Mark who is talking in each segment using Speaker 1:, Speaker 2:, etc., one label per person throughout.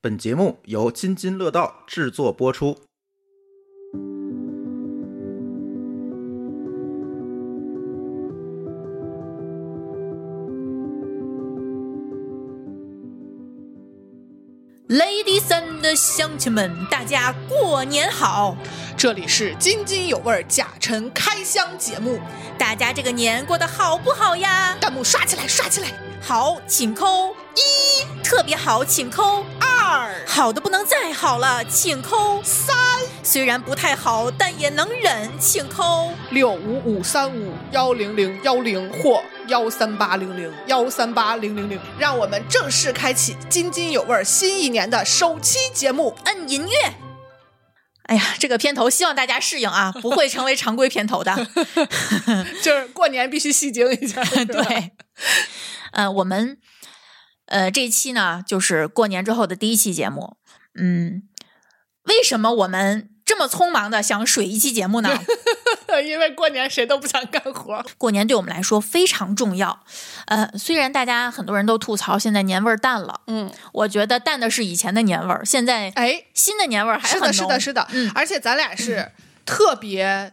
Speaker 1: 本节目由津津乐道制作播出。
Speaker 2: Ladies and 乡亲们，大家过年好！
Speaker 3: 这里是津津有味贾晨开箱节目，
Speaker 2: 大家这个年过得好不好呀？
Speaker 3: 弹幕刷起来，刷起来！
Speaker 2: 好，请扣一；特别好，请扣
Speaker 3: 二
Speaker 2: 好的不能再好了，请扣
Speaker 3: 三
Speaker 2: 虽然不太好，但也能忍，请扣
Speaker 3: 六五五三五幺零零幺零或幺三八零零幺三八零零零，让我们正式开启津津有味新一年的首期节目。
Speaker 2: 摁音乐。哎呀，这个片头希望大家适应啊，不会成为常规片头的。
Speaker 3: 就是过年必须戏精 一下， 是吧，
Speaker 2: 对，呃，我们呃这一期呢，就是过年之后的第一期节目。嗯，为什么我们这么匆忙的想水一期节目呢？
Speaker 3: 因为过年谁都不想干活。
Speaker 2: 过年对我们来说非常重要。呃，虽然大家很多人都吐槽现在年味儿淡了，
Speaker 3: 嗯，
Speaker 2: 我觉得淡的是以前的年味儿，现 在
Speaker 3: 哎，
Speaker 2: 新的年味儿还
Speaker 3: 是
Speaker 2: 很浓。
Speaker 3: 的，是的，是的，
Speaker 2: 嗯
Speaker 3: 而且咱俩是特别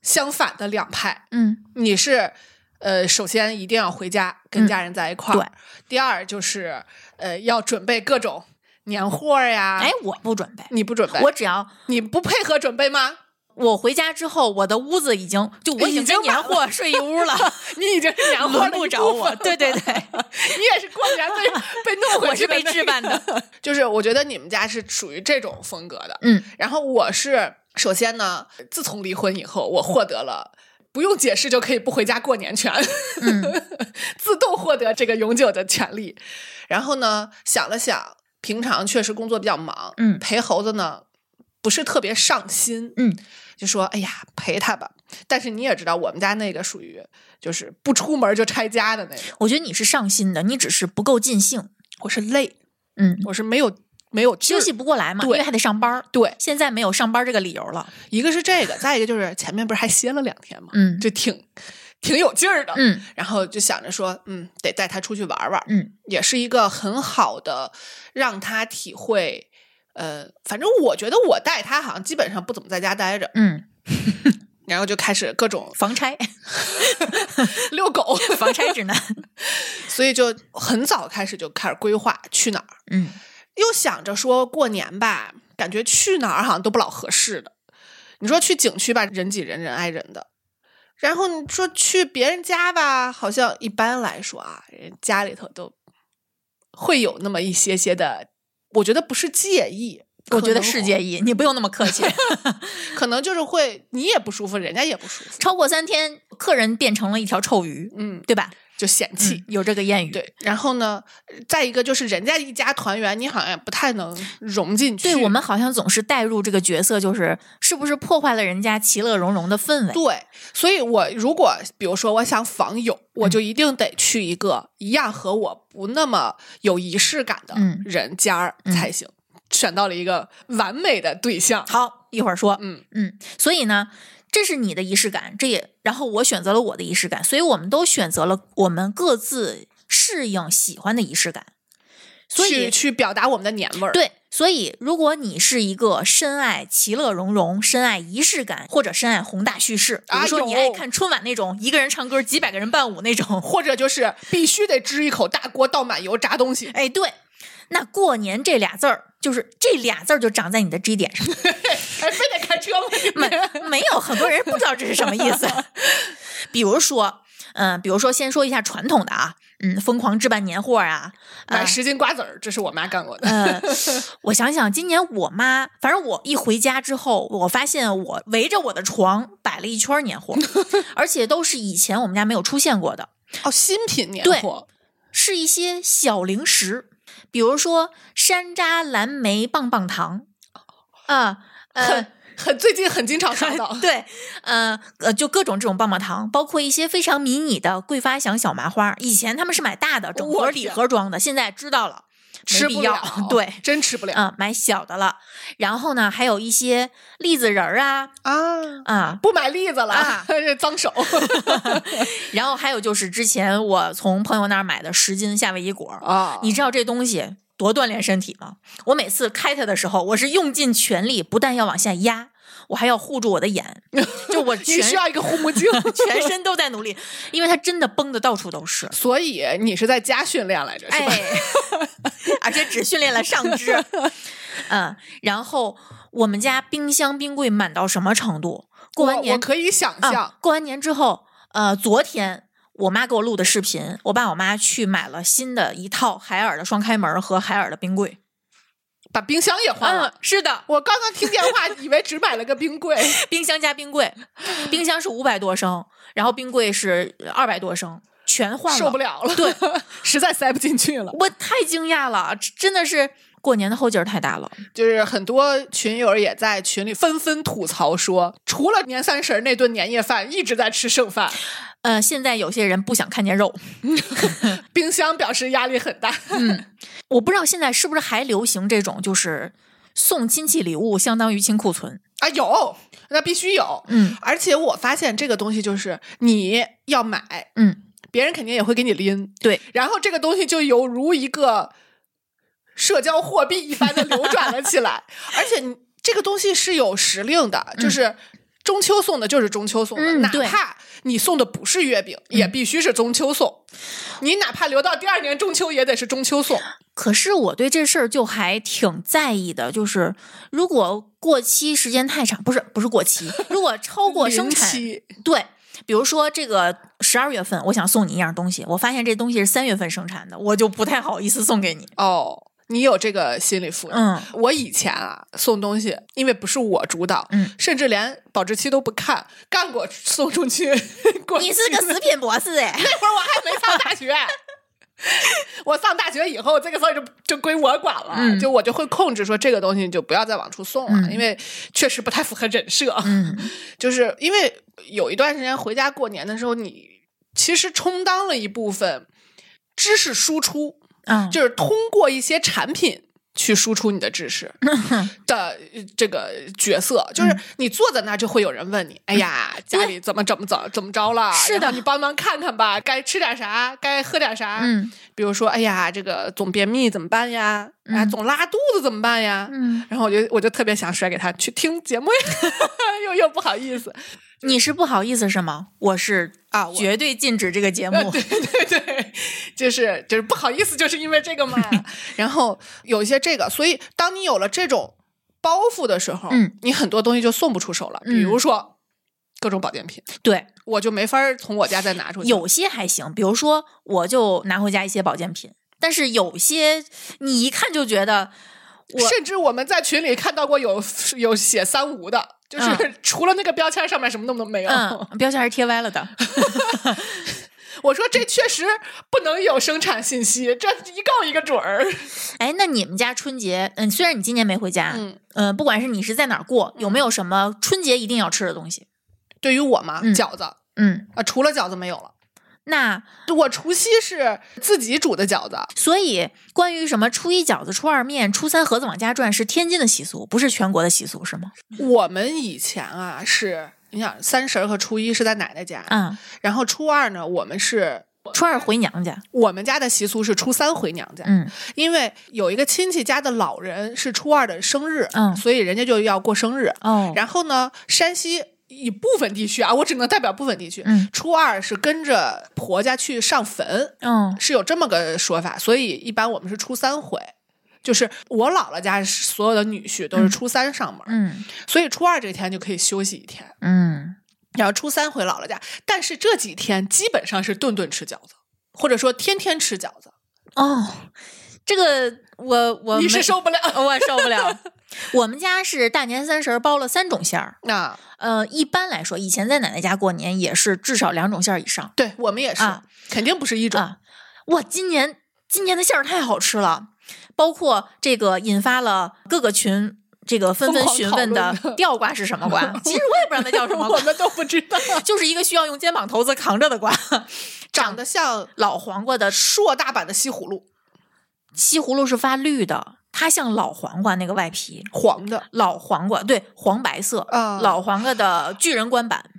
Speaker 3: 相反的两派。
Speaker 2: 嗯，
Speaker 3: 你是呃，首先一定要回家跟家人在一块儿、
Speaker 2: 嗯对
Speaker 3: 第二就是呃，要准备各种年货呀。
Speaker 2: 哎，，我不准备，
Speaker 3: 你不准备，
Speaker 2: 我只要
Speaker 3: 你不配合准备吗？
Speaker 2: 我回家之后，我的屋子已经就我已经
Speaker 3: 已经
Speaker 2: 跟年
Speaker 3: 满
Speaker 2: 货睡一屋 了，
Speaker 3: 你已经是年货的
Speaker 2: 轮
Speaker 3: 一
Speaker 2: 不
Speaker 3: 部
Speaker 2: 着我。
Speaker 3: 分
Speaker 2: 对对 对。
Speaker 3: 你也是过年 被被弄回
Speaker 2: 我
Speaker 3: 去
Speaker 2: 是
Speaker 3: 的那
Speaker 2: 被
Speaker 3: 个
Speaker 2: 置办的。
Speaker 3: 就是我觉得你们家是属于这种风格的，
Speaker 2: 嗯，
Speaker 3: 然后我是首先呢，自从离婚以后，我获得了。不用解释就可以不回家过年权，
Speaker 2: 嗯
Speaker 3: 自动获得这个永久的权利。然后呢，想了想，平常确实工作比较忙，
Speaker 2: 嗯
Speaker 3: 陪猴子呢不是特别上心，
Speaker 2: 嗯，
Speaker 3: 就说哎呀陪他吧。但是你也知道，我们家那个属于就是不出门就拆家的那种，
Speaker 2: 我觉得你是上心的，你只是不够尽兴。
Speaker 3: 我是累，
Speaker 2: 嗯，
Speaker 3: 我是没有没有劲
Speaker 2: 休
Speaker 3: 儿
Speaker 2: 息不过来嘛，因
Speaker 3: 对
Speaker 2: 为还得上班儿。
Speaker 3: 对，
Speaker 2: 现在没有上班这个理由了。
Speaker 3: 一个是这个，再一个就是前面不是还歇了两天嘛，
Speaker 2: 嗯
Speaker 3: 就挺挺有劲儿的。
Speaker 2: 嗯
Speaker 3: 然后就想着说，嗯，得带他出去玩玩，
Speaker 2: 嗯
Speaker 3: 也是一个很好的让他体会。呃，反正我觉得我带他好像基本上不怎么在家待着，
Speaker 2: 嗯，
Speaker 3: 然后就开始各种
Speaker 2: 防拆，
Speaker 3: 遛狗，
Speaker 2: 防拆指 南。
Speaker 3: 所以就很早开始就开始规划去哪儿，
Speaker 2: 嗯，
Speaker 3: 又想着说过年吧，感觉去哪儿好像都不老合适的。你说去景区吧，人挤人，人挨人的；然后你说去别人家吧，好像一般来说啊，人家里头都会有那么一些些的，我觉得不是介意，
Speaker 2: 我觉得
Speaker 3: 可能
Speaker 2: 是介意，你不用那么客气。
Speaker 3: 可能就是会你也不舒服，人家也不舒服，
Speaker 2: 超过三天，客人变成了一条臭鱼，
Speaker 3: 嗯，
Speaker 2: 对吧？
Speaker 3: 就嫌弃。
Speaker 2: 有这个谚语。
Speaker 3: 对，然后呢，再一个就是人家一家团圆，你好像也不太能融进去。
Speaker 2: 对我们好像总是带入这个角色，就是是不是破坏了人家其乐融融的氛围？
Speaker 3: 对，所以我如果比如说我想访友，
Speaker 2: 嗯
Speaker 3: 我就一定得去一个一样和我不那么有仪式感的
Speaker 2: 嗯
Speaker 3: 人家儿
Speaker 2: 嗯
Speaker 3: 才行。选到了一个完美的对象，
Speaker 2: 好，一会儿说。
Speaker 3: 嗯，
Speaker 2: 嗯，所以呢，这是你的仪式感，这也然后我选择了我的仪式感，所以我们都选择了我们各自适应喜欢的仪式感。所
Speaker 3: 去
Speaker 2: 以
Speaker 3: 去表达我们的年味儿。，
Speaker 2: 对，所以如果你是一个深爱其乐融融、深爱仪式感或者深爱宏大叙事，比
Speaker 3: 啊
Speaker 2: 如说你
Speaker 3: 有
Speaker 2: 爱看春晚那种一个人唱歌几百个人伴舞那种，
Speaker 3: 或者就是必须得支一口大锅，倒满油炸东西。
Speaker 2: 哎，对，那过年这俩字儿，就是这俩字儿就长在你的 G 点上，
Speaker 3: 哎，非得开车吗？
Speaker 2: 没没有很多人不知道这是什么意思。 比如说，嗯、比如说先说一下传统的啊，嗯，疯狂置办年货啊，
Speaker 3: 买十斤瓜子儿，这是我妈干过的。
Speaker 2: 呃， 我想想，今年我妈，反正我一回家之后，我发现我围着我的床摆了一圈年货，而且都是以前我们家没有出现过的，
Speaker 3: 哦，新品年
Speaker 2: 对
Speaker 3: 货，
Speaker 2: 是一些小零食，比如说山楂蓝莓棒棒糖，啊、呃，
Speaker 3: 很很最近很经常刷 到。
Speaker 2: 对，呃呃，就各种这种棒棒糖，包括一些非常迷你的桂发祥小麻花。以前他们是买大的，整
Speaker 3: 我
Speaker 2: 盒
Speaker 3: 天
Speaker 2: 礼盒装的，现在知道了，
Speaker 3: 吃
Speaker 2: 没
Speaker 3: 不
Speaker 2: 必要
Speaker 3: 了，
Speaker 2: 对，
Speaker 3: 真吃不了、
Speaker 2: 嗯，买小的了。然后呢，还有一些栗子仁儿啊
Speaker 3: 啊！
Speaker 2: 啊，
Speaker 3: 不买栗子了，
Speaker 2: 啊
Speaker 3: 这脏手。
Speaker 2: 然后还有就是之前我从朋友那儿买的十斤夏威夷果儿，
Speaker 3: 啊
Speaker 2: 你知道这东西。多锻炼身体吗？我每次开它的时候，我是用尽全力，不但要往下压，我还要护住我的眼， 就我
Speaker 3: 你
Speaker 2: 全
Speaker 3: 需要一个护目镜，
Speaker 2: 全身都在努力，因为它真的崩的到处都是。
Speaker 3: 所以你是在家训练来着，是吧？
Speaker 2: 哎， 而且只训练了上肢。嗯，然后我们家冰箱冰柜满到什么程度？过完
Speaker 3: 我我
Speaker 2: 年
Speaker 3: 可以想
Speaker 2: 啊
Speaker 3: 象，
Speaker 2: 过完年之后，呃，昨天我妈给我录的视频，我爸我妈去买了新的一套海尔的双开门和海尔的冰柜。
Speaker 3: 把冰箱也换了。
Speaker 2: 嗯，是的，
Speaker 3: 我刚刚听电话，以为只买了个冰 柜，
Speaker 2: 冰箱加冰柜，冰箱是五百多升，然后冰柜是二百多升，全换了。
Speaker 3: 受不了了，
Speaker 2: 对，
Speaker 3: 实在塞不进去 了。
Speaker 2: 我太惊讶了，真的是过年的后劲儿太大了。
Speaker 3: 就是很多群友也在群里纷纷吐槽说，除了年三十那顿年夜饭，一直在吃剩饭。
Speaker 2: 呃，现在有些人不想看见肉，
Speaker 3: 冰箱表示压力很大，
Speaker 2: 嗯我不知道现在是不是还流行这种，就是送亲戚礼物，相当于清库存。
Speaker 3: 啊，有，那必须有。
Speaker 2: 嗯
Speaker 3: 而且我发现这个东西就是你要买，
Speaker 2: 嗯，
Speaker 3: 别人肯定也会给你拎，
Speaker 2: 对，
Speaker 3: 然后这个东西就犹如一个社交货币一般的流转了起来。而且你这个东西是有时令的，就是中秋送的就是中秋送的，
Speaker 2: 嗯
Speaker 3: 哪
Speaker 2: 对嗯
Speaker 3: 怕你送的不是月饼，也必须是中秋送。你哪怕留到第二年中秋，也得是中秋送。
Speaker 2: 可是我对这事儿就还挺在意的，就是如果过期时间太长，不是不是过期，如果超过生
Speaker 3: 临
Speaker 2: 产，
Speaker 3: 期
Speaker 2: 对，比如说这个十二月份，我想送你一样东西，我发现这东西是三月份生产的，我就不太好意思送给你。
Speaker 3: 哦，你有这个心理负担。
Speaker 2: 嗯
Speaker 3: 我以前啊送东西，因为不是我主导，
Speaker 2: 嗯，
Speaker 3: 甚至连保质期都不看，干过送出去。 过
Speaker 2: 你
Speaker 3: 期
Speaker 2: 是个
Speaker 3: 的
Speaker 2: 食品博士哎，
Speaker 3: 那 会儿我还没上大学。我上大学以后，这个事儿就就归我管了，
Speaker 2: 嗯
Speaker 3: 就我就会控制说这个东西就不要再往出送了，
Speaker 2: 嗯
Speaker 3: 因为确实不太符合人设。
Speaker 2: 嗯
Speaker 3: 就是因为有一段时间回家过年的时候，你其实充当了一部分知识输出，
Speaker 2: 嗯，
Speaker 3: 就是通过一些产品去输出你的知识
Speaker 2: 嗯
Speaker 3: 的这个角色，就是你坐在那儿就会有人问你：“哎呀，家里怎么怎么怎怎么着了？”
Speaker 2: 嗯是的
Speaker 3: 然后你帮忙看看吧，该吃点啥，该喝点啥。
Speaker 2: 嗯
Speaker 3: 比如说，哎呀，这个总便秘怎么办呀？
Speaker 2: 嗯
Speaker 3: 啊，总拉肚子怎么办呀？
Speaker 2: 嗯，
Speaker 3: 然后我就我就特别想甩给他去听节目， 又又不好意思。
Speaker 2: 你是不好意思是吗？我是
Speaker 3: 啊我呃
Speaker 2: 绝对禁止这个节目。
Speaker 3: 对对对，就是就是不好意思，就是因为这 个嘛。然后有一些这个，所以当你有了这种包袱的时候，
Speaker 2: 嗯
Speaker 3: 你很多东西就送不出手了，比如
Speaker 2: 嗯
Speaker 3: 说各种保健品，
Speaker 2: 对，
Speaker 3: 我就没法儿从我家再拿出去。
Speaker 2: 有些还行，比如说我就拿回家一些保健品，但是有些你一看就觉得我
Speaker 3: 甚至我们在群里看到过有有写三无的，就是、
Speaker 2: 嗯
Speaker 3: 除了那个标签上面什么都没有。
Speaker 2: 嗯，标签还是贴歪了 的。
Speaker 3: 我说这确实不能有生产信息，这一告一个准儿。
Speaker 2: 哎，那你们家春节，嗯，虽然你今年没回家，
Speaker 3: 嗯
Speaker 2: 呃，不管是你是在哪儿过，有没有什么春节一定要吃的东西？
Speaker 3: 对于我嘛，
Speaker 2: 嗯
Speaker 3: 饺子啊、
Speaker 2: 嗯，
Speaker 3: 除了饺子没有了。
Speaker 2: 那
Speaker 3: 我除夕是自己煮的饺子，
Speaker 2: 所以关于什么初一饺子、初二面、初三盒子往家转是天津的习俗，不是全国的习俗，是吗？
Speaker 3: 我们以前啊是，你想三十儿和初一是在奶奶家，
Speaker 2: 嗯，
Speaker 3: 然后初二呢，我们是
Speaker 2: 初二回娘家。
Speaker 3: 我们家的习俗是初三回娘家，
Speaker 2: 嗯
Speaker 3: 因为有一个亲戚家的老人是初二的生日，
Speaker 2: 嗯
Speaker 3: 所以人家就要过生日。
Speaker 2: 哦，
Speaker 3: 然后呢，山西以部分地区啊，我只能代表部分地区，
Speaker 2: 嗯
Speaker 3: 初二是跟着婆家去上坟，
Speaker 2: 嗯
Speaker 3: 是有这么个说法，所以一般我们是初三回。就是我姥姥家是所有的女婿都是初三上门，
Speaker 2: 嗯
Speaker 3: 所以初二这天就可以休息一天。
Speaker 2: 嗯，
Speaker 3: 然后初三回姥姥家，但是这几天基本上是顿顿吃饺子，或者说天天吃饺子，
Speaker 2: 哦，这个我我
Speaker 3: 你是
Speaker 2: 没
Speaker 3: 受不了。
Speaker 2: 我受不了。我们家是大年三十儿包了三种馅儿，
Speaker 3: 啊，
Speaker 2: 呃，一般来说，以前在奶奶家过年也是至少两种馅儿以上
Speaker 3: 对我们也是，
Speaker 2: 啊
Speaker 3: 肯定不是一种。
Speaker 2: 啊。哇，今年今年的馅儿太好吃了，包括这个引发了各个群这个纷纷
Speaker 3: 疯狂
Speaker 2: 询
Speaker 3: 讨
Speaker 2: 问的
Speaker 3: 论的
Speaker 2: 吊瓜是什么 瓜，其实我也不知道那叫什么
Speaker 3: 我
Speaker 2: 瓜，
Speaker 3: 们都不知 道，
Speaker 2: 就是一个需要用肩膀头子扛着的瓜，
Speaker 3: 长得像
Speaker 2: 老黄瓜的
Speaker 3: 硕大版的西葫芦，
Speaker 2: 西葫芦是发绿的，它像老黄瓜那个外皮。
Speaker 3: 黄的。
Speaker 2: 老黄瓜，对，黄白色，
Speaker 3: 啊
Speaker 2: 老黄瓜的巨人观版。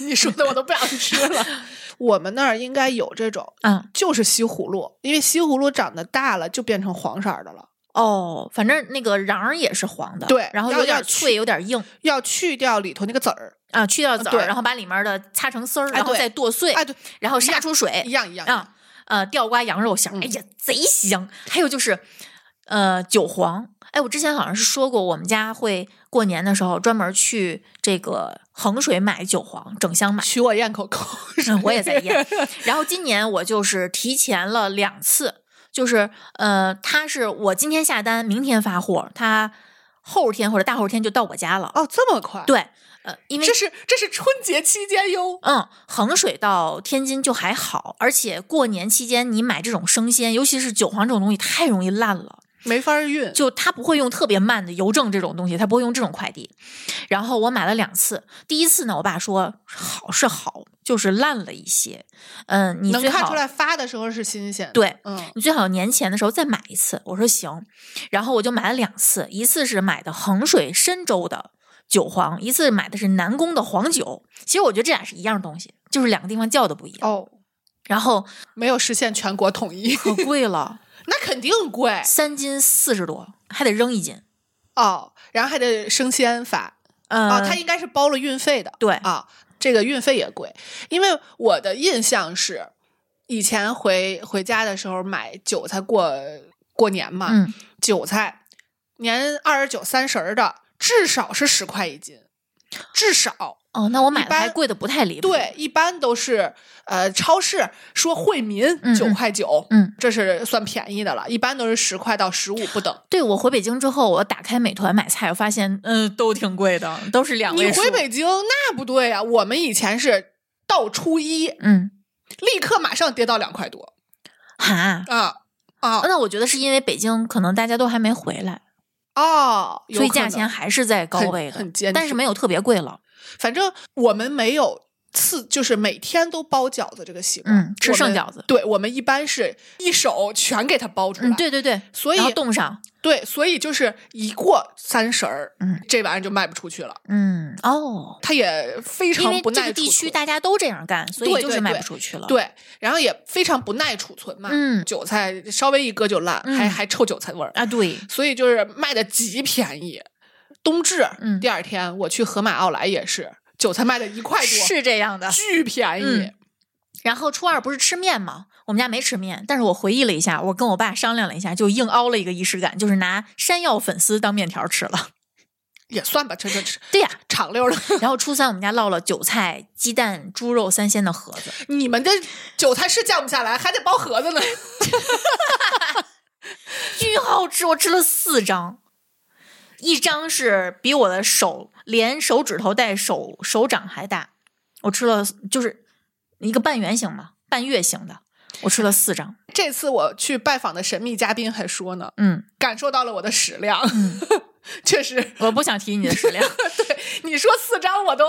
Speaker 3: 你说的我都不想吃了。 我们那儿应该有这种，
Speaker 2: 嗯，
Speaker 3: 就是西葫芦，因为西葫芦长得大了就变成黄色儿的了，
Speaker 2: 哦，反正那个瓤儿也是黄的，
Speaker 3: 对
Speaker 2: 然后
Speaker 3: 然后
Speaker 2: 有点
Speaker 3: 要去
Speaker 2: 脆，有点硬
Speaker 3: 要去掉里头那个籽儿。
Speaker 2: 啊，去掉籽儿，
Speaker 3: 嗯对
Speaker 2: 然后把里面的擦成丝儿，
Speaker 3: 哎
Speaker 2: 然后
Speaker 3: 对
Speaker 2: 再剁碎，
Speaker 3: 哎，对，
Speaker 2: 然后杀
Speaker 3: 样
Speaker 2: 出水
Speaker 3: 一，样一样。一嗯样
Speaker 2: 啊，呃，吊瓜羊肉香，哎呀，贼香。还有就是，呃，韭黄，哎，我之前好像是说过，我们家会过年的时候专门去这个衡水买韭黄，整箱买。
Speaker 3: 取我咽口口水
Speaker 2: 嗯我也在咽。然后今年我就是提前了两次，就是呃，他是我今天下单，明天发货，他后天或者大后天就到我家了。
Speaker 3: 哦，这么快？，
Speaker 2: 对，呃，因为
Speaker 3: 这是这是春节期间哟。
Speaker 2: 嗯，衡水到天津就还好，而且过年期间你买这种生鲜，尤其是韭黄这种东西，太容易烂了。
Speaker 3: 没法儿运，
Speaker 2: 就它不会用特别慢的邮政这种东西，它不会用这种快递。然后我买了两次，第一次呢，我爸说好是好，就是烂了一些。嗯，你
Speaker 3: 能
Speaker 2: 最
Speaker 3: 看
Speaker 2: 好
Speaker 3: 出来发的时候是新鲜的。，
Speaker 2: 对，
Speaker 3: 嗯，
Speaker 2: 你最好年前的时候再买一次。我说行，然后我就买了两次，一次是买的衡水深州的韭黄，一次买的是南宫的黄酒。其实我觉得这俩是一样东西，就是两个地方叫的不一样。
Speaker 3: 哦，
Speaker 2: 然 后
Speaker 3: 没有实现全国统一，
Speaker 2: 可贵了，
Speaker 3: 那肯定贵
Speaker 2: 三斤四十多，还得扔一斤。
Speaker 3: 哦。然后还得生鲜发
Speaker 2: 嗯、
Speaker 3: 哦，它应该是包了运费的。
Speaker 2: 对
Speaker 3: 啊，这个运费也贵，因为我的印象是，以前回回家的时候买韭菜过过年嘛，
Speaker 2: 嗯，
Speaker 3: 韭菜年二十九三十儿的至少是十块一斤，至少。
Speaker 2: 哦，那我买的还
Speaker 3: 般
Speaker 2: 贵的不太离谱。
Speaker 3: 对，一般都是呃，超市说惠民
Speaker 2: 嗯
Speaker 3: 九块九，
Speaker 2: 嗯，
Speaker 3: 这是算便宜的了，一般都是十块到十五不等。
Speaker 2: 对我回北京之后，我打开美团买菜，我发现嗯、都挺贵的，都是两
Speaker 3: 你
Speaker 2: 位数。
Speaker 3: 回北京那不对啊，我们以前是到初一
Speaker 2: 嗯
Speaker 3: 立刻马上跌到两块多
Speaker 2: 哈、
Speaker 3: 啊啊
Speaker 2: 哦那我觉得是因为北京可能大家都还没回来，
Speaker 3: 哦，有
Speaker 2: 所以
Speaker 3: 可
Speaker 2: 价
Speaker 3: 能
Speaker 2: 钱还是在高
Speaker 3: 很
Speaker 2: 位的，
Speaker 3: 很坚
Speaker 2: 但是
Speaker 3: 持
Speaker 2: 没有特别贵了。
Speaker 3: 反正我们没有次，就是每天都包饺子这个习惯，
Speaker 2: 嗯吃
Speaker 3: 我
Speaker 2: 剩
Speaker 3: 们
Speaker 2: 饺子
Speaker 3: 对我们一般是一手全给它包出来，
Speaker 2: 嗯，对对对，
Speaker 3: 所以
Speaker 2: 然后冻上，
Speaker 3: 对，所以就是一过三十儿，
Speaker 2: 嗯，
Speaker 3: 这玩意儿就卖不出去了，
Speaker 2: 嗯哦，
Speaker 3: 它也非
Speaker 2: 因
Speaker 3: 常
Speaker 2: 为
Speaker 3: 不
Speaker 2: 这
Speaker 3: 耐
Speaker 2: 个地
Speaker 3: 储
Speaker 2: 区
Speaker 3: 存
Speaker 2: 大家都这样干，所以
Speaker 3: 对
Speaker 2: 就
Speaker 3: 对
Speaker 2: 是卖
Speaker 3: 对
Speaker 2: 不出去了。
Speaker 3: 对，然后也非常不耐储存嘛，
Speaker 2: 嗯
Speaker 3: 韭菜稍微一割就烂，
Speaker 2: 嗯
Speaker 3: 还还臭韭菜味儿，
Speaker 2: 啊，对，
Speaker 3: 所以就是卖的极便宜。冬至，
Speaker 2: 嗯
Speaker 3: 第二天我去盒马奥莱也是，韭菜卖的一块多，
Speaker 2: 是这样的。
Speaker 3: 巨便宜。
Speaker 2: 嗯然后初二不是吃面吗？我们家没吃面，但是我回忆了一下，我跟我爸商量了一下，就硬凹了一个仪式感，就是拿山药粉丝当面条吃 了。
Speaker 3: 也算吧，这这这
Speaker 2: 对呀、
Speaker 3: 长溜儿的。
Speaker 2: 然后初三我们家烙了韭菜、鸡蛋、猪肉三鲜的盒子，
Speaker 3: 你们的韭菜是降不下来，还得包盒子呢。
Speaker 2: 巨好吃，我吃了四张，一张是比我的手连手指头带手手掌还大，我吃了就是一个半圆形嘛，半月形的，我吃了四张，
Speaker 3: 这次我去拜访的神秘嘉宾还说呢，
Speaker 2: 嗯，
Speaker 3: 感受到了我的食量，
Speaker 2: 嗯
Speaker 3: 确实，
Speaker 2: 我不想提你的食量，
Speaker 3: 对你说四张我都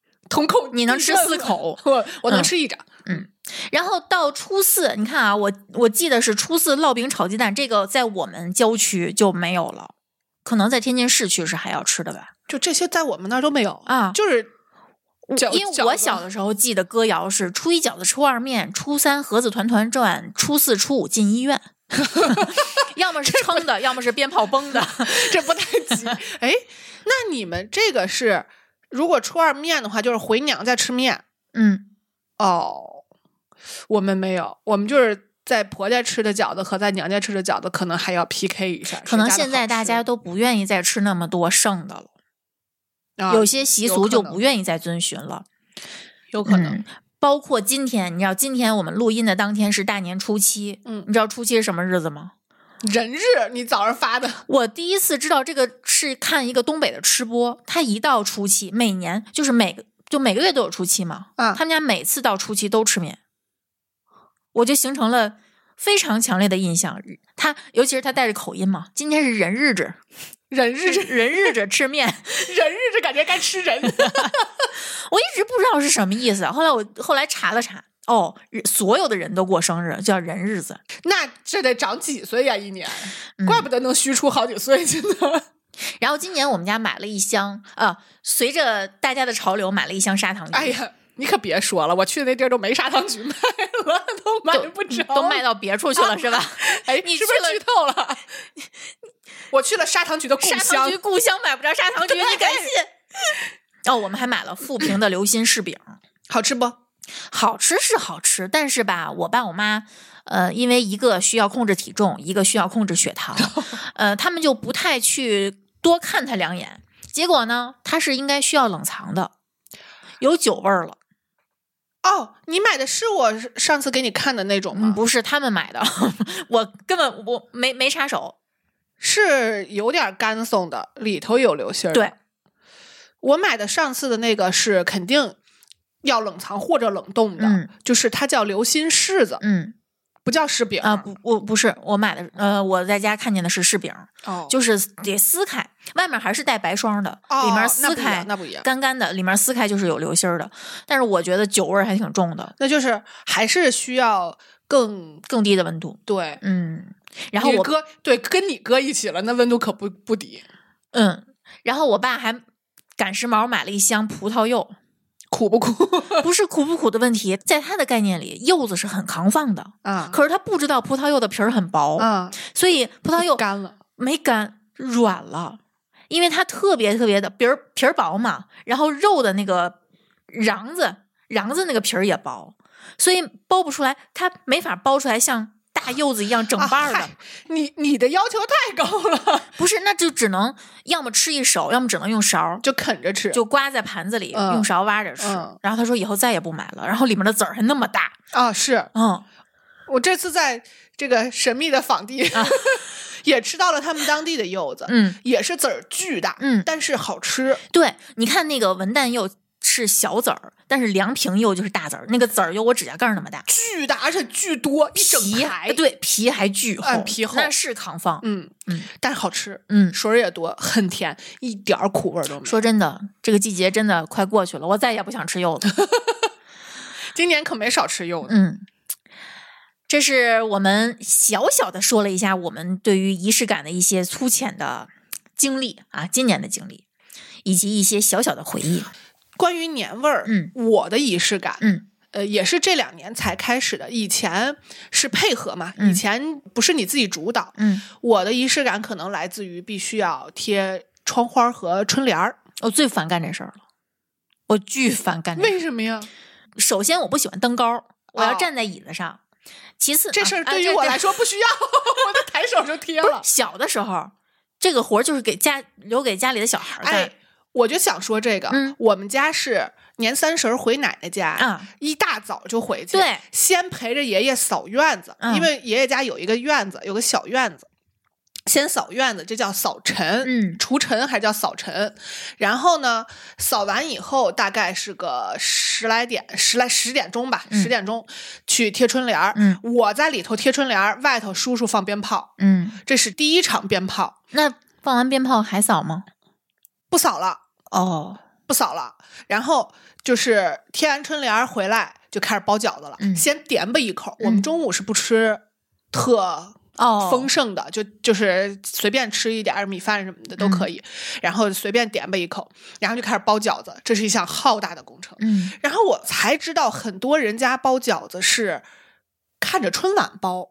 Speaker 3: 瞳孔，
Speaker 2: 你能吃四口，
Speaker 3: 我我能
Speaker 2: 嗯
Speaker 3: 吃一张。
Speaker 2: 然后到初四，你看啊，我我记得是初四烙饼炒鸡蛋，这个在我们郊区就没有了，可能在天津市区是还要吃的吧。
Speaker 3: 就这些在我们那儿都没有
Speaker 2: 啊
Speaker 3: 就是 饺
Speaker 2: 因为
Speaker 3: 饺
Speaker 2: 我
Speaker 3: 子
Speaker 2: 小的时候记得歌谣是初一饺子初二面，初三盒子团团转，初四初五进医院， 要么是撑的，要么是鞭炮崩 的。嗯
Speaker 3: 这不太急。哎，那你们这个是如果初二面的话，就是回娘家吃面
Speaker 2: 嗯，
Speaker 3: 哦。我们没有，我们就是在婆家吃的饺子和在娘家吃的饺子可能还要 PK 一下。
Speaker 2: 可能
Speaker 3: 谁家的
Speaker 2: 现在
Speaker 3: 好
Speaker 2: 大
Speaker 3: 吃
Speaker 2: 家都不愿意再吃那么多剩的了，
Speaker 3: 啊
Speaker 2: 有些习
Speaker 3: 有
Speaker 2: 俗
Speaker 3: 可
Speaker 2: 就
Speaker 3: 能
Speaker 2: 不愿意再遵循了。
Speaker 3: 有可能
Speaker 2: 嗯，包括今天，你知道今天我们录音的当天是大年初七，
Speaker 3: 嗯
Speaker 2: 你知道初七是什么日子吗？
Speaker 3: 人日你早上发的
Speaker 2: 我第一次知道这个是看一个东北的吃播，他一到初七，每年就是每个就每个月都有初七嘛，
Speaker 3: 啊
Speaker 2: 他们家每次到初七都吃面，我就形成了非常强烈的印象。他尤其是他带着口音嘛，今天是人日 子，
Speaker 3: 人日
Speaker 2: 是人日子吃面，
Speaker 3: 人日这感觉该吃人。
Speaker 2: 我一直不知道是什么意思。后来我后来查了查，哦，所有的人都过生日叫人日子，
Speaker 3: 那这得长几岁呀？一年，
Speaker 2: 嗯
Speaker 3: 怪不得能虚出好几岁去呢。
Speaker 2: 然后今年我们家买了一箱，啊，随着大家的潮流买了一箱砂糖橘。
Speaker 3: 哎呀，你可别说了，我去那地儿都没砂糖橘卖了，都买不着，
Speaker 2: 都卖到别处去了 是吧？
Speaker 3: 哎，
Speaker 2: 你
Speaker 3: 是不是
Speaker 2: 去
Speaker 3: 剧透了？ 我去了砂糖橘的故
Speaker 2: 砂糖
Speaker 3: 乡
Speaker 2: 橘，故乡买不着砂糖橘，你敢信？ 哦，我们还买了富平的流心柿饼，
Speaker 3: 好吃不？
Speaker 2: 好吃是好吃，但是吧，我爸我妈，呃，因为一个需要控制体重，一个需要控制血 糖，呃，他们就不太去多看他两眼。结果呢，它是应该需要冷藏的，有酒味儿了。
Speaker 3: 哦，你买的是我上次给你看的那种吗？
Speaker 2: 嗯，不是他们买的， 我根本我没没插手。
Speaker 3: 是有点干松的，里头有流心儿。
Speaker 2: 对，
Speaker 3: 我买的上次的那个是肯定要冷藏或者冷冻的，
Speaker 2: 嗯
Speaker 3: 就是它叫流心柿子，
Speaker 2: 嗯
Speaker 3: 不叫柿饼
Speaker 2: 啊、不不不是我买的，呃，我在家看见的是柿饼，
Speaker 3: 哦，
Speaker 2: 就是得撕开，外面还是带白霜的，
Speaker 3: 哦
Speaker 2: 里面
Speaker 3: 那
Speaker 2: 撕
Speaker 3: 不一样
Speaker 2: 开
Speaker 3: 那不一样，
Speaker 2: 干干的，里面撕开就是有流心儿的。但是我觉得酒味儿还挺重的，
Speaker 3: 那就是还是需要更
Speaker 2: 更低的温度。
Speaker 3: 对。
Speaker 2: 嗯，然后
Speaker 3: 你
Speaker 2: 我
Speaker 3: 哥对跟你哥一起了，那温度可不不低，
Speaker 2: 嗯，然后我爸还赶时髦买了一箱葡萄 柚，
Speaker 3: 苦不苦
Speaker 2: 不是苦不苦的问题，在他的概念里，柚子是很扛放的，
Speaker 3: 啊？
Speaker 2: 可是他不知道葡萄柚的皮儿很薄，
Speaker 3: 啊，
Speaker 2: 所以葡萄柚
Speaker 3: 干了，
Speaker 2: 没干软了，因为它特别特别的皮儿皮儿薄嘛，然后肉的那个瓤子瓤子那个皮儿也薄，所以剥不出来，它没法剥出来像大柚子一样整瓣儿的。
Speaker 3: 啊嗨你你的要求太高了，
Speaker 2: 不是，那就只能要么吃一手，要么只能用勺儿，
Speaker 3: 就啃着吃，
Speaker 2: 就刮在盘子里，
Speaker 3: 嗯
Speaker 2: 用勺挖着吃。
Speaker 3: 嗯
Speaker 2: 然后他说以后再也不买了，然后里面的籽儿还那么大，
Speaker 3: 啊是，
Speaker 2: 嗯，
Speaker 3: 我这次在这个神秘的访地、也吃到了他们当地的柚子，
Speaker 2: 啊嗯
Speaker 3: 也是籽儿巨大，
Speaker 2: 嗯
Speaker 3: 但是好吃。
Speaker 2: 对，你看那个文旦柚是小籽儿，但是梁平柚就是大籽儿，那个籽儿有我指甲盖儿那么大。
Speaker 3: 巨大，而且巨多，一整
Speaker 2: 皮哎呃
Speaker 3: 排。，
Speaker 2: 对皮还巨厚，
Speaker 3: 嗯皮厚
Speaker 2: 那是扛放。
Speaker 3: 嗯
Speaker 2: 嗯，
Speaker 3: 但是好吃，
Speaker 2: 嗯，
Speaker 3: 水儿也多，很甜，一点儿苦味儿都没有。
Speaker 2: 说真的，这个季节真的快过去了，我再也不想吃柚子。
Speaker 3: 今年可没少吃柚子。
Speaker 2: 嗯，这是我们小小的说了一下我们对于仪式感的一些粗浅的经历啊，今年的经历，以及一些小小的回忆。
Speaker 3: 关于年味儿，
Speaker 2: 嗯
Speaker 3: 我的仪式感，
Speaker 2: 嗯，
Speaker 3: 呃，也是这两年才开始的。以前是配合嘛，
Speaker 2: 嗯
Speaker 3: 以前不是你自己主导。
Speaker 2: 嗯，
Speaker 3: 我的仪式感可能来自于必须要贴窗花儿和春联儿。
Speaker 2: 我最烦干这事儿了，我巨烦干这事儿。
Speaker 3: 为什么呀？
Speaker 2: 首先，我不喜欢登高，我要
Speaker 3: 哦
Speaker 2: 站在椅子上。其次，
Speaker 3: 这事儿
Speaker 2: 啊啊
Speaker 3: 对于
Speaker 2: 这
Speaker 3: 我
Speaker 2: 这
Speaker 3: 来说 不需要， 我就抬手就贴
Speaker 2: 不是
Speaker 3: 了。
Speaker 2: 小的时候，这个活儿就是给家留给家里的小孩儿
Speaker 3: 哎
Speaker 2: 干、，
Speaker 3: 我就想说这个，
Speaker 2: 嗯
Speaker 3: 我们家是年三十儿回奶奶家。
Speaker 2: 啊。
Speaker 3: 一大早就回去，
Speaker 2: 对，
Speaker 3: 先陪着爷爷扫院子，
Speaker 2: 嗯
Speaker 3: 因为爷爷家有一个院子，有个小院子，先扫院子，这叫扫尘，
Speaker 2: 嗯
Speaker 3: 除尘还叫扫尘。然后呢，扫完以后大概是个十来点，十来十点钟吧，
Speaker 2: 嗯
Speaker 3: 十点钟去贴春联儿。
Speaker 2: 嗯
Speaker 3: 我在里头贴春联儿，外头叔叔放鞭炮，
Speaker 2: 嗯，
Speaker 3: 这是第一场鞭炮，
Speaker 2: 那放完鞭炮还扫吗？
Speaker 3: 不扫了。
Speaker 2: 哦，
Speaker 3: 不扫了，然后就是贴完春联儿回来就开始包饺子了，
Speaker 2: 嗯
Speaker 3: 先点吧一口。
Speaker 2: 嗯
Speaker 3: 我们中午是不吃特
Speaker 2: 哦
Speaker 3: 丰盛的，就就是随便吃一点儿米饭什么
Speaker 2: 嗯
Speaker 3: 的都可以，然后随便点吧一口，然后就开始包饺子，这是一项浩大的工程。
Speaker 2: 嗯
Speaker 3: 然后我才知道，很多人家包饺子是看着春晚包，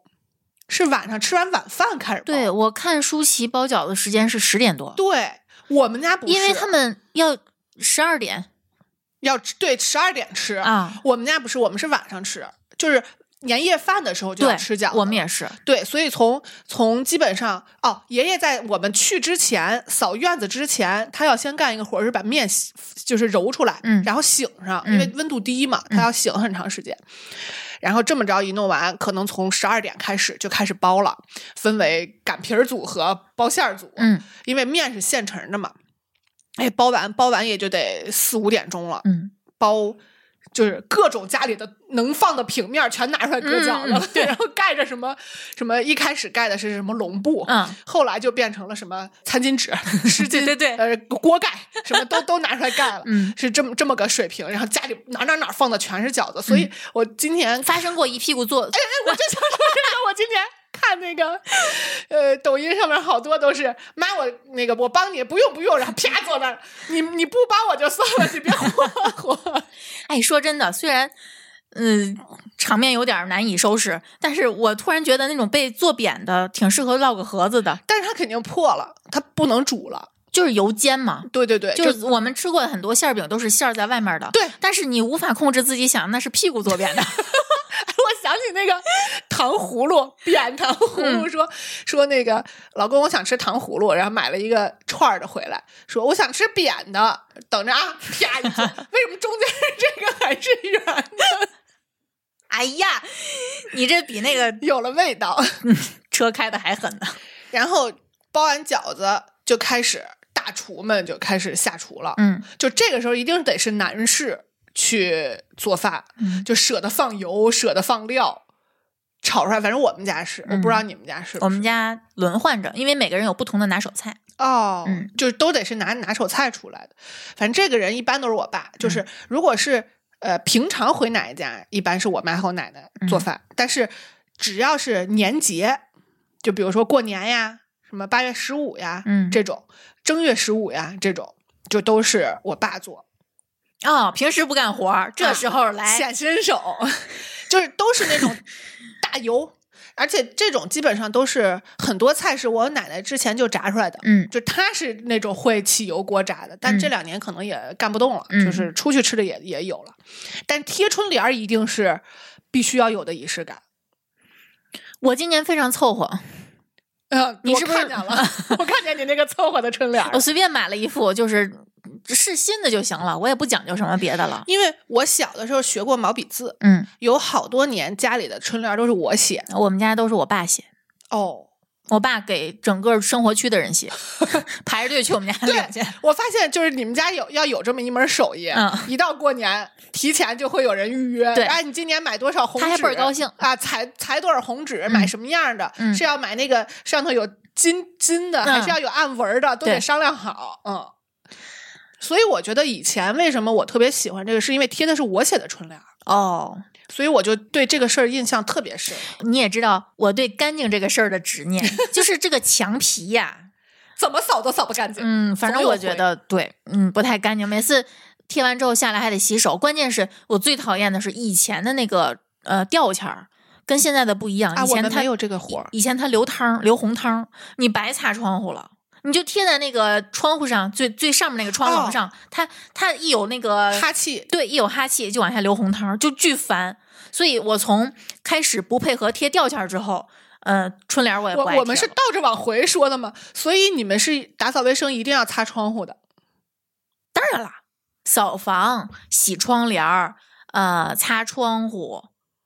Speaker 3: 是晚上吃完晚饭开始包。
Speaker 2: 对，我看舒淇包饺子时间是十点多，
Speaker 3: 对我们家不是，
Speaker 2: 因为他们要十二点
Speaker 3: 要吃对十二点吃
Speaker 2: 啊。
Speaker 3: 我们家不是，我们是晚上吃，就是年夜饭的时候就要
Speaker 2: 对，
Speaker 3: 吃饺子。
Speaker 2: 我们也是，
Speaker 3: 对，所以从从基本上哦，爷爷在我们去之前扫院子之前，他要先干一个活儿，是把面洗就是揉出来，
Speaker 2: 嗯
Speaker 3: 然后醒上，
Speaker 2: 嗯
Speaker 3: 因为温度低嘛，
Speaker 2: 嗯
Speaker 3: 他要醒很长时间。然后这么着一弄完，可能从十二点开始就开始包了，分为擀皮儿组和包馅儿组。
Speaker 2: 嗯
Speaker 3: 因为面是现成的嘛，哎，包完包完也就得四五点钟了。
Speaker 2: 嗯，
Speaker 3: 包，就是各种家里的能放的平面儿全拿出来搁
Speaker 2: 嗯
Speaker 3: 饺子 了，然后盖着什么什么，一开始盖的是什么笼布，
Speaker 2: 嗯
Speaker 3: 后来就变成了什么餐 巾纸、湿巾，
Speaker 2: 对对对
Speaker 3: 呃，锅盖什么都都拿出来盖了，
Speaker 2: 嗯
Speaker 3: 是这么这么个水平。然后家里哪哪
Speaker 2: 嗯
Speaker 3: 哪放的全是饺子，所以我今年
Speaker 2: 发生过一屁股坐，
Speaker 3: 哎，我就想说这个，我今年看那个呃抖音上面好多都是妈我那个我帮你不用不用，然后啪坐那儿，你你不帮我就算了，你别 霍霍。
Speaker 2: 哎，说真的，虽然嗯场面有点难以收拾，但是我突然觉得那种被做扁的挺适合烙个盒子的，
Speaker 3: 但是它肯定破了，它不能煮了。
Speaker 2: 就是油煎嘛。
Speaker 3: 对对对，
Speaker 2: 就是我们吃过的很多馅儿饼都是馅儿在外面的，
Speaker 3: 对。
Speaker 2: 但是你无法控制自己想那是屁股坐扁的，
Speaker 3: 我想起那个 嗯糖葫芦，扁糖葫芦说、说那个老公，我想吃糖葫芦，然后买了一个串儿的回来，说我想吃扁的，等着 啊，啪一坐，为什么中间这个还是圆 的？
Speaker 2: 哎呀，你这比那个
Speaker 3: 有了味道。
Speaker 2: 车开的还狠呢。
Speaker 3: 然后包完饺子就开始大厨们就开始下厨了，
Speaker 2: 嗯
Speaker 3: 就这个时候一定得是男士去做饭，
Speaker 2: 嗯，
Speaker 3: 就舍得放油，舍得放料。炒出来，反正我们家是，我不知道你们家是不是。
Speaker 2: 嗯我们家轮换着，因为每个人有不同的拿手菜。
Speaker 3: 哦，
Speaker 2: 嗯
Speaker 3: 就是都得是拿拿手菜出来的。反正这个人一般都是我爸，就是
Speaker 2: 嗯
Speaker 3: 如果是、呃平常回奶奶家，一般是我妈和我奶奶
Speaker 2: 嗯
Speaker 3: 做饭，但是只要是年节，就比如说过年呀，什么八月十五呀，
Speaker 2: 嗯
Speaker 3: 这种正月十五呀，这种就都是我爸做，
Speaker 2: 哦，平时不干活儿，这时候来，
Speaker 3: 显身手，就是都是那种大油。而且这种基本上都是很多菜是我奶奶之前就炸出来的，
Speaker 2: 嗯
Speaker 3: 就他是那种会起油锅炸的，但
Speaker 2: 嗯
Speaker 3: 这两年可能也干不动了，
Speaker 2: 嗯
Speaker 3: 就是出去吃的也也有了。但贴春联儿一定是必须要有的仪式感。
Speaker 2: 我今年非常凑合，
Speaker 3: 嗯，
Speaker 2: 你是不是哦
Speaker 3: 我看见了？我看见你那个凑合的春联儿
Speaker 2: 我，随便买了一副，就是是新的就行了，我也不讲究什么别的了。
Speaker 3: 因为我小的时候学过毛笔字，
Speaker 2: 嗯，
Speaker 3: 有好多年家里的春联儿都是我写的。
Speaker 2: 我们家都是我爸写，
Speaker 3: 哦，
Speaker 2: 我爸给整个生活区的人写， 排着队去我们家
Speaker 3: 对
Speaker 2: 领去。
Speaker 3: 我发现就是你们家有要有这么一门手艺，
Speaker 2: 嗯
Speaker 3: 一到过年提前就会有人预约，
Speaker 2: 对
Speaker 3: 哎，你今年买多少红纸？
Speaker 2: 他还倍儿高兴
Speaker 3: 啊，裁裁多少红纸，买什么样的？
Speaker 2: 嗯
Speaker 3: 是要买那个上头有金金的，
Speaker 2: 嗯
Speaker 3: 还是要有暗纹的？都
Speaker 2: 对
Speaker 3: 得商量好，嗯。所以我觉得以前为什么我特别喜欢这个，是因为贴的是我写的春联儿，
Speaker 2: 哦，
Speaker 3: 所以我就对这个事儿印象特别深。
Speaker 2: 你也知道我对干净这个事儿的执念，就是这个墙皮呀、
Speaker 3: 怎么扫都扫不干净。
Speaker 2: 嗯，反正
Speaker 3: 总有
Speaker 2: 我觉得对，嗯，不太干净。每次贴完之后下来还得洗手，关键是我最讨厌的是以前的那个呃吊钱儿，跟现在的不一样。
Speaker 3: 啊，
Speaker 2: 以
Speaker 3: 我
Speaker 2: 前
Speaker 3: 们
Speaker 2: 它
Speaker 3: 没有这个活儿，
Speaker 2: 以前它流汤儿流红汤儿，你白擦窗户了。你就贴在那个窗户上，最最上面那个窗
Speaker 3: 哦
Speaker 2: 棱上，它它一有那个
Speaker 3: 哈气
Speaker 2: 对，一有哈气就往下流红汤儿，就巨烦。所以我从开始不配合贴吊签儿之后，呃，春联儿我也不
Speaker 3: 我
Speaker 2: 爱贴
Speaker 3: 我们是
Speaker 2: 了
Speaker 3: 倒着往回说的嘛，所以你们是打扫卫生一定要擦窗户的。
Speaker 2: 当然啦，扫房、洗窗帘儿、呃，擦窗户，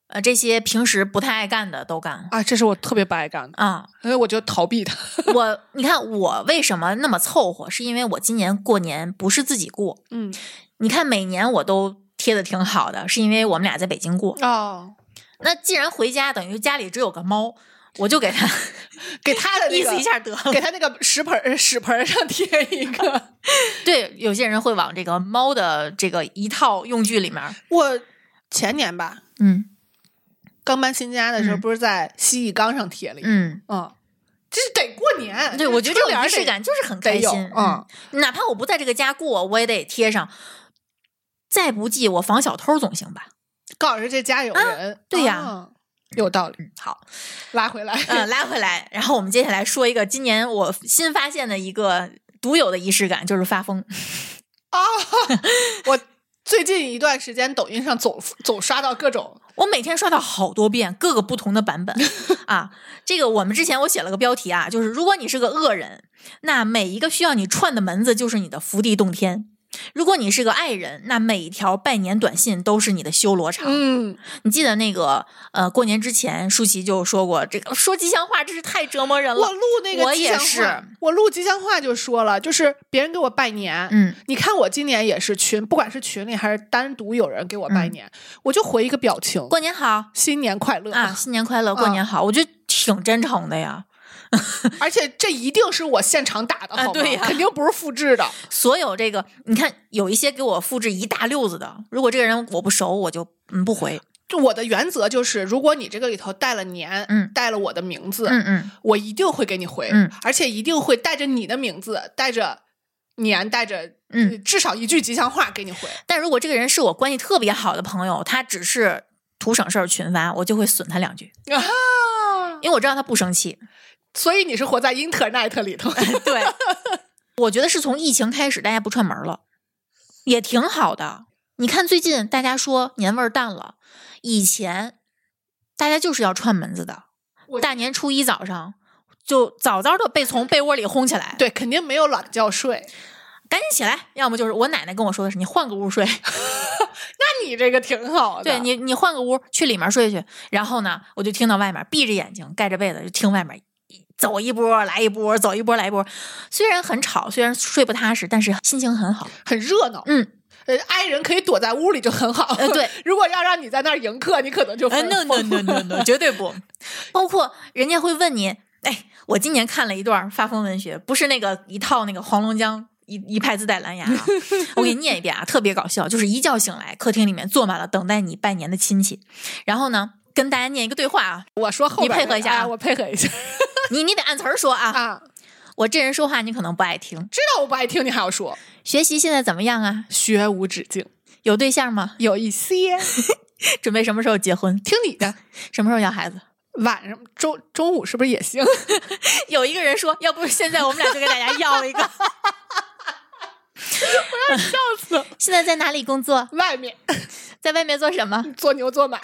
Speaker 2: 呃，这些平时不太爱干的都干了
Speaker 3: 啊，这是我特别不爱干的，
Speaker 2: 啊。
Speaker 3: 所以我就逃避它。
Speaker 2: 我你看我为什么那么凑合，是因为我今年过年不是自己过。
Speaker 3: 嗯，
Speaker 2: 你看每年我都贴的挺好的，是因为我们俩在北京过。
Speaker 3: 哦，
Speaker 2: 那既然回家，等于家里只有个猫，我就给 它
Speaker 3: 给他的那
Speaker 2: 意
Speaker 3: 个
Speaker 2: 思一，下得了。
Speaker 3: 给他那个屎盆儿屎盆儿上贴一个。
Speaker 2: 对，有些人会往这个猫的这个一套用具里面儿，
Speaker 3: 我前年吧，
Speaker 2: 嗯
Speaker 3: 刚搬新家的时候，
Speaker 2: 嗯
Speaker 3: 不是在蜥蜴缸上贴了一个，
Speaker 2: 嗯，
Speaker 3: 嗯，这是得过 年。
Speaker 2: 对，我觉得这
Speaker 3: 春联
Speaker 2: 种
Speaker 3: 儿
Speaker 2: 仪式
Speaker 3: 得
Speaker 2: 感就是很
Speaker 3: 得
Speaker 2: 开
Speaker 3: 有
Speaker 2: 心，
Speaker 3: 嗯，
Speaker 2: 哪怕我不在这个家过，我也得贴上。再不济，我防小偷总 行吧？
Speaker 3: 告诉这家有人。
Speaker 2: 对呀
Speaker 3: 啊嗯有道理，
Speaker 2: 好，
Speaker 3: 拉回来。
Speaker 2: 呃，拉回来，然后我们接下来说一个今年我新发现的一个独有的仪式感，就是发疯。
Speaker 3: 我最近一段时间抖音上总总刷到各种
Speaker 2: 我每天刷到好多遍各个不同的版 本啊。这个我们之前我写了个标题啊，就是如果你是个恶人，那每一个需要你串的门子就是你的福地洞天；如果你是个爱人，那每一条拜年短信都是你的修罗场。
Speaker 3: 嗯，
Speaker 2: 你记得那个呃，过年之前舒淇就说过，这个说吉祥话真是太折磨人
Speaker 3: 我
Speaker 2: 了。
Speaker 3: 录那个
Speaker 2: 我
Speaker 3: 吉
Speaker 2: 也
Speaker 3: 祥话，
Speaker 2: 是
Speaker 3: 我录吉祥话就说了，就是别人给我拜年，
Speaker 2: 嗯，
Speaker 3: 你看我今年也是群，不管是群里还是单独有人给我
Speaker 2: 嗯
Speaker 3: 拜年，我就回一个表情，
Speaker 2: 过年好
Speaker 3: 新年快乐
Speaker 2: 啊，！新年快乐，过年好，我觉得挺真诚的呀。
Speaker 3: 而且这一定是我现场打的，
Speaker 2: 啊
Speaker 3: 好吗？
Speaker 2: 对呀
Speaker 3: 肯定不是复制的。
Speaker 2: 所有这个，你看有一些给我复制一大溜子的，如果这个人我不熟，我就嗯不回。
Speaker 3: 就我的原则就是，如果你这个里头带了年，
Speaker 2: 嗯
Speaker 3: 带了我的名字，
Speaker 2: 嗯嗯
Speaker 3: 我一定会给你回，
Speaker 2: 嗯
Speaker 3: 而且一定会带着你的名字，带着年，带着
Speaker 2: 嗯。
Speaker 3: 至少一句吉祥话给你回。
Speaker 2: 但如果这个人是我关系特别好的朋友，他只是图省事儿群发，我就会损他两句，
Speaker 3: 啊，
Speaker 2: 因为我知道他不生气。
Speaker 3: 所以你是活在 Internet 里头，
Speaker 2: 对，我觉得是从疫情开始，大家不串门了，也挺好的。你看最近大家说年味儿淡了，以前大家就是要串门子的
Speaker 3: 我，
Speaker 2: 大年初一早上就早早的被从被窝里轰起来，
Speaker 3: 对，肯定没有懒觉睡。
Speaker 2: 赶紧起来，要么就是我奶奶跟我说的是你换个屋 睡，
Speaker 3: 那你这个挺好的，
Speaker 2: 对你你换个屋去里面睡去，然后呢，我就听到外面闭着眼睛盖着被子就听外面。走一波来一波，走一波来一波。虽然很吵，虽然睡不踏实，但是心情很好。
Speaker 3: 很热闹。
Speaker 2: 嗯，
Speaker 3: 呃，爱人可以躲在屋里就很好。
Speaker 2: 呃对，
Speaker 3: 如果要让你在那儿迎客，你可能就
Speaker 2: 哎
Speaker 3: 疯
Speaker 2: ，no no
Speaker 3: 疯
Speaker 2: no no no，绝对不。包括人家会问你，哎，我今年看了一段发疯文学，不是那个一套那个黄龙江一一派自带蓝牙、 啊，我给你念一遍啊，特别搞笑。就是一觉醒来，客厅里面坐满了等待你拜年的亲戚，然后呢，跟大家念一个对话 啊，
Speaker 3: 我说后
Speaker 2: 你
Speaker 3: 边
Speaker 2: 配
Speaker 3: 那
Speaker 2: 合
Speaker 3: 个
Speaker 2: 一下
Speaker 3: 哎
Speaker 2: 啊
Speaker 3: 我配合 一下
Speaker 2: 你你得按词儿说啊。
Speaker 3: 啊。
Speaker 2: 我这人说话你可能不爱听，
Speaker 3: 知道我不爱听，你还要说
Speaker 2: 学习现在怎么样啊？
Speaker 3: 学无止境，
Speaker 2: 有对象吗？
Speaker 3: 有 一些
Speaker 2: 准备什么时候结婚？
Speaker 3: 听你的。
Speaker 2: 什么时候要孩子？
Speaker 3: 晚上中中午是不是也行？
Speaker 2: 有一个人说，要不现在我们俩就给大家要 一个。
Speaker 3: 笑死！
Speaker 2: 现在在哪里工作？
Speaker 3: 外面
Speaker 2: 在外面做什么？
Speaker 3: 做牛做马，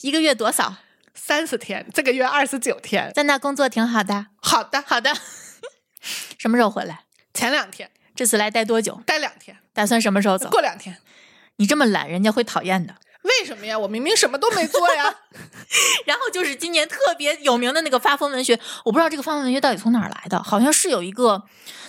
Speaker 2: 一个月多少？
Speaker 3: 三十天，这个月二十九天。
Speaker 2: 在那工作挺好的。
Speaker 3: 好的，
Speaker 2: 好的，什么时候回来？
Speaker 3: 前两天
Speaker 2: 这次来待多久？
Speaker 3: 待两天，
Speaker 2: 打算什么时候走？
Speaker 3: 过两天。
Speaker 2: 你这么懒，人家会讨厌的。
Speaker 3: 为什么呀？我明明什么都没做 呀！啊
Speaker 2: 然后就是今年特别有名的那个发疯文学，我不知道这个发疯文学到底从哪儿来的，好像是有一个，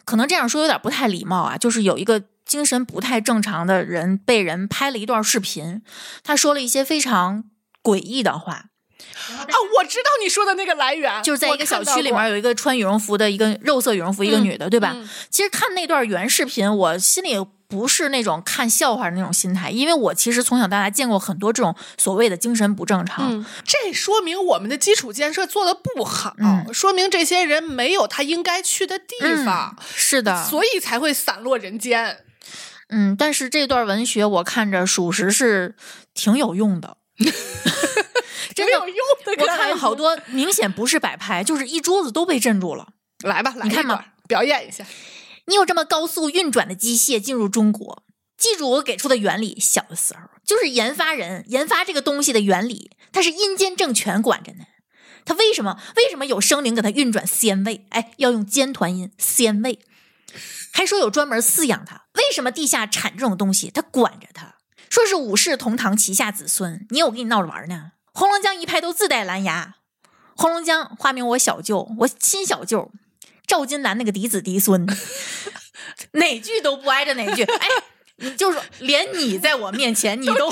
Speaker 2: 可能这样说有点不太礼貌啊，就是有一个精神不太正常的人被人拍了一段视频，他说了一些非常诡异的话，
Speaker 3: 啊，我知道你说的那个来源，
Speaker 2: 就是在一个小区里
Speaker 3: 啊我看到
Speaker 2: 面
Speaker 3: 过
Speaker 2: 有一个穿羽绒服的一个肉色羽绒服一个女的，对吧？
Speaker 3: 嗯
Speaker 2: 其实看那段原视频，我心里不是那种看笑话的那种心态，因为我其实从小到大见过很多这种所谓的精神不正常。
Speaker 3: 嗯，这说明我们的基础建设做的不好，
Speaker 2: 嗯
Speaker 3: 说明这些人没有他应该去的地
Speaker 2: 嗯
Speaker 3: 方，
Speaker 2: 是的，
Speaker 3: 所以才会散落人间。
Speaker 2: 嗯，但是这段文学我看着属实是挺有用的，真
Speaker 3: 没
Speaker 2: 的
Speaker 3: 有用的，
Speaker 2: 我看了好多，明显不是摆拍，就是一桌子都被镇住了。
Speaker 3: 来吧，来
Speaker 2: 你看
Speaker 3: 一
Speaker 2: 嘛
Speaker 3: 段儿，表演一下。
Speaker 2: 你有这么高速运转的机械进入中国，记住我给出的原理。小的时候，就是研发人研发这个东西的原理，它是阴间政权管着呢。它为什么为什么有生灵给它运转仙位？哎，要用尖团音仙位，还说有专门饲养它。为什么地下产这种东西？它管着它，说是五世同堂旗下子孙。你有跟你闹着玩呢？红龙江一派都自带蓝牙。红龙江化名我小舅，我亲小舅，赵金兰那个嫡子嫡孙。哪句都不挨着 哪句。哎，你就是连你在我面前，你都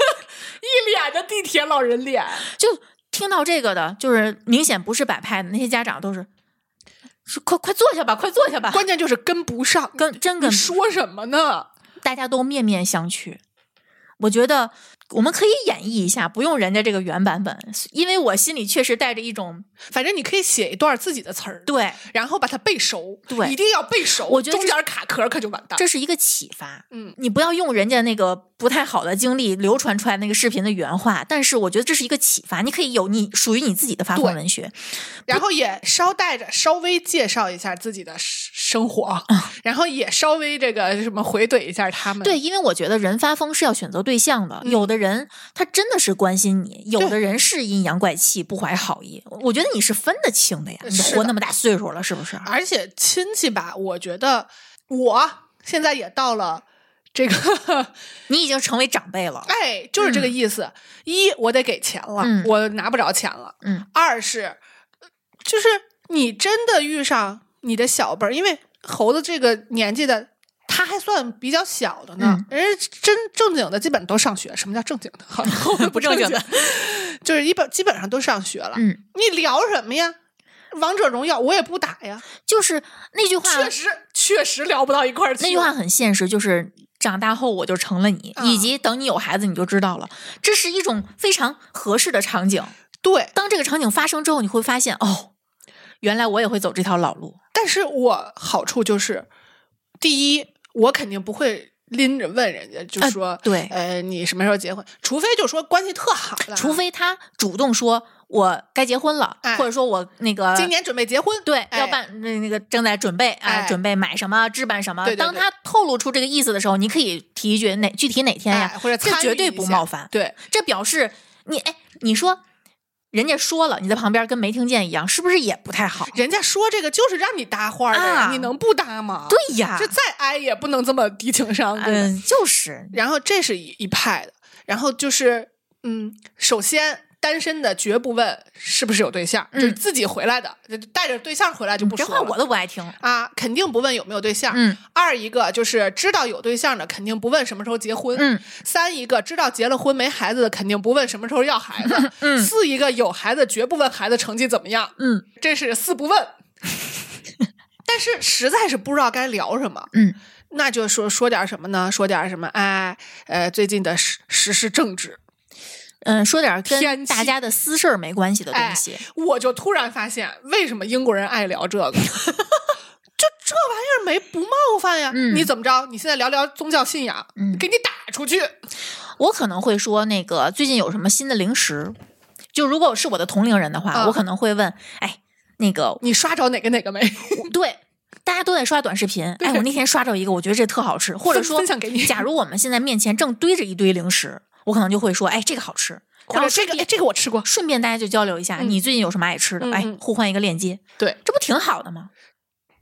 Speaker 3: 一脸的地铁老人脸，
Speaker 2: 就听到这个的，就是明显不是摆拍的。那些家长都是说：“快快坐下吧，快坐下吧。
Speaker 3: 关键就是跟不上，
Speaker 2: 跟”真跟
Speaker 3: 你说什么呢？
Speaker 2: 大家都面面相觑。我觉得我们可以演绎一下，不用人家这个原版本，因为我心里确实带着一种
Speaker 3: 反正你可以写一段自己的词儿，，
Speaker 2: 对，
Speaker 3: 然后把它背熟，
Speaker 2: 对
Speaker 3: 一定要背熟。
Speaker 2: 我觉得
Speaker 3: 中
Speaker 2: 这
Speaker 3: 间卡壳可就完蛋。
Speaker 2: 这是一个启发。
Speaker 3: 嗯，
Speaker 2: 你不要用人家那个不太好的经历流传出来那个视频的原话，但是我觉得这是一个启发，你可以有你属于你自己的发
Speaker 3: 对
Speaker 2: 疯文学。
Speaker 3: 然后也捎带着稍微介绍一下自己的生生活，啊然后也稍微这个什么回怼一下他们。
Speaker 2: 对，因为我觉得人发疯是要选择对象的，有
Speaker 3: 嗯
Speaker 2: 的人他真的是关心你，有的人是阴阳怪气、不怀好意。我觉得你是分得清的呀，你都
Speaker 3: 是
Speaker 2: 活
Speaker 3: 的
Speaker 2: 那么大岁数了，是不是？
Speaker 3: 而且亲戚吧，我觉得我现在也到了这个，
Speaker 2: 你已经成为长辈了，
Speaker 3: 哎，就是这个意思。一，我得给钱了，
Speaker 2: 嗯
Speaker 3: 我拿不着钱了。
Speaker 2: 嗯，
Speaker 3: 二是，就是你真的遇上你的小辈儿，因为猴子这个年纪的。他还算比较小的呢，
Speaker 2: 嗯
Speaker 3: 人家真正经的基本都上学。什么叫正经的？好猴 子
Speaker 2: 不正经的，
Speaker 3: 就是一本基本上都上学了。
Speaker 2: 嗯，
Speaker 3: 你聊什么呀？王者荣耀我也不打呀，
Speaker 2: 就是那句话，
Speaker 3: 确实确实聊不到一块儿去。
Speaker 2: 那句话很现实，就是长大后我就成了你，
Speaker 3: 啊
Speaker 2: 以及等你有孩子你就知道了。这是一种非常合适的场景。
Speaker 3: 对，
Speaker 2: 当这个场景发生之后，你会发现哦，原来我也会走这条老路。
Speaker 3: 但是我好处就是，第一，我肯定不会拎着问人家，就
Speaker 2: 啊
Speaker 3: 说、
Speaker 2: 对
Speaker 3: 呃，你什么时候结婚？除非就说关系特好的，
Speaker 2: 除非他主动说我该结婚了，
Speaker 3: 哎
Speaker 2: 或者说我那个
Speaker 3: 今年准备结婚，
Speaker 2: 对、
Speaker 3: 哎
Speaker 2: 要办那那个正在准备啊、
Speaker 3: 哎
Speaker 2: 准备买什么置办什么。
Speaker 3: 对对对
Speaker 2: 当他透露出这个意思的时候，你可以提一句哪具体哪天呀，
Speaker 3: 哎或者
Speaker 2: 这
Speaker 3: 参
Speaker 2: 绝
Speaker 3: 与
Speaker 2: 对
Speaker 3: 一
Speaker 2: 不
Speaker 3: 下
Speaker 2: 冒犯。
Speaker 3: 对，
Speaker 2: 这表示你哎，你说人家说了，你在旁边跟没听见一样，是不是也不太好？
Speaker 3: 人家说这个就是让你搭话的，
Speaker 2: 啊
Speaker 3: 你能不搭吗？，
Speaker 2: 对呀
Speaker 3: 这，再挨也不能这么低情商。对吧
Speaker 2: 嗯，就是
Speaker 3: 然后这是一一派的，然后就是嗯，首先。单身的绝不问是不是有对象，就是
Speaker 2: 嗯
Speaker 3: 自己回来的，就带着对象回来就不
Speaker 2: 这
Speaker 3: 说
Speaker 2: 话
Speaker 3: 了。
Speaker 2: 我都不爱听。
Speaker 3: 啊，肯定不问有没有对象。
Speaker 2: 嗯
Speaker 3: 二一个就是知道有对象的，肯定不问什么时候结婚。
Speaker 2: 嗯
Speaker 3: 三一个知道结了婚没孩子的，肯定不问什么时候要孩子。
Speaker 2: 嗯
Speaker 3: 四一个有孩子绝不问孩子成绩怎么样，
Speaker 2: 嗯
Speaker 3: 这是四不问。 但是实在是不知道该聊什么，
Speaker 2: 嗯，
Speaker 3: 那就说说点什么呢？说点什么？哎，呃，最近的时时事政治，
Speaker 2: 嗯，说点
Speaker 3: 天
Speaker 2: 跟
Speaker 3: 气
Speaker 2: 大家的私事儿没关系的
Speaker 3: 哎
Speaker 2: 东西。
Speaker 3: 我就突然发现，为什么英国人爱聊这个？ 就这玩意儿没不冒犯呀？
Speaker 2: 嗯
Speaker 3: 你怎么着？你现在聊聊宗教信仰，
Speaker 2: 嗯
Speaker 3: 给你打出去。
Speaker 2: 我可能会说那个最近有什么新的零食，就如果是我的同龄人的话，
Speaker 3: 啊
Speaker 2: 我可能会问，哎，那个
Speaker 3: 你刷着哪个哪个没？
Speaker 2: 对。大家都在刷短视频，哎，我那天刷着一个，我觉得这特好吃，或者
Speaker 3: 分
Speaker 2: 说
Speaker 3: 分享给你
Speaker 2: 假如我们现在面前正堆着一堆零食，我可能就会说，哎，这个好吃，
Speaker 3: 或
Speaker 2: 然后
Speaker 3: 者这
Speaker 2: 顺
Speaker 3: 个，
Speaker 2: 便
Speaker 3: 哎，这个我吃过。
Speaker 2: 顺便大家就交流一下，
Speaker 3: 嗯
Speaker 2: 你最近有什么爱吃的？
Speaker 3: 嗯
Speaker 2: 哎
Speaker 3: 嗯，
Speaker 2: 互换一个链接，
Speaker 3: 对，
Speaker 2: 这不挺好的吗？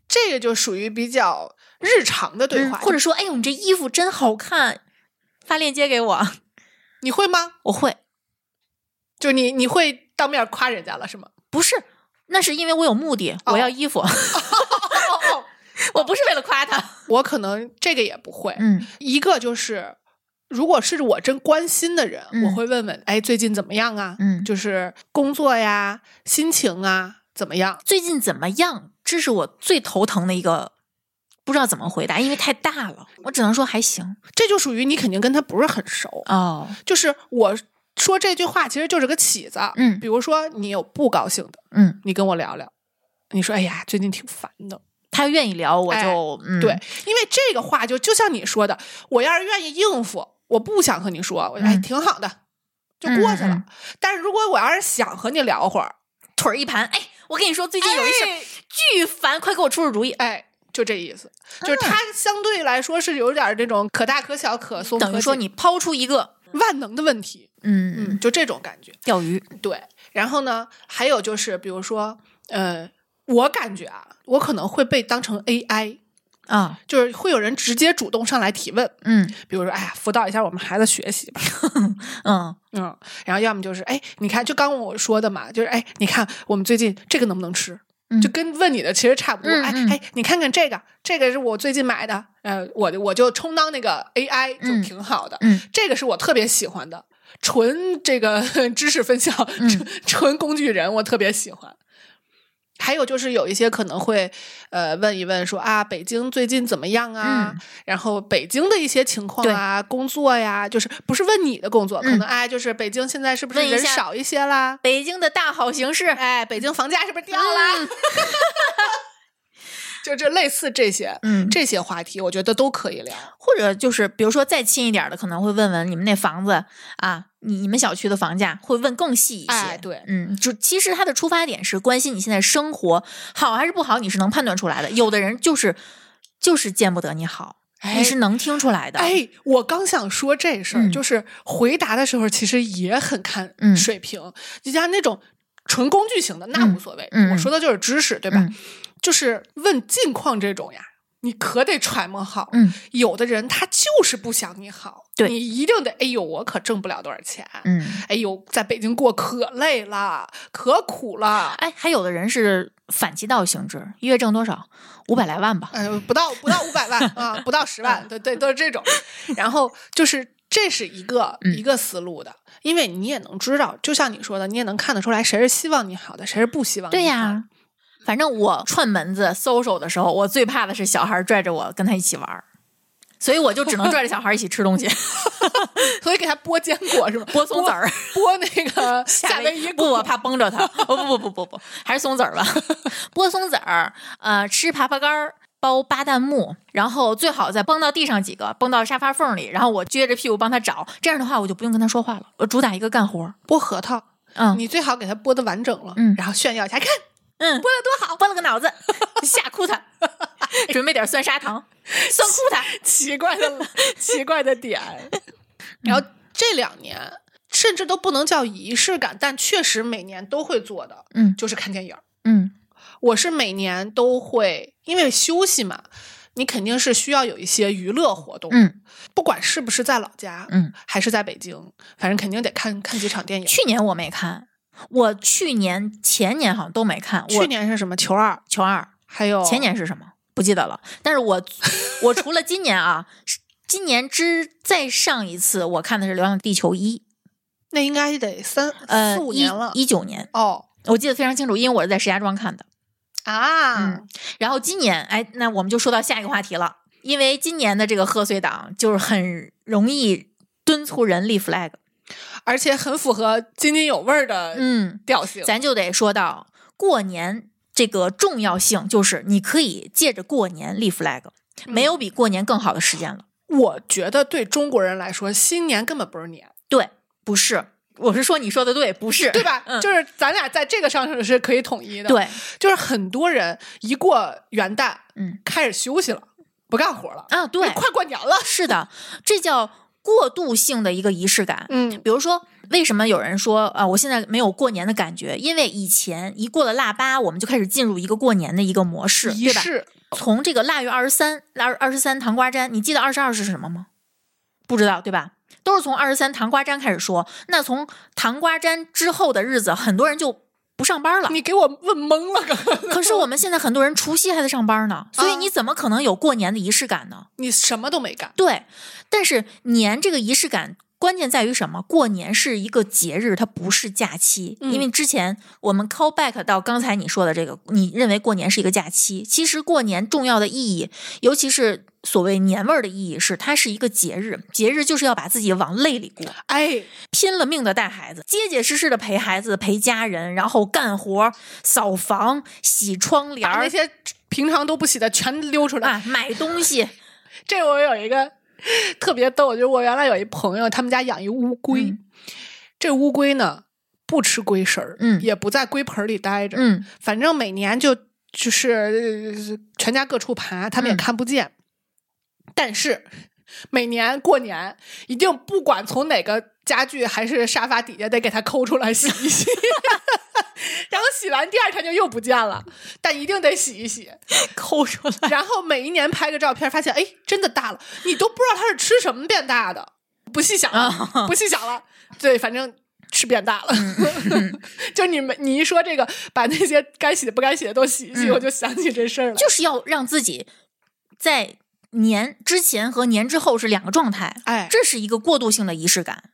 Speaker 3: 这个就属于比较日常的对
Speaker 2: 嗯
Speaker 3: 话，
Speaker 2: 或者说，哎呦，你这衣服真好看，发链接给我，
Speaker 3: 你会吗？
Speaker 2: 我会。
Speaker 3: 就你你会当面夸人家了是吗？
Speaker 2: 不是，那是因为我有目的，
Speaker 3: 哦
Speaker 2: 我要衣服，
Speaker 3: 哦哦，
Speaker 2: 我不是为了夸他。
Speaker 3: 我可能这个也不会。
Speaker 2: 嗯
Speaker 3: 一个就是，如果是我真关心的人，
Speaker 2: 嗯
Speaker 3: 我会问问，哎，最近怎么样啊？
Speaker 2: 嗯，
Speaker 3: 就是工作呀、心情啊怎么样？
Speaker 2: 最近怎么样？这是我最头疼的一个，不知道怎么回答，因为太大了，我只能说还行。
Speaker 3: 这就属于你肯定跟他不是很熟，
Speaker 2: 哦，
Speaker 3: 就是我说这句话其实就是个起子。
Speaker 2: 嗯
Speaker 3: 比如说你有不高兴的，
Speaker 2: 嗯，
Speaker 3: 你跟我聊聊。你说，哎呀，最近挺烦的。
Speaker 2: 他愿意聊，我
Speaker 3: 哎
Speaker 2: 就、嗯
Speaker 3: 对，因为这个话就就像你说的，我要是愿意应付，我不想和你说，我就哎
Speaker 2: 嗯
Speaker 3: 挺好的，就过去了。
Speaker 2: 嗯嗯
Speaker 3: 但是如果我要是想和你聊会儿，
Speaker 2: 腿儿一盘，哎，我跟你说，最近有一事儿、
Speaker 3: 哎
Speaker 2: 巨烦，快给我出出主意。
Speaker 3: 哎，就这意思，
Speaker 2: 嗯
Speaker 3: 就是它相对来说是有点儿这种可大可小、可呃松可
Speaker 2: 等于说
Speaker 3: 紧
Speaker 2: 你抛出一个，
Speaker 3: 万能的问题，
Speaker 2: 嗯
Speaker 3: 嗯，，就这种感觉。
Speaker 2: 钓鱼，
Speaker 3: 对，然后呢，还有就是比如说，呃，我感觉啊，我可能会被当成 AI，
Speaker 2: 啊，
Speaker 3: 就是会有人直接主动上来提问，
Speaker 2: 嗯
Speaker 3: 比如说，哎呀，辅导一下我们孩子学习吧，
Speaker 2: 嗯
Speaker 3: 嗯，然后要么就是，哎，你看，就刚我说的嘛，就是，哎，你看我们最近这个能不能吃？
Speaker 2: 嗯
Speaker 3: 就跟问你的其实差不多，
Speaker 2: 嗯
Speaker 3: 哎
Speaker 2: 嗯
Speaker 3: 哎，你看看这个，这个是我最近买的，呃，我我就充当那个 AI
Speaker 2: 嗯
Speaker 3: 就挺好的，
Speaker 2: 嗯
Speaker 3: 这个是我特别喜欢的，纯这个 知识分享，
Speaker 2: 嗯
Speaker 3: 纯纯工具人，我特别喜欢。还有就是有一些可能会，呃，问一问说啊，北京最近怎么样啊？
Speaker 2: 嗯
Speaker 3: 然后北京的一些情况啊，工作呀，就是不是问你的工作，可能
Speaker 2: 嗯
Speaker 3: 哎，就是北京现在是不是
Speaker 2: 问一
Speaker 3: 人
Speaker 2: 下
Speaker 3: 少一些啦？
Speaker 2: 北京的大好形势
Speaker 3: 哎，北京房价是不是掉啦？
Speaker 2: 嗯
Speaker 3: 就这类似这些
Speaker 2: 嗯，
Speaker 3: 这些话题，我觉得都可以聊。
Speaker 2: 或者就是比如说再亲一点儿的，可能会问问你们那房子啊，你你们小区的房价，会问更细一些。
Speaker 3: 哎对
Speaker 2: 嗯，就其实他的出发点是关心你现在生活好还是不好，你是能判断出来的。有的人就是就是见不得你好，
Speaker 3: 哎
Speaker 2: 你是能听出来的。
Speaker 3: 哎，我刚想说这事儿，
Speaker 2: 嗯
Speaker 3: 就是回答的时候其实也很看
Speaker 2: 嗯
Speaker 3: 水平，就像那种纯工具型的那
Speaker 2: 嗯
Speaker 3: 无所谓，
Speaker 2: 嗯
Speaker 3: 我说的就是知识，对吧？
Speaker 2: 嗯
Speaker 3: 就是问近况这种呀，你可得揣摩好。
Speaker 2: 嗯
Speaker 3: 有的人他就是不想你好，
Speaker 2: 对
Speaker 3: 你一定得，哎呦，我可挣不了多少钱，
Speaker 2: 嗯，
Speaker 3: 哎呦，在北京过可累了，可苦了。
Speaker 2: 哎，还有的人是反其道行之，一月挣多少？五百来万吧。
Speaker 3: 哎呦，不到不到五百万啊，不到
Speaker 2: 嗯
Speaker 3: 十万，对对，都是这种。然后就是这是一个、
Speaker 2: 嗯
Speaker 3: 一个思路的，因为你也能知道，就像你说的，你也能看得出来谁是希望你好的，谁是不希望你好的。
Speaker 2: 对呀、反正我串门子 social 的时候，我最怕的是小孩拽着我跟他一起玩儿。所以我就只能拽着小孩一起吃东西，
Speaker 3: 所以给他剥坚果是吗？
Speaker 2: 剥松子儿，
Speaker 3: 剥 那个夏威夷
Speaker 2: 不，我怕崩着他。哦不不不不不，还是松子儿吧，剥松子儿，呃，吃爬爬干儿。包巴旦木，然后最好再崩到地上几个，崩到沙发缝里，然后我撅着屁股帮他找。这样的话，我就不用跟他说话了。我主打一个干活儿，
Speaker 3: 剥核桃，
Speaker 2: 嗯
Speaker 3: 你最好给它剥的完整了，
Speaker 2: 嗯
Speaker 3: 然后炫耀一下，看
Speaker 2: 嗯，剥得多好，剥了个脑子， 吓哭他， 准备点酸砂糖，酸哭他。
Speaker 3: 奇怪的奇怪的点。
Speaker 2: 嗯
Speaker 3: 然后这两年甚至都不能叫仪式感，但确实每年都会做的，
Speaker 2: 嗯
Speaker 3: 就是看电影儿。
Speaker 2: 嗯
Speaker 3: 我是每年都会，因为休息嘛，你肯定是需要有一些娱乐活动，
Speaker 2: 嗯
Speaker 3: 不管是不是在老家，
Speaker 2: 嗯，
Speaker 3: 还是在北京，反正肯定得看看几场电影。
Speaker 2: 去年我没看，我去年前年好像都没看。我
Speaker 3: 去年是什么？球二，
Speaker 2: 球二，
Speaker 3: 还有
Speaker 2: 前年是什么不记得了。但是我 我除了今年啊，是今年之再上一次我看的是《流浪地球一》，
Speaker 3: 那应该得三
Speaker 2: 呃，
Speaker 3: 四五年了。
Speaker 2: 一九年，
Speaker 3: 哦
Speaker 2: 我记得非常清楚，因为我是在石家庄看的。
Speaker 3: 啊，
Speaker 2: 嗯然后今年，哎，那我们就说到下一个话题了，因为今年的这个贺岁档就是很容易敦促人立 flag。
Speaker 3: 而且很符合津津有味儿的
Speaker 2: 嗯，
Speaker 3: 调性。
Speaker 2: 咱就得说到过年这个重要性，就是你可以借着过年立 flag，没
Speaker 3: 嗯
Speaker 2: 有比过年更好的时间了。
Speaker 3: 我觉得对中国人来说，新年根本不是年，
Speaker 2: 对，不是，我是说你说的对，不是，
Speaker 3: 对吧？
Speaker 2: 嗯，
Speaker 3: 就是咱俩在这个上是是可以统一的。，
Speaker 2: 对，
Speaker 3: 就是很多人一过元旦，
Speaker 2: 嗯，
Speaker 3: 开始休息了，不干活了，
Speaker 2: 啊，对，
Speaker 3: 快过年了。
Speaker 2: 是的，这叫过渡性的一个仪式感。
Speaker 3: 嗯
Speaker 2: 比如说，为什么有人说啊、我现在没有过年的感觉？因为以前一过了腊八，我们就开始进入一个过年的一个模式，
Speaker 3: 仪
Speaker 2: 对吧？
Speaker 3: 式
Speaker 2: 从这个腊月二十三、腊二十三糖瓜粘，你记得二十二是什么吗？不知道对吧？都是从二十三糖瓜粘开始说。那从糖瓜粘之后的日子，很多人就不上班了。
Speaker 3: 你给我问懵了， 刚 刚
Speaker 2: 可是我们现在很多人除夕还在上班呢，所以
Speaker 3: 啊
Speaker 2: 你怎么可能有过年的仪式感呢？
Speaker 3: 你什么都没干。
Speaker 2: 对，但是年这个仪式感。关键在于什么？过年是一个节日，它不是假期。
Speaker 3: 嗯
Speaker 2: 因为之前我们 call back 到刚才你说的这个，你认为过年是一个假期，其实过年重要的意义，尤其是所谓年味儿的意义是，它是一个节日。节日就是要把自己往累里过，
Speaker 3: 哎，
Speaker 2: 拼了命的带孩子，结结实实的陪孩子、陪家人，然后干活、扫房、洗窗帘
Speaker 3: 把
Speaker 2: 儿
Speaker 3: 那，些平常都不洗的全溜出来。
Speaker 2: 啊，买东西，
Speaker 3: 这我有一个特别逗，就是我原来有一朋友，他们家养一乌龟，
Speaker 2: 嗯
Speaker 3: 这乌龟呢不吃龟食儿，
Speaker 2: 嗯
Speaker 3: 也不在龟盆里待 着，
Speaker 2: 嗯
Speaker 3: 反正每年就就是呃全家各处爬，他们也
Speaker 2: 嗯
Speaker 3: 看不见，但是每年过年一定不管从哪个家具还是沙发底下，得给它抠出来洗一洗。 然后洗完第二天就又不见了，但一定得洗一洗。
Speaker 2: 抠出 来。
Speaker 3: 然后每一年拍个照片，发现哎，真的大了，你都不知道它是吃什么变大的，不细想了，不细想了，对，反正。是变大了， 就你们你一说这个，把那些该洗的不该洗的都洗一洗，
Speaker 2: 嗯
Speaker 3: 我就想起这事儿了。
Speaker 2: 就是要让自己在年之前和年之后是两个状态，
Speaker 3: 哎，
Speaker 2: 这是一个过渡性的仪式感。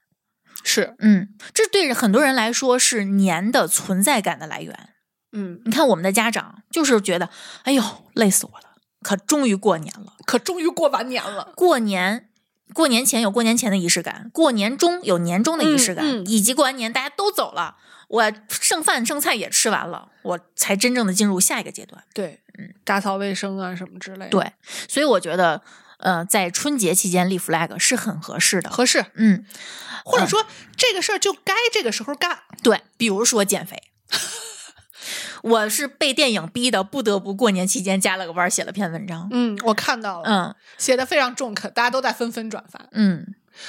Speaker 3: 是
Speaker 2: 嗯，这对很多人来说是年的存在感的来源。
Speaker 3: 嗯，
Speaker 2: 你看我们的家长就是觉得，哎呦，累死我了，可终于过年了。
Speaker 3: 可终于过完年了，
Speaker 2: 过年，过年前有过年前的仪式感，过年中有年中的仪式感，
Speaker 3: 嗯嗯
Speaker 2: 以及过完年大家都走了，我剩饭剩菜也吃完了，我才真正的进入下一个阶段。
Speaker 3: 对，打扫卫生啊什么之类的，，
Speaker 2: 对，所以我觉得，呃，在春节期间立 flag 是很合适的。
Speaker 3: 合适，
Speaker 2: 嗯，
Speaker 3: 或者说、这个事儿就该这个时候干，
Speaker 2: 对，比如说减肥， 我是被电影逼的，不得不过年期间加了个班儿，写了篇文章。
Speaker 3: 嗯，我看到了，
Speaker 2: 嗯
Speaker 3: 写的非常中肯，大家都在纷纷转发，
Speaker 2: 嗯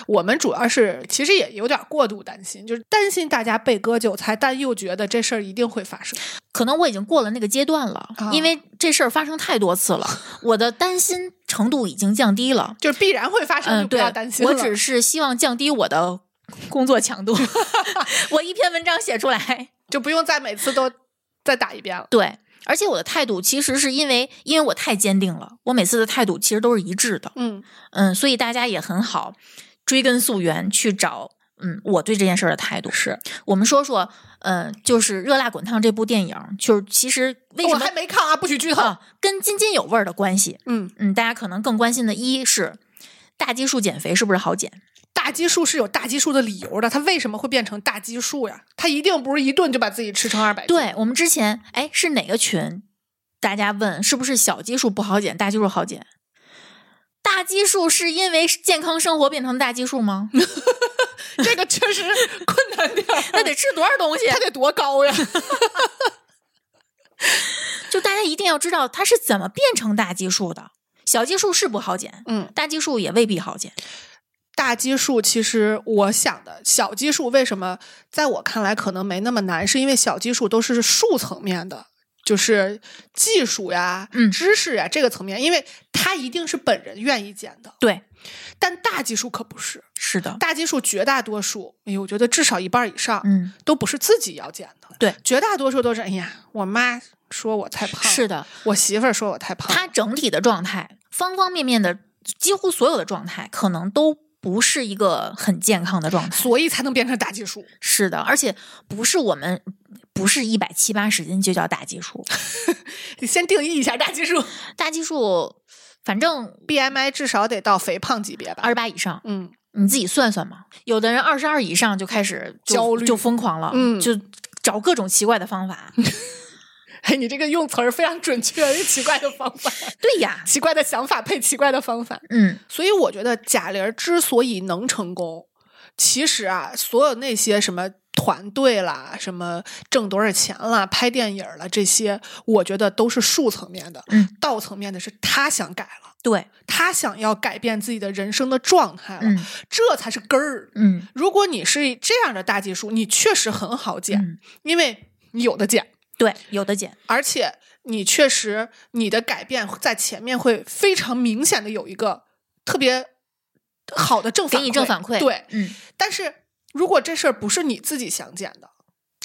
Speaker 3: 我们主要是其实也有点过度担心，就是担心大家被割韭菜，但又觉得这事儿一定会发生。
Speaker 2: 可能我已经过了那个阶段了，
Speaker 3: 啊
Speaker 2: 因为这事儿发生太多次 了，我的担心程度已经降低了。
Speaker 3: 就是必然会发生，
Speaker 2: 嗯，
Speaker 3: 就不
Speaker 2: 对
Speaker 3: 要担，心了。
Speaker 2: 我只是希望降低我的工作强 度。 我一篇文章写出来，
Speaker 3: 就不用再每次都再打一遍了。
Speaker 2: 对，而且我的态度其实是因为，因为我太坚定了，我每次的态度其实都是一致的，
Speaker 3: 嗯，
Speaker 2: 嗯，所以大家也很好追根溯源去找，嗯，我对这件事儿的态度。
Speaker 3: 是
Speaker 2: 我们说说，呃，就是《热辣滚烫》这部电影，就是其实为
Speaker 3: 哦我
Speaker 2: 什么
Speaker 3: 还没看啊，不许剧透。
Speaker 2: 啊跟津津有味儿的关系，
Speaker 3: 嗯
Speaker 2: 嗯，大家可能更关心的一是大基数减肥是不是好减？
Speaker 3: 大基数是有大基数的理由的，它为什么会变成大基数呀？它一定不是一顿就把自己吃成二百。，
Speaker 2: 对我们之前哎是哪个群？大家问是不是小基数不好减，大基数好减？大基数是因为健康生活变成大基数 吗？
Speaker 3: 这个确实 困难点儿，
Speaker 2: 那得吃多少东西？啊
Speaker 3: 它得多 高呀？
Speaker 2: 就大家一定要知道它是怎么变成大基数的。小基数是不好减，
Speaker 3: 嗯，
Speaker 2: 大基数也未必好减。
Speaker 3: 大基数其实我想的小基数为什么在我看来可能没那么难，是因为小基数都是数层面的，就是技术呀、
Speaker 2: 嗯
Speaker 3: 知识呀这个层面，因为它一定是本人愿意减的。
Speaker 2: 对，
Speaker 3: 但大基数可不是，
Speaker 2: 是的，
Speaker 3: 大基数绝大多数，哎呦，我觉得至少一半以上
Speaker 2: 嗯，
Speaker 3: 都不是自己要减的。
Speaker 2: 对，
Speaker 3: 绝大多数都是哎呀，我妈说我太胖，
Speaker 2: 是，的，
Speaker 3: 我媳妇儿说我太胖，
Speaker 2: 它整体的状态，方方面面的，几乎所有的状态，可能都不是一个很健康的状态。
Speaker 3: 所以才能变成大基数。
Speaker 2: 是的，而且不是我们不是一百七八十斤就叫大基数，
Speaker 3: 你先定义一下大基数
Speaker 2: 大基数反正
Speaker 3: ，BMI 至少得到肥胖级别吧？
Speaker 2: 二十八以上，
Speaker 3: 嗯。
Speaker 2: 你自己算算嘛。有的人二十二以上就开始就
Speaker 3: 焦虑
Speaker 2: 就疯狂了，
Speaker 3: 嗯
Speaker 2: 就找各种奇怪的方法。
Speaker 3: 哎，你这个用词儿非常准确，是奇怪的方法，
Speaker 2: 对呀，
Speaker 3: 奇怪的想法配奇怪的方法。
Speaker 2: 嗯，
Speaker 3: 所以我觉得贾玲儿之所以能成功，其实啊，所有那些什么团队啦、什么挣多少钱啦、拍电影儿啦这些，我觉得都是数层面的，
Speaker 2: 嗯，
Speaker 3: 道层面的是她想改了，
Speaker 2: 对，
Speaker 3: 她想要改变自己的人生的状态了，
Speaker 2: 嗯
Speaker 3: 这才是根儿。
Speaker 2: 嗯
Speaker 3: 如果你是这样的大技术，你确实很好减，
Speaker 2: 嗯，
Speaker 3: 因为你有的减。
Speaker 2: 对，有的减，
Speaker 3: 而且你确实你的改变在前面会非常明显的有一个特别好的正反
Speaker 2: 给
Speaker 3: 馈，
Speaker 2: 你正反馈，
Speaker 3: 对，
Speaker 2: 嗯，
Speaker 3: 但是如果这事儿不是你自己想减的，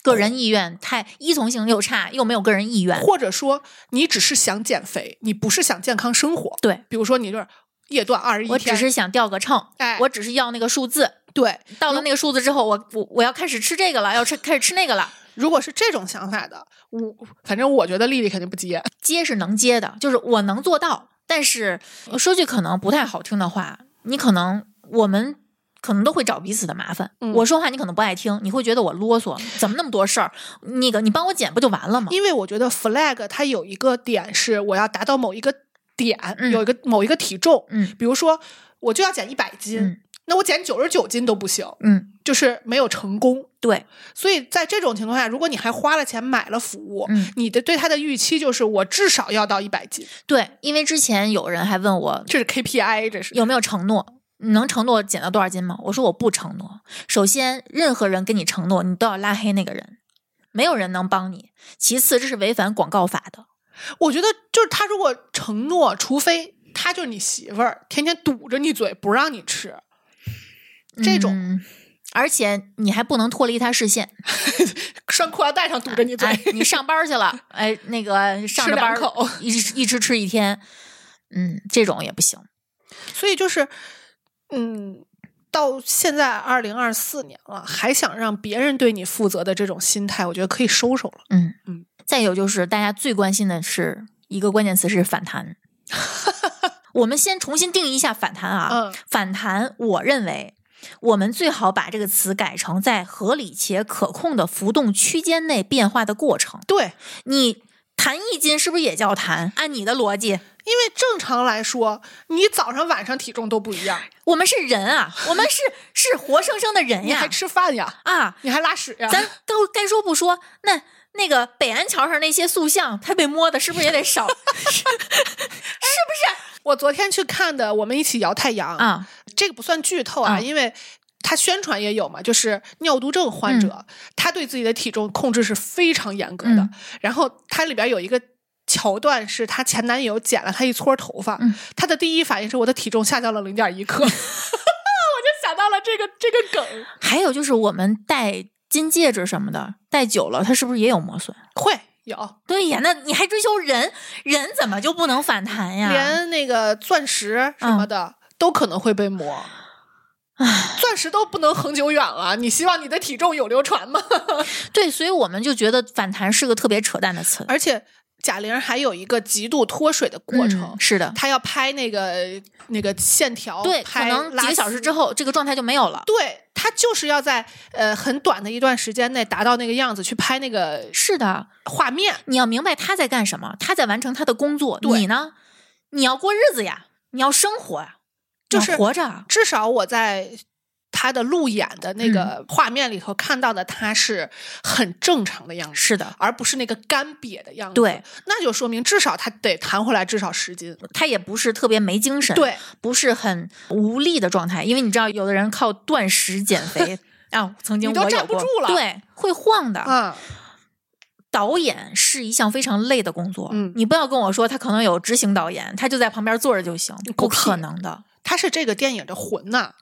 Speaker 2: 个人意愿太依从性又差，又没有个人意愿，
Speaker 3: 或者说你只是想减肥，你不是想健康生活，
Speaker 2: 对
Speaker 3: 比如说你就是夜断二十一
Speaker 2: 我只
Speaker 3: 天，
Speaker 2: 是想掉个秤，
Speaker 3: 哎
Speaker 2: 我只是要那个数字，
Speaker 3: 对，
Speaker 2: 到了那个数字之后，我我我要开始吃这个了，要吃开始吃那个了。
Speaker 3: 如果是这种想法的，我反正我觉得丽丽肯定不接，
Speaker 2: 接是能接的，就是我能做到。但是呃说句可能不太好听的话，你可能我们可能都会找彼此的麻烦。
Speaker 3: 嗯
Speaker 2: 我说话你可能不爱听，你会觉得我啰嗦，怎么那么多事儿？那个你帮我剪不就完了吗？
Speaker 3: 因为我觉得 flag 它有一个点是我要达到某一个点，
Speaker 2: 嗯
Speaker 3: 有一个某一个体重，
Speaker 2: 嗯
Speaker 3: 比如说我就要减一百斤，
Speaker 2: 嗯
Speaker 3: 那我减九十九斤都不行，
Speaker 2: 嗯，
Speaker 3: 就是没有成功。
Speaker 2: 对，
Speaker 3: 所以在这种情况下，如果你还花了钱买了服务，
Speaker 2: 嗯
Speaker 3: 你的对它的预期就是我至少要到一百斤，
Speaker 2: 对，因为之前有人还问我
Speaker 3: 这是 KPI，这是
Speaker 2: 有没有承诺，你能承诺减到多少斤吗？我说我不承诺。首先，任何人跟你承诺，你都要拉黑那个人，没有人能帮你。其次，这是违反广告法的。
Speaker 3: 我觉得就是他如果承诺，除非他就是你媳妇儿，天天堵着你嘴不让你吃，这种
Speaker 2: 嗯而且你还不能脱离他视线。
Speaker 3: 拴裤腰带上堵着你嘴，
Speaker 2: 哎，你上班儿去了，哎，那个上
Speaker 3: 吃
Speaker 2: 着班
Speaker 3: 两
Speaker 2: 儿
Speaker 3: 口
Speaker 2: 一直一直吃一天，嗯，这种也不行。
Speaker 3: 所以就是，嗯，到现在二零二四年了，还想让别人对你负责的这种心态，我觉得可以收收了。
Speaker 2: 嗯
Speaker 3: 嗯。
Speaker 2: 再有就是大家最关心的是一个关键词是反 弹。我们先重新定义一下反弹啊，
Speaker 3: 嗯
Speaker 2: 反弹，我认为我们最好把这个词改成在合理且可控的浮动区间内变化的过程。
Speaker 3: 对，
Speaker 2: 你弹一斤是不是也叫弹？按你的逻辑，
Speaker 3: 因为正常来说，你早上晚上体重都不一样，
Speaker 2: 我们是人啊，我们是是活生生的人
Speaker 3: 你还
Speaker 2: 哎呀
Speaker 3: 吃饭呀，
Speaker 2: 啊！
Speaker 3: 你还拉屎呀，
Speaker 2: 咱都该说不说，那那个北安桥上那些塑像，他被摸的是不是也得 少
Speaker 3: 我昨天去看的《我们一起摇太阳》，
Speaker 2: 啊？
Speaker 3: 这个不算剧透啊，
Speaker 2: 嗯
Speaker 3: 因为。他宣传也有嘛，就是尿毒症
Speaker 2: 嗯
Speaker 3: 患者，他对自己的体重控制是非常严格的。
Speaker 2: 嗯
Speaker 3: 然后它里边有一个桥段是她前男友剪了她一撮头发，
Speaker 2: 嗯
Speaker 3: 她的第一反应是我的体重下降了零点 一克，我就想到了这个这个梗，
Speaker 2: 还有就是我们戴金戒指什么的，戴久了它是不是也有磨损？
Speaker 3: 会有
Speaker 2: 对呀，那你还追求人，人怎么就不能反弹呀？嗯
Speaker 3: 连那个钻石什么的、都可能会被磨。钻石都不能恒久远了，你希望你的体重有流传吗？
Speaker 2: 对，所以我们就觉得反弹是个特别扯淡的词。
Speaker 3: 而且贾玲还有一个极度脱水的过程，
Speaker 2: 嗯是的，
Speaker 3: 她要拍那个那个线条，
Speaker 2: 对，可
Speaker 3: 拍
Speaker 2: 能
Speaker 3: 拉
Speaker 2: 几个小时
Speaker 3: 丝
Speaker 2: 之，后，这个状态就没有了。
Speaker 3: 对她就是要在呃很短的一段时间内达到那个样子，去拍那个
Speaker 2: 是的，
Speaker 3: 画面。
Speaker 2: 你要明白他在干什么，他在完成他的工作。
Speaker 3: 对
Speaker 2: 你呢？你要过日子呀，你要生活啊呀，
Speaker 3: 就
Speaker 2: 你要
Speaker 3: 是
Speaker 2: 活着。
Speaker 3: 至少我在她的路演的那
Speaker 2: 嗯
Speaker 3: 个画面里头看到的，她是很正常的样子，
Speaker 2: 是的，
Speaker 3: 而不是那个干瘪的样子。
Speaker 2: 对，
Speaker 3: 那就说明至少她得弹回来至少十斤。
Speaker 2: 他也不是特别没精神，，
Speaker 3: 对，
Speaker 2: 不是很无力的状态，因为你知道，有的人靠断食减 肥啊，曾经
Speaker 3: 你都
Speaker 2: 我有
Speaker 3: 站不
Speaker 2: 过
Speaker 3: 住了
Speaker 2: 对，会晃的。
Speaker 3: 嗯，
Speaker 2: 导演是一项非常累的工作，
Speaker 3: 嗯
Speaker 2: 你不要跟我说他可能有执行导演，他就在旁边坐着就行，不
Speaker 3: 狗屁
Speaker 2: 可能的。
Speaker 3: 她是这个电影的魂呐、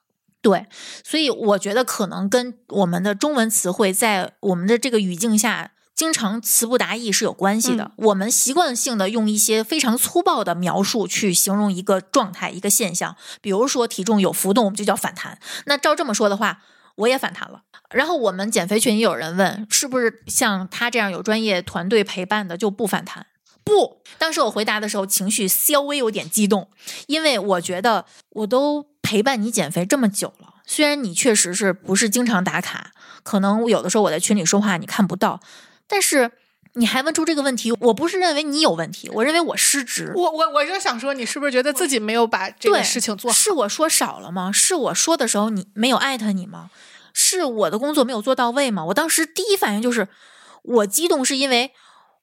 Speaker 2: 对，所以我觉得可能跟我们的中文词汇在我们的这个语境下，经常词不达意是有关系的。我们习惯性的用一些非常粗暴的描述去形容一个状态、一个现象，比如说体重有浮动，我们就叫反弹。那照这么说的话。我也反弹了，然后我们减肥群也有人问，是不是像他这样有专业团队陪伴的就不反弹？不，当时我回答的时候情绪稍微有点激动，因为我觉得我都陪伴你减肥这么久了，虽然你确实是不是经常打卡，可能有的时候我在群里说话你看不到，但是你还问出这个问题，我不是认为你有问题，我认为我失职。
Speaker 3: 我我我就想说，你是不是觉得自己没有把这个
Speaker 2: 对
Speaker 3: 事情做好？
Speaker 2: 是我说少了吗？是我说的时候你没有艾特你吗？是我的工作没有做到位吗？我当时第一反应就是，我激动是因为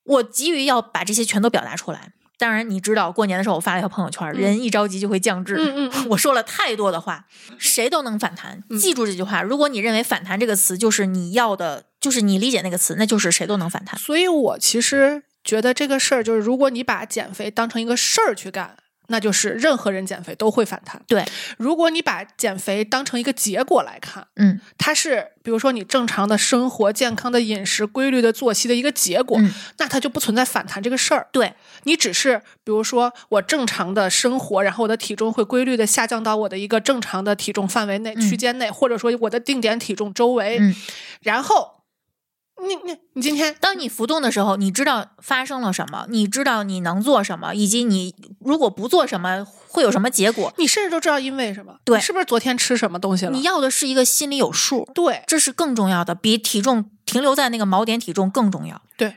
Speaker 2: 我急于要把这些全都表达出来。当然，你知道过年的时候我发了一条朋友圈，人一着急就会降智。
Speaker 3: 嗯嗯嗯嗯
Speaker 2: 我说了太多的话，谁都能反弹。记住这句话，如果你认为“反弹”这个词就是你要的，就是你理解那个词，那就是谁都能反弹。
Speaker 3: 所以我其实觉得这个事儿就是，如果你把减肥当成一个事儿去干，那就是任何人减肥都会反弹。
Speaker 2: 对，
Speaker 3: 如果你把减肥当成一个结果来看，
Speaker 2: 嗯
Speaker 3: 它是比如说你正常的生活、健康的饮食、规律的作息的一个结果，
Speaker 2: 嗯，
Speaker 3: 那它就不存在反弹这个事儿。
Speaker 2: 对，
Speaker 3: 你只是比如说我正常的生活，然后我的体重会规律的下降到我的一个正常的体重范围内、
Speaker 2: 嗯
Speaker 3: 区间内，或者说我的定点体重周围，
Speaker 2: 嗯
Speaker 3: 然后。你你你今天
Speaker 2: 当你浮动的时候，你知道发生了什么，你知道你能做什么，以及你如果不做什么会有什么结果。
Speaker 3: 你甚至都知道因为什么，
Speaker 2: 对
Speaker 3: 你是不是昨天吃什么东西了？
Speaker 2: 你要的是一个心里有数，
Speaker 3: 对
Speaker 2: 这是更重要的，比体重停留在那个锚点体重更重要。
Speaker 3: 对，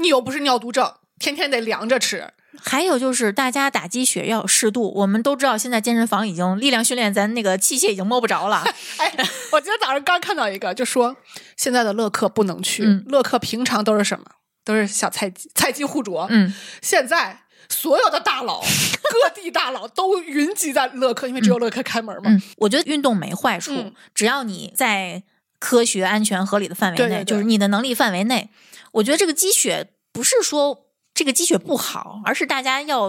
Speaker 3: 你又不是尿毒症，天天得量着吃。
Speaker 2: 还有就是，大家打鸡血要适度。我们都知道，现在健身房已经力量训练，咱那个器械已经摸不着了。
Speaker 3: 哎，我今天早上刚看到一个，就说现在的乐客不能去，
Speaker 2: 嗯
Speaker 3: 乐客平常都是什么？都是小菜鸡，菜鸡互啄。
Speaker 2: 嗯，
Speaker 3: 现在所有的 大佬，各地大佬都云集在乐客，因为只有乐客开门嘛。
Speaker 2: 嗯，我觉得运动没坏处，
Speaker 3: 嗯
Speaker 2: 只要你在科学、安全、合理的范围内，
Speaker 3: 对对对
Speaker 2: 就是你的能力范围内。我觉得这个积雪不是说这个积雪不好，而是大家要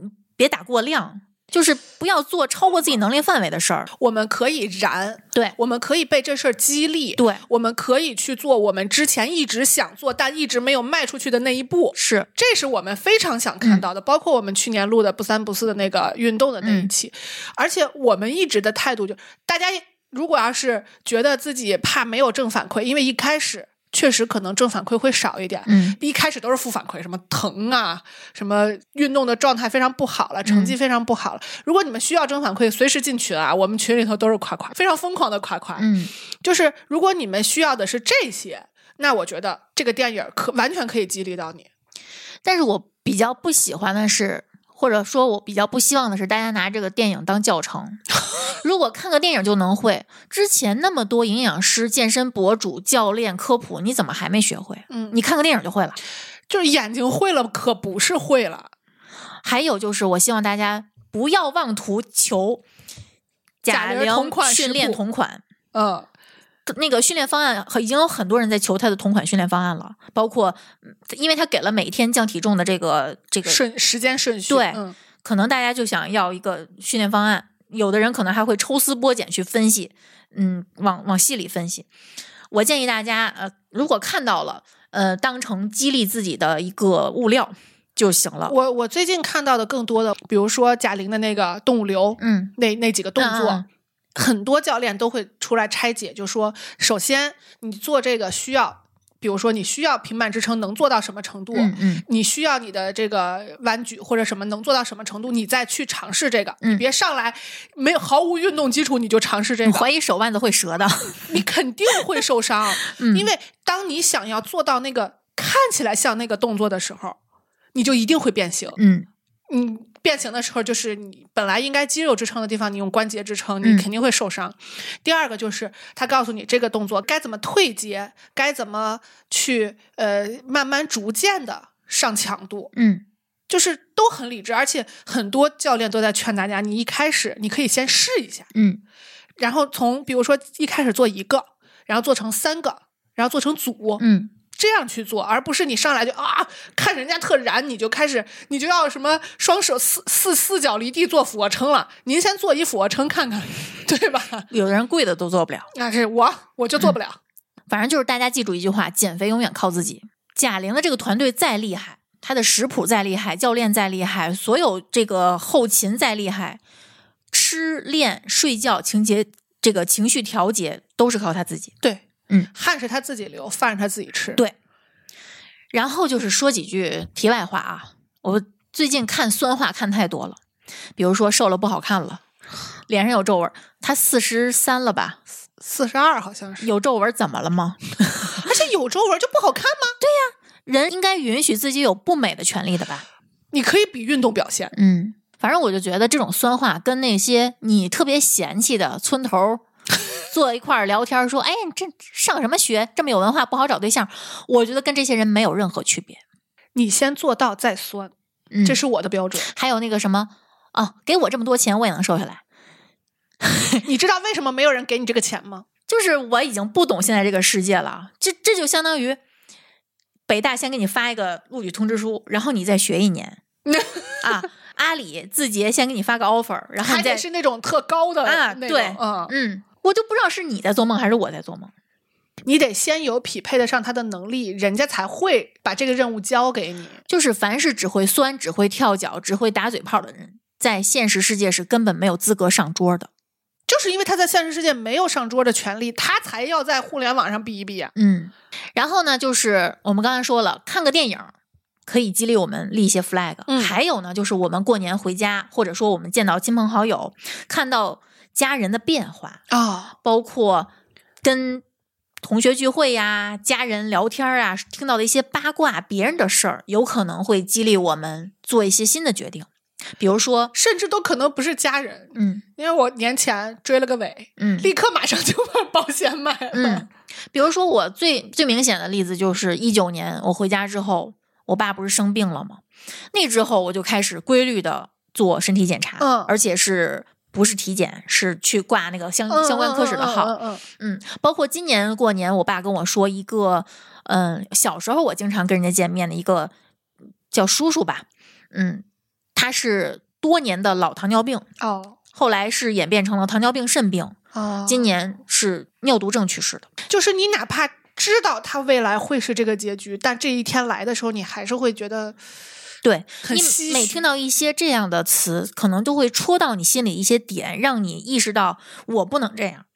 Speaker 2: 嗯别打过量，就是不要做超过自己能力范围的事儿。
Speaker 3: 我们可以燃，
Speaker 2: 对
Speaker 3: 我们可以被这事儿激励，
Speaker 2: 对，
Speaker 3: 我们可以去做我们之前一直想做但一直没有迈出去的那一步。
Speaker 2: 是
Speaker 3: 这是我们非常想
Speaker 2: 嗯
Speaker 3: 看到的，包括我们去年录的不三不四的那个运动的那
Speaker 2: 嗯
Speaker 3: 一期，而且我们一直的态度就，大家如果要是觉得自己怕没有正反馈，因为一开始确实可能正反馈会少一点，
Speaker 2: 嗯
Speaker 3: 一开始都是负反馈，什么疼啊，什么运动的状态非常不好了，
Speaker 2: 嗯
Speaker 3: 成绩非常不好了。如果你们需要正反馈，随时进群啊，我们群里头都是夸夸，非常疯狂的夸夸，
Speaker 2: 嗯，
Speaker 3: 就是如果你们需要的是这些，那我觉得这个电影可完全可以激励到你。
Speaker 2: 但是我比较不喜欢的是，或者说我比较不希望的是，大家拿这个电影当教 程。如果看个电影就能会，之前那么多营养师、健身博主、教练科普，你怎么还没学会？
Speaker 3: 嗯
Speaker 2: 你看个电影就会了。
Speaker 3: 就是眼睛会了，可不是会了。
Speaker 2: 还有就是，我希望大家不要妄图求
Speaker 3: 贾
Speaker 2: 贾
Speaker 3: 玲同
Speaker 2: 玲
Speaker 3: 款食
Speaker 2: 训练
Speaker 3: 谱
Speaker 2: 同款。
Speaker 3: 嗯，
Speaker 2: 那个训练方案已经有很多人在求他的同款训练方案了，包括嗯因为他给了每天降体重的这个这个
Speaker 3: 顺时间顺序。
Speaker 2: 对
Speaker 3: 嗯，
Speaker 2: 可能大家就想要一个训练方案，有的人可能还会抽丝剥茧去分析，嗯，往往细里分析。我建议大家，呃，如果看到了，呃，当成激励自己的一个物料就行了。
Speaker 3: 我我最近看到的更多的，比如说贾玲的那个动物流，
Speaker 2: 嗯，
Speaker 3: 那那几个动作。
Speaker 2: 嗯嗯
Speaker 3: 很多教练都会出来拆解，就说：首先，你做这个需要比如说你需要平板支撑能做到什么程度，
Speaker 2: 嗯嗯
Speaker 3: 你需要你的这个弯举或者什么能做到什么程度，你再去尝试这个。
Speaker 2: 嗯
Speaker 3: 你别上来没有毫无运动基础你就尝试这
Speaker 2: 你
Speaker 3: 个，
Speaker 2: 怀疑手腕子会折的，
Speaker 3: 你肯定会受伤。
Speaker 2: 嗯
Speaker 3: 因为当你想要做到那个看起来像那个动作的时候，你就一定会变形。
Speaker 2: 嗯
Speaker 3: 你变形的时候，就是你本来应该肌肉支撑的地方，你用关节支撑，
Speaker 2: 嗯
Speaker 3: 你肯定会受伤。第二个就是他告诉你这个动作该怎么退阶，该怎么去呃慢慢逐渐的上强度，
Speaker 2: 嗯
Speaker 3: 就是都很理智，而且很多教练都在劝大家，你一开始你可以先试一下，
Speaker 2: 嗯
Speaker 3: 然后从比如说一开始做一个，然后做成三个，然后做成组，
Speaker 2: 嗯
Speaker 3: 这样去做，而不是你上来就啊看人家特燃，你就开始你就要什么双手四四四脚离地做俯卧撑了。您先做一俯卧撑看 看，对吧？
Speaker 2: 有的人跪的都做不了。
Speaker 3: 那是我我就做不
Speaker 2: 嗯
Speaker 3: 了。
Speaker 2: 反正就是大家记住一句话：减肥永远靠自己。贾玲的这个团队再厉害，她的食谱再厉害，教练再厉害，所有这个后勤再厉害，吃、练、睡觉、情节这个情绪调节都是靠她自己。
Speaker 3: 对，
Speaker 2: 嗯，
Speaker 3: 汗是他自己流，饭是他自己吃。
Speaker 2: 对然后就是说几句题外话啊，我最近看酸话看太多了，比如说瘦了不好看了，脸上有皱纹，她四十三了吧？
Speaker 3: 四十二好像是，
Speaker 2: 有皱纹怎么了吗？
Speaker 3: 而且有皱纹就不好看吗？
Speaker 2: 人应该允许自己有不美的权利的吧？
Speaker 3: 你可以比运动表现，
Speaker 2: 嗯，反正我就觉得这种酸话跟那些你特别嫌弃的村头 儿坐一块儿聊天儿说，哎，你这上什么学，这么有文化不好找对象，我觉得跟这些人没有任何区别。
Speaker 3: 你先做到再酸，
Speaker 2: 嗯，
Speaker 3: 这是我的 标准。
Speaker 2: 还有那个什么啊，给我这么多钱我也能瘦下来，
Speaker 3: 你知道为什么没有人给你这个钱吗？
Speaker 2: 就是我已经不懂现在这个世界了，这这就相当于北大先给你发一个录取通知书，然后你再学一 年啊。阿里、字节先给你发个 offer，然后
Speaker 3: 还
Speaker 2: 你
Speaker 3: 得
Speaker 2: 再
Speaker 3: 是那种特高的
Speaker 2: 啊
Speaker 3: 那种
Speaker 2: 对
Speaker 3: 嗯，
Speaker 2: 嗯，我就不知道是你在做梦还是我在做梦。
Speaker 3: 你得先有匹配得上他的能力，人家才会把这个任务交给你。
Speaker 2: 就是凡是只会酸、只会跳脚、只会打嘴炮的人，在现实世界是根本没有资格上桌的。
Speaker 3: 就是因为他在现实世界没有上桌的权利，他才要在互联网上比一比啊。
Speaker 2: 嗯，然后呢，就是我们刚才说了，看个电影可以激励我们立一些 flag，、
Speaker 3: 嗯
Speaker 2: 还有呢，就是我们过年回家，或者说我们见到亲朋好友，看到家人的变化，
Speaker 3: 啊、
Speaker 2: 包括跟同学聚会呀、家人聊天啊，听到的一些八卦、别人的事儿，有可能会激励我们做一些新的决定，比如说，
Speaker 3: 甚至都可能不是家人，
Speaker 2: 嗯
Speaker 3: 因为我年前追了个尾，
Speaker 2: 嗯，
Speaker 3: 立刻马上就把保险买 了。
Speaker 2: 嗯，比如说我最最明显的例子就是一九年我回家之后，我爸不是生病了吗？那之后我就开始规律的做身体检查，
Speaker 3: 嗯
Speaker 2: 而且是不是体检，是去挂那个相、
Speaker 3: 嗯
Speaker 2: 相关科室的号，
Speaker 3: 嗯嗯嗯嗯
Speaker 2: 嗯，包括今年过年，我爸跟我说一个，嗯，小时候我经常跟人家见面的一个叫叔叔吧，嗯，他是多年的老糖尿病，
Speaker 3: 嗯哦
Speaker 2: 后来是演变成了糖尿病肾病，
Speaker 3: 哦，
Speaker 2: 今年是尿毒症去世的。
Speaker 3: 就是你哪怕知道他未来会是这个结局，但这一天来的时候，你还是会觉得
Speaker 2: 对
Speaker 3: 很唏
Speaker 2: 你每
Speaker 3: 嘘
Speaker 2: 听到一些这样的词，可能都会戳到你心里一些点，让你意识到我不能这样。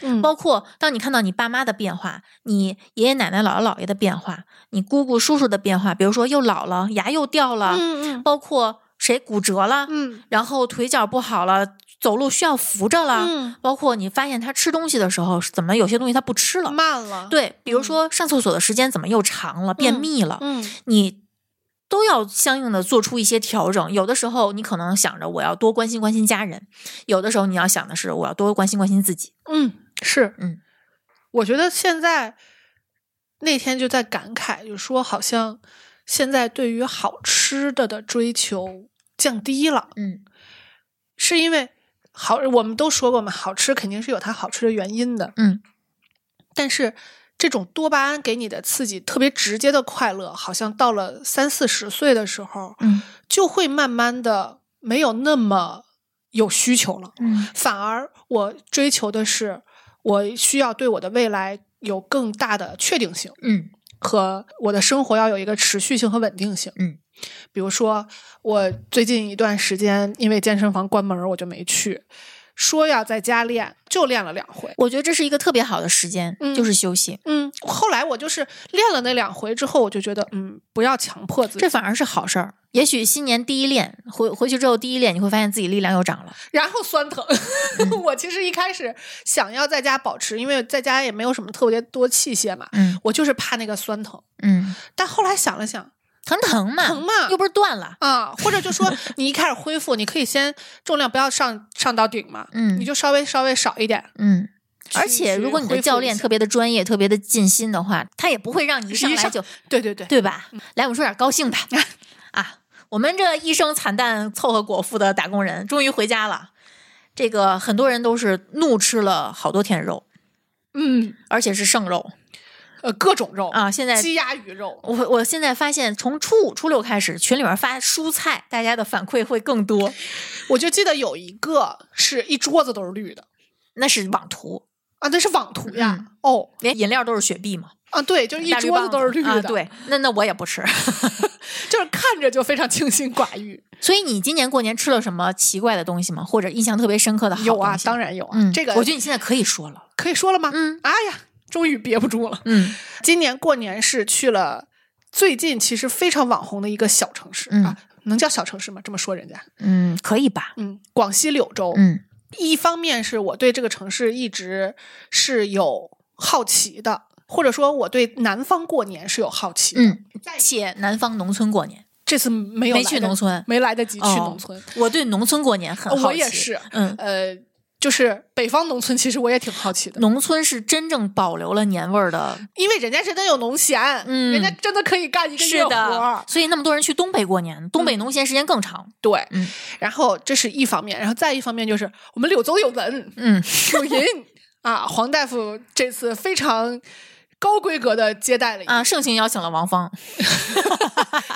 Speaker 3: 嗯
Speaker 2: 包括当你看到你爸妈的变化，你爷爷奶奶、姥姥姥爷的变化，你姑姑叔叔的变化，比如说又老了，牙又掉了，
Speaker 3: 嗯嗯
Speaker 2: 包啊括谁骨折了，
Speaker 3: 嗯
Speaker 2: 然后腿脚不好了，走路需要扶着了，
Speaker 3: 嗯
Speaker 2: 包啊括你发现他吃东西的时候，怎么有些东西他不吃了？
Speaker 3: 慢了，，
Speaker 2: 对，比如
Speaker 3: 嗯
Speaker 2: 说上厕所的时间怎么又长了，便
Speaker 3: 嗯
Speaker 2: 秘了，
Speaker 3: 嗯
Speaker 2: 你都要相应的做出一些调整。有的时候你可能想着我要多关心关心家人，有的时候你要想的是我要多关心关心自己。
Speaker 3: 嗯是
Speaker 2: 嗯，
Speaker 3: 我觉得现在那天就在感慨，就说好像现在对于好吃的的追求降低了，
Speaker 2: 嗯
Speaker 3: 是因为好，我们都说过嘛，好吃肯定是有它好吃的原因的，
Speaker 2: 嗯
Speaker 3: 但是这种多巴胺给你的刺激特别直接的快乐，好像到了三四十岁的时候，
Speaker 2: 嗯
Speaker 3: 就会慢慢的没有那么有需求了。
Speaker 2: 嗯
Speaker 3: 反而我追求的是，我需要对我的未来有更大的确定性，
Speaker 2: 嗯
Speaker 3: 和我的生活要有一个持续性和稳定性。
Speaker 2: 嗯，
Speaker 3: 比如说我最近一段时间因为健身房关门儿，我就没去。说要在家练，就练了两回。
Speaker 2: 我觉得这是一个特别好的时间，
Speaker 3: 嗯
Speaker 2: 就是休息，
Speaker 3: 嗯，后来我就是练了那两回之后，我就觉得，嗯，不要强迫自己
Speaker 2: 这。反而是好事儿。也许新年第一练，回回去之后第一练，你会发现自己力量又长了。
Speaker 3: 然后酸疼。
Speaker 2: 嗯
Speaker 3: 我其实一开始想要在家保持，因为在家也没有什么特别多器械嘛，
Speaker 2: 嗯
Speaker 3: 我就是怕那个酸疼。
Speaker 2: 嗯，
Speaker 3: 但后来想了想
Speaker 2: 疼疼嘛，
Speaker 3: 疼嘛
Speaker 2: 嗯又不是断了。
Speaker 3: 啊，或者就说你一开始恢复，你可以先重量不要上上到顶嘛，
Speaker 2: 嗯
Speaker 3: 你就稍微稍微少一点。
Speaker 2: 嗯，
Speaker 3: 去
Speaker 2: 而且
Speaker 3: 去
Speaker 2: 如果你
Speaker 3: 恢
Speaker 2: 的
Speaker 3: 复
Speaker 2: 教
Speaker 3: 一
Speaker 2: 练
Speaker 3: 下
Speaker 2: 特别的专业、特别的尽心的话，他也不会让你一上
Speaker 3: 一
Speaker 2: 来
Speaker 3: 上
Speaker 2: 就
Speaker 3: 对对对，
Speaker 2: 对吧？来，我们说点高兴的啊！我们这一生惨淡凑合果腹的打工人，终于回家了。这个很多人都是怒吃了好多天肉，
Speaker 3: 嗯，
Speaker 2: 而且是剩肉
Speaker 3: 呃，各种肉，
Speaker 2: 啊！现在
Speaker 3: 鸡鸭鱼肉，
Speaker 2: 我我现在发现，从初五、初六开始，群里面发蔬菜，大家的反馈会更多。
Speaker 3: 我就记得有一个是一桌子都是绿的
Speaker 2: 那是网图，
Speaker 3: 啊，那是网图呀，
Speaker 2: 嗯
Speaker 3: 哦
Speaker 2: 连饮料都是雪碧嘛，
Speaker 3: 啊，对，就是一
Speaker 2: 大
Speaker 3: 桌
Speaker 2: 棒
Speaker 3: 子都是绿的，
Speaker 2: 啊。，对，那那我也不吃。
Speaker 3: 就是看着就非常清心寡欲。
Speaker 2: 所以你今年过年吃了什么奇怪的东西吗？或者印象特别深刻的好
Speaker 3: 有啊
Speaker 2: 东，西
Speaker 3: 当然有啊，
Speaker 2: 嗯，
Speaker 3: 这个
Speaker 2: 我觉得你现在可以说了。
Speaker 3: 可以说了吗？
Speaker 2: 嗯
Speaker 3: 哎呀，终于憋不 住了。
Speaker 2: 嗯
Speaker 3: 今年过年是去了最近其实非常网红的一个小城市、
Speaker 2: 嗯
Speaker 3: 啊，能叫小城市吗？这么说人家，
Speaker 2: 嗯，可以吧？
Speaker 3: 嗯，广西柳州。
Speaker 2: 嗯
Speaker 3: 一方面是我对这个城市一直是有好奇的，或者说我对南方过年是有好奇的。
Speaker 2: 嗯，且南方农村过年，
Speaker 3: 这次没有
Speaker 2: 没
Speaker 3: 来
Speaker 2: 去
Speaker 3: 得
Speaker 2: 农村
Speaker 3: 没来得及去
Speaker 2: 哦
Speaker 3: 农村，
Speaker 2: 我对农村过年很好奇。
Speaker 3: 哦我也是
Speaker 2: 嗯，
Speaker 3: 呃，就是北方农村，其实我也挺好奇的。
Speaker 2: 农村是真正保留了年味儿的。
Speaker 3: 因为人家真的有农闲，
Speaker 2: 嗯
Speaker 3: 人家真的可以干一个月
Speaker 2: 是
Speaker 3: 活
Speaker 2: 的
Speaker 3: 儿，，嗯
Speaker 2: 所以那么多人去东北过年，东北农闲时间更长。
Speaker 3: 对。
Speaker 2: 嗯
Speaker 3: 然后这是一方面，然后再一方面就是我们柳州有人
Speaker 2: 嗯，
Speaker 3: 有银 啊，黄大夫这次非常高规格的接待了一
Speaker 2: 啊，盛情邀请了王芳。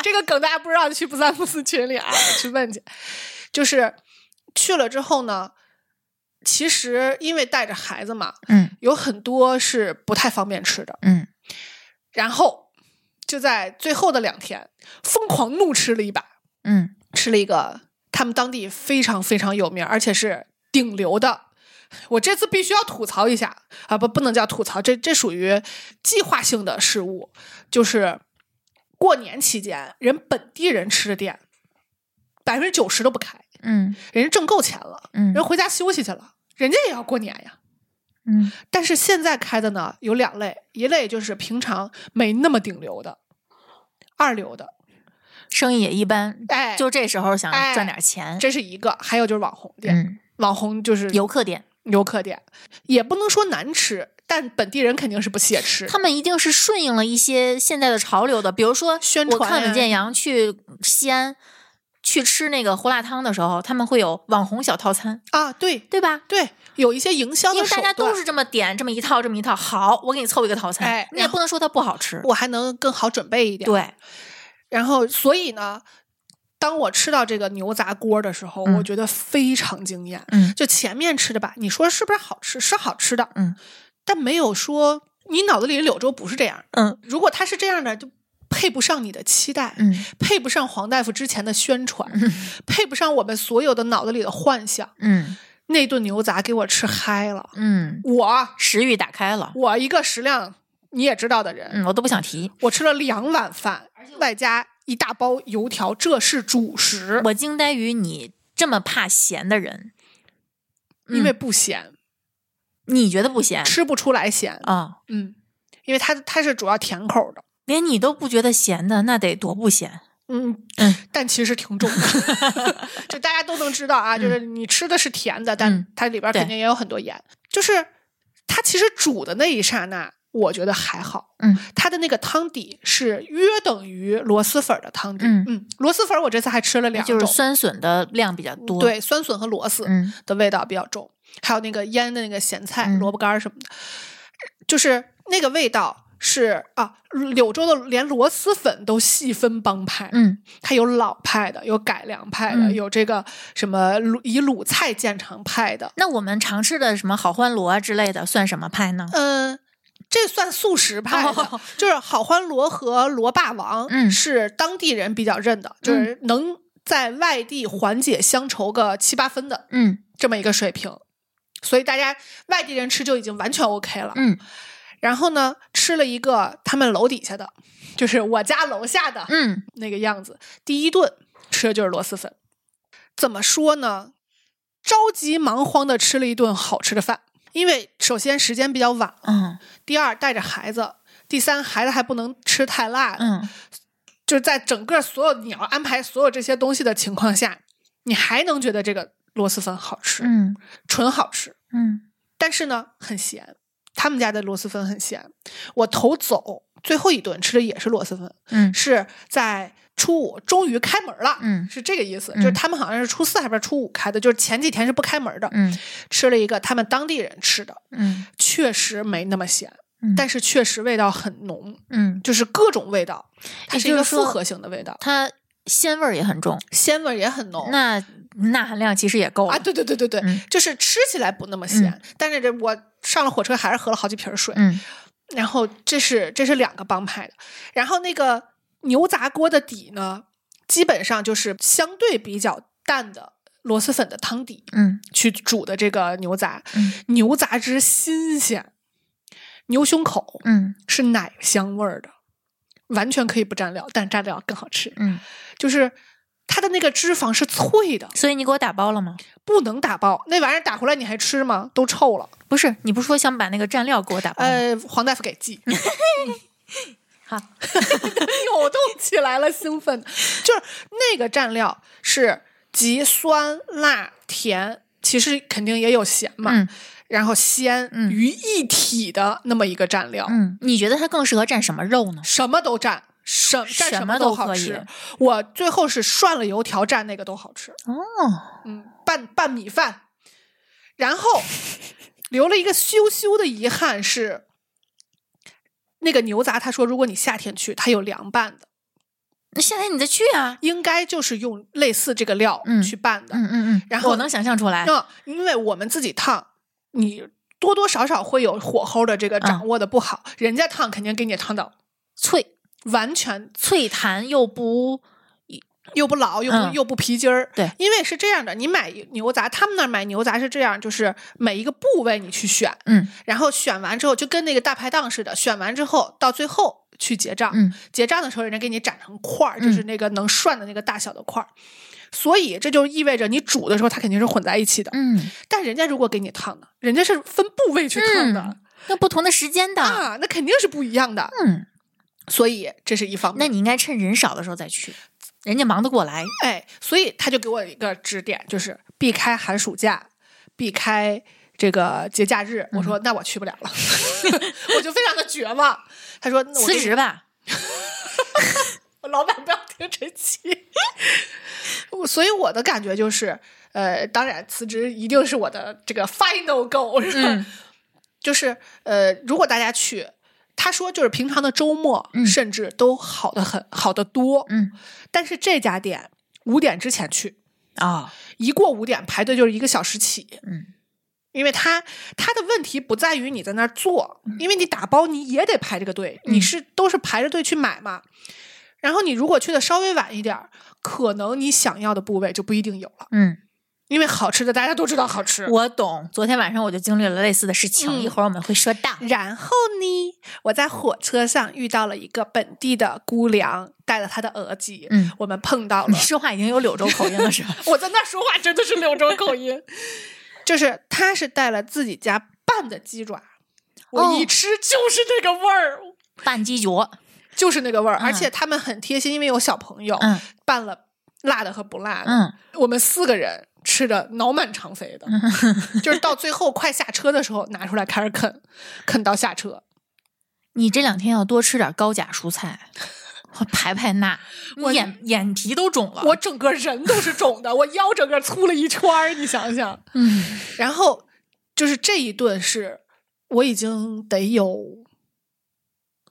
Speaker 3: 这个梗大家不知道，去不三不四群里啊去问去。就是去了之后呢，其实因为带着孩子嘛，
Speaker 2: 嗯
Speaker 3: 有很多是不太方便吃的，
Speaker 2: 嗯，
Speaker 3: 然后就在最后的两天疯狂怒吃了一把。
Speaker 2: 嗯，
Speaker 3: 吃了一个他们当地非常非常有名，而且是顶流的。我这次必须要吐槽一下啊，不不能叫吐槽，这这属于计划性的失误，就是过年期间人本地人吃的店，百分之九十都不开，
Speaker 2: 嗯
Speaker 3: 人家挣够钱了，
Speaker 2: 嗯
Speaker 3: 人回家休息去了，人家也要过年呀。
Speaker 2: 嗯
Speaker 3: 但是现在开的呢有两类，一类就是平常没那么顶流的，二流的，
Speaker 2: 生意也一般，
Speaker 3: 哎，
Speaker 2: 就这时候想
Speaker 3: 哎
Speaker 2: 赚点钱。
Speaker 3: 这是一个，还有就是网红店，
Speaker 2: 嗯，
Speaker 3: 网红就是
Speaker 2: 游客店，
Speaker 3: 游客店，也不能说难吃，但本地人肯定是不屑吃。
Speaker 2: 他们一定是顺应了一些现在的潮流的，比如说，
Speaker 3: 宣
Speaker 2: 我
Speaker 3: 传
Speaker 2: 看
Speaker 3: 啊
Speaker 2: 稳健洋去西安去吃那个胡辣汤的时候，他们会有网红小套餐，
Speaker 3: 啊，对
Speaker 2: 对吧？
Speaker 3: 对，有一些营销
Speaker 2: 因
Speaker 3: 的
Speaker 2: 为大
Speaker 3: 手
Speaker 2: 家
Speaker 3: 段，
Speaker 2: 都是这么点，这么一套，这么一套。好，我给你凑一个套餐，
Speaker 3: 哎
Speaker 2: 你也
Speaker 3: 然后
Speaker 2: 不能说它不好吃。
Speaker 3: 我还能更好准备一点。，
Speaker 2: 对，
Speaker 3: 然后所以呢，当我吃到这个牛杂锅的时候，
Speaker 2: 嗯
Speaker 3: 我觉得非常惊艳。
Speaker 2: 嗯
Speaker 3: 就前面吃的吧，你说是不是好吃？是好吃的，
Speaker 2: 嗯，
Speaker 3: 但没有说你脑子里的柳州不是这样。
Speaker 2: 嗯
Speaker 3: 如果它是这样的，就配不上你的期待。
Speaker 2: 嗯
Speaker 3: 配不上黄大夫之前的宣传，配不上我们所有的脑子里的幻想，
Speaker 2: 嗯
Speaker 3: 那顿牛杂给我吃嗨了。
Speaker 2: 嗯，
Speaker 3: 我
Speaker 2: 食欲打开了，
Speaker 3: 我一个食量你也知道的人，
Speaker 2: 嗯，我都不想提。
Speaker 3: 我吃了两碗饭，外加一大包油条，这是主食，
Speaker 2: 我惊呆于你这么怕咸的人，
Speaker 3: 因为不咸，
Speaker 2: 你觉得不咸
Speaker 3: 吃不出来咸。
Speaker 2: 啊、
Speaker 3: 嗯，因为它它是主要甜口的。
Speaker 2: 连你都不觉得咸的，那得多不咸？
Speaker 3: 嗯
Speaker 2: 嗯，
Speaker 3: 但其实挺重 的，就大家都能知道啊，就是你吃的是甜的，但
Speaker 2: 嗯
Speaker 3: 它里边
Speaker 2: 对
Speaker 3: 肯定也有很多盐。就是它其实煮的那一刹那，我觉得还好，
Speaker 2: 嗯
Speaker 3: 它的那个汤底是约等于螺蛳粉儿的汤底。
Speaker 2: 嗯
Speaker 3: 螺蛳粉儿我这次还吃了两种，嗯
Speaker 2: 就是酸笋的量比较多。，
Speaker 3: 对酸笋和螺丝
Speaker 2: 嗯
Speaker 3: 的味道比较重，还有那个腌的那个咸菜、
Speaker 2: 嗯
Speaker 3: 萝卜干儿什么的，就是那个味道是啊，柳州的连螺蛳粉都细分帮派，
Speaker 2: 嗯
Speaker 3: 它有老派的，有改良派的，
Speaker 2: 嗯
Speaker 3: 有这个什么鲁以鲁菜见长派的，
Speaker 2: 那我们常吃的什么好欢螺啊之类的，算什么派呢？
Speaker 3: 嗯，这算素食派的，
Speaker 2: 哦
Speaker 3: 就是好欢螺和螺霸王，
Speaker 2: 嗯
Speaker 3: 是当地人比较认的，就是能在外地缓解乡愁个七八分的
Speaker 2: 嗯
Speaker 3: 这么一个水平。所以大家外地人吃就已经完全 OK 了。
Speaker 2: 嗯
Speaker 3: 然后呢，吃了一个他们楼底下的，就是我家楼下的
Speaker 2: 嗯
Speaker 3: 那个样子。第一顿吃的就是螺蛳粉，怎么说呢？着急忙慌的吃了一顿好吃的饭，因为首先时间比较晚，
Speaker 2: 嗯
Speaker 3: 第二带着孩子，第三孩子还不能吃太辣的，
Speaker 2: 嗯
Speaker 3: 就是在整个所有你要安排所有这些东西的情况下，你还能觉得这个螺蛳粉好吃，
Speaker 2: 嗯
Speaker 3: 纯好吃。
Speaker 2: 嗯
Speaker 3: 但是呢，很咸。他们家的螺蛳粉很咸。我头走最后一顿吃的也是螺蛳粉，
Speaker 2: 嗯
Speaker 3: 是在初五终于开门了，
Speaker 2: 嗯
Speaker 3: 是这个意思。
Speaker 2: 嗯
Speaker 3: 就是他们好像是初四还是初五开的，就是前几天是不开门的。
Speaker 2: 嗯
Speaker 3: 吃了一个他们当地人吃的，
Speaker 2: 嗯
Speaker 3: 确实没那么咸，
Speaker 2: 嗯
Speaker 3: 但是确实味道很浓，
Speaker 2: 嗯，
Speaker 3: 就是各种味道，它
Speaker 2: 也
Speaker 3: 是一
Speaker 2: 就
Speaker 3: 个
Speaker 2: 是说
Speaker 3: 复合型的味道，
Speaker 2: 它鲜味儿也很重，
Speaker 3: 鲜味儿也很浓。
Speaker 2: 那钠含量其实也够了。
Speaker 3: 啊，对对对对对，
Speaker 2: 嗯
Speaker 3: 就是吃起来不那么咸，
Speaker 2: 嗯
Speaker 3: 但是这我上了火车还是喝了好几瓶水，
Speaker 2: 嗯
Speaker 3: 然后这是这是两个帮派的，然后那个牛杂锅的底呢，基本上就是相对比较淡的螺蛳粉的汤底
Speaker 2: 嗯
Speaker 3: 去煮的这个牛杂，
Speaker 2: 嗯
Speaker 3: 牛杂之新鲜，牛胸口
Speaker 2: 嗯
Speaker 3: 是奶香味儿的，完全可以不蘸料，但蘸料更好吃，
Speaker 2: 嗯，
Speaker 3: 就是它的那个脂肪是脆的，
Speaker 2: 所以你给我打包了吗？
Speaker 3: 不能打包，那玩意儿打回来你还吃吗？都臭了，
Speaker 2: 不是，你不是说想把那个蘸料给我打包吗？
Speaker 3: 呃，黄大夫给寄。
Speaker 2: 嗯 好，
Speaker 3: 扭动起来了，兴奋。就是那个蘸料是集酸、辣、甜，其实肯定也有咸嘛，
Speaker 2: 嗯
Speaker 3: 然后鲜
Speaker 2: 嗯
Speaker 3: 于一体的那么一个蘸料，
Speaker 2: 嗯，你觉得它更适合蘸什么肉呢？
Speaker 3: 什么都蘸。什蘸
Speaker 2: 什
Speaker 3: 什
Speaker 2: 么
Speaker 3: 都
Speaker 2: 都
Speaker 3: 好
Speaker 2: 可以
Speaker 3: 吃，我最后是涮了油条蘸那个都好吃，
Speaker 2: 哦，
Speaker 3: 嗯，拌拌米饭，然后留了一个羞羞的遗憾是，那个牛杂他说如果你夏天去，它有凉拌的，
Speaker 2: 那夏天你再去啊。
Speaker 3: 应该就是用类似这个料
Speaker 2: 嗯
Speaker 3: 去拌的。
Speaker 2: 嗯嗯嗯，
Speaker 3: 然后
Speaker 2: 我能想象出来。
Speaker 3: 那因为我们自己烫，你多多少少会有火候的这
Speaker 2: 嗯
Speaker 3: 个掌握的不好，人家烫肯定给你烫到
Speaker 2: 脆
Speaker 3: 完全
Speaker 2: 脆弹又不
Speaker 3: 又不老又不、
Speaker 2: 嗯
Speaker 3: 又不皮筋儿。
Speaker 2: 对
Speaker 3: 因为是这样的，你买牛杂，他们那儿买牛杂是这样，就是每一个部位你去选，
Speaker 2: 嗯
Speaker 3: 然后选完之后就跟那个大排档似的，选完之后到最后去结账。
Speaker 2: 嗯
Speaker 3: 结账的时候，人家给你斩成块儿，就是那个能涮的那个大小的块儿。所以这就意味着你煮的时候，它肯定是混在一起的。
Speaker 2: 嗯，
Speaker 3: 但人家如果给你烫的，人家是分部位去烫的、
Speaker 2: 那不同的时间的。
Speaker 3: 啊，那肯定是不一样的。
Speaker 2: 嗯，
Speaker 3: 所以这是一方面。
Speaker 2: 那你应该趁人少的时候再去，人家忙得过来。
Speaker 3: 哎，所以他就给我一个指点，就是避开寒暑假，避开这个节假日。我
Speaker 2: 嗯
Speaker 3: 说、那我去不了了， 我就非常的绝望。他说那我
Speaker 2: 辞
Speaker 3: 给你
Speaker 2: 职吧。
Speaker 3: 我老板不要听这期。我所以我的感觉就是，呃，当然辞职一定是我的这个 final goal，是吧？
Speaker 2: 嗯
Speaker 3: 就是呃，如果大家去，他说就是平常的周末，
Speaker 2: 嗯
Speaker 3: 甚至都好的很，好的多。
Speaker 2: 嗯
Speaker 3: 但是这家店五点之前去，
Speaker 2: 哦，
Speaker 3: 一过五点排队就是一个小时起。
Speaker 2: 嗯，
Speaker 3: 因为他他的问题不在于你在那儿做，因为你打包你也得排这个队，
Speaker 2: 嗯
Speaker 3: 你是都是排着队去买嘛。然后你如果去的稍微晚一点儿，可能你想要的部位就不一定有了，
Speaker 2: 嗯，
Speaker 3: 因为好吃的大家都知道好吃。
Speaker 2: 我懂。昨天晚上我就经历了类似的事情，
Speaker 3: 嗯
Speaker 2: 一会儿我们会说到。
Speaker 3: 然后呢，我在火车上遇到了一个本地的姑娘，带了她的儿子，
Speaker 2: 嗯
Speaker 3: 我们碰到
Speaker 2: 你
Speaker 3: 了。
Speaker 2: 说话已经有柳州口音了是 吧？
Speaker 3: 我在那说话真的是柳州口音， 就是她是带了自己家拌的鸡爪，我一
Speaker 2: 哦
Speaker 3: 吃就是那个味儿，
Speaker 2: 拌鸡脚，
Speaker 3: 哦就是那个味儿。
Speaker 2: 嗯
Speaker 3: 而且他们很贴心，因为有小朋友
Speaker 2: 嗯
Speaker 3: 拌了辣的和不辣的，
Speaker 2: 嗯
Speaker 3: 我们四个人吃的脑满肠肥 的，就是到最后快下车的时候拿出来开始啃，啃到下车。
Speaker 2: 你这两天要多吃点高钾蔬菜，我排 排钠，
Speaker 3: 我
Speaker 2: 你眼眼皮都肿了。
Speaker 3: 我整个人都是肿的，我腰整个粗了一圈儿，你想想。
Speaker 2: 嗯
Speaker 3: 然后就是这一顿是，我已经得有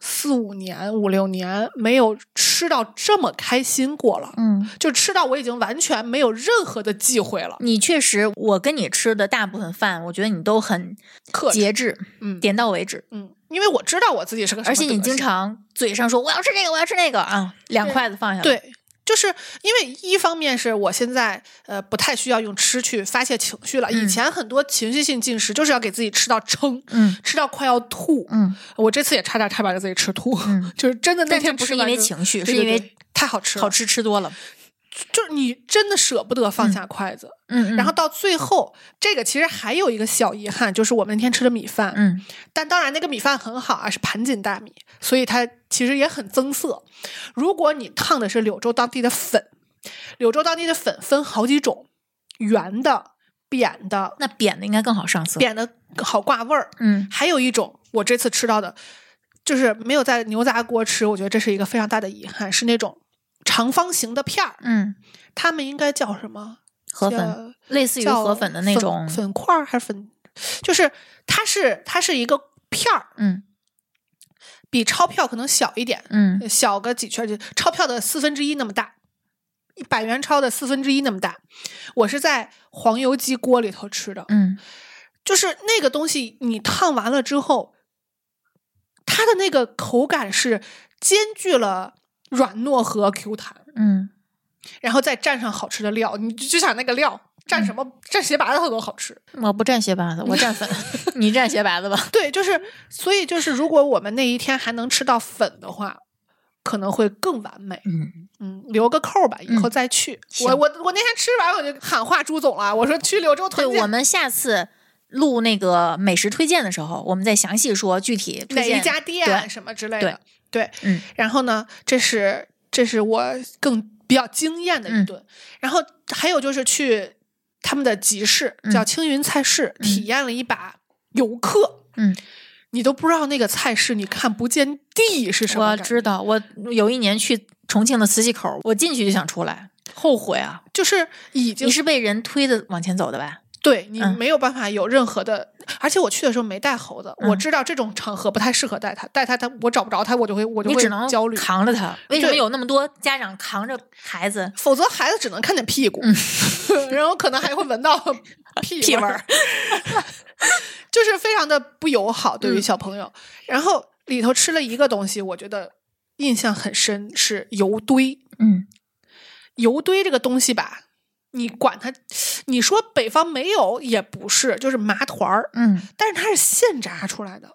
Speaker 3: 四五年、五六年没有吃到这么开心过了，
Speaker 2: 嗯，
Speaker 3: 就吃到我已经完全没有任何的忌讳了。
Speaker 2: 你确实，我跟你吃的大部分饭，我觉得你都很
Speaker 3: 克制
Speaker 2: 节制，
Speaker 3: 嗯
Speaker 2: 点到为止。
Speaker 3: 嗯，因为我知道我自己是个什么
Speaker 2: 而且你
Speaker 3: 德
Speaker 2: 经
Speaker 3: 行
Speaker 2: 常嘴上说我要吃这个，我要吃那个啊，两
Speaker 3: 对
Speaker 2: 筷子放下来，
Speaker 3: 对就是因为一方面是我现在呃不太需要用吃去发泄情绪了，以
Speaker 2: 嗯
Speaker 3: 前很多情绪性进食就是要给自己吃到撑，
Speaker 2: 嗯
Speaker 3: 吃到快要吐。
Speaker 2: 嗯，
Speaker 3: 我这次也差点差点把自己吃吐，
Speaker 2: 嗯
Speaker 3: 就是真的那
Speaker 2: 但这
Speaker 3: 天
Speaker 2: 不
Speaker 3: 吃
Speaker 2: 是因
Speaker 3: 完
Speaker 2: 为
Speaker 3: 就
Speaker 2: 情绪，
Speaker 3: 对
Speaker 2: 是
Speaker 3: 对
Speaker 2: 因为
Speaker 3: 对太好吃了，
Speaker 2: 好吃吃多了。
Speaker 3: 就是你真的舍不得放下筷子。
Speaker 2: 嗯，嗯
Speaker 3: 然后到最后，这个其实还有一个小遗憾，就是我们那天吃的米饭，
Speaker 2: 嗯
Speaker 3: 但当然那个米饭很好啊，是盘锦大米，所以它其实也很增色。如果你烫的是柳州当地的粉，柳州当地的粉分好几种，圆的、扁的，
Speaker 2: 那扁的应该更好上色。
Speaker 3: 扁的好挂味儿，
Speaker 2: 嗯
Speaker 3: 还有一种我这次吃到的，就是没有在牛杂锅吃，我觉得这是一个非常大的遗憾，是那种长方形的片儿，
Speaker 2: 嗯，
Speaker 3: 他们应该叫什么？
Speaker 2: 河粉
Speaker 3: 叫
Speaker 2: 类似于
Speaker 3: 叫
Speaker 2: 河粉的那种，
Speaker 3: 粉块儿还是粉，就是它是它是一个片儿，
Speaker 2: 嗯
Speaker 3: 比钞票可能小一点，呃
Speaker 2: 嗯
Speaker 3: 小个几圈，就钞票的四分之一那么大，一百元钞的四分之一那么大。我是在黄油鸡锅里头吃的，
Speaker 2: 嗯
Speaker 3: 就是那个东西你烫完了之后，它的那个口感是兼具了软糯和 Q 弹，
Speaker 2: 嗯
Speaker 3: 然后再蘸上好吃的料，你就就想那个料蘸什么蘸斜拔的都好吃。
Speaker 2: 嗯，我不蘸鞋拔子，我蘸 粉，你蘸鞋拔子吧。
Speaker 3: 对，就是所以就是，如果我们那一天还能吃到粉的话，可能会更完美。
Speaker 2: 嗯，
Speaker 3: 嗯，留个扣儿吧，以
Speaker 2: 嗯
Speaker 3: 后再去。
Speaker 2: 行
Speaker 3: 我我我那天吃完我就喊话朱总了，我说去柳州
Speaker 2: 对，
Speaker 3: 团
Speaker 2: 我
Speaker 3: 建
Speaker 2: 们下次录那个美食推荐的时候，我们再详细说具体推
Speaker 3: 哪
Speaker 2: 荐
Speaker 3: 一家店
Speaker 2: 对，
Speaker 3: 什么之类的。对，
Speaker 2: 嗯
Speaker 3: 然后呢，这是这是我更比较惊艳的一
Speaker 2: 嗯
Speaker 3: 顿。然后还有就是去他们的集市，
Speaker 2: 嗯
Speaker 3: 叫青云菜市，
Speaker 2: 嗯
Speaker 3: 体验了一把游客。
Speaker 2: 嗯，
Speaker 3: 你都不知道那个菜市，你看不见地是什么
Speaker 2: 我
Speaker 3: 感觉，
Speaker 2: 知道，我有一年去重庆的磁器口，我进去就想出来，后悔啊！
Speaker 3: 就是已经
Speaker 2: 你是被人推着往前走的吧？
Speaker 3: 对你
Speaker 2: 嗯
Speaker 3: 没有办法有任何的，而且我去的时候没带猴子，我
Speaker 2: 嗯
Speaker 3: 知道这种场合不太适合带它，带它它我找不着它，我就会我就
Speaker 2: 你
Speaker 3: 会
Speaker 2: 只能
Speaker 3: 焦虑，
Speaker 2: 扛着它。为什么
Speaker 3: 对
Speaker 2: 有那么多家长扛着孩子？
Speaker 3: 否则孩子只能看见屁股，然后可能还会 闻到屁
Speaker 2: 嗯屁
Speaker 3: 味
Speaker 2: 味
Speaker 3: 儿
Speaker 2: 儿，
Speaker 3: 就是非常的不友好对于
Speaker 2: 嗯
Speaker 3: 小朋友。然后里头吃了一个东西，我觉得印象很深，是油堆。
Speaker 2: 嗯
Speaker 3: 油堆这个东西吧，你管它，你说北方没有也不是，就是麻团儿，
Speaker 2: 嗯，
Speaker 3: 但是它是现炸出来的。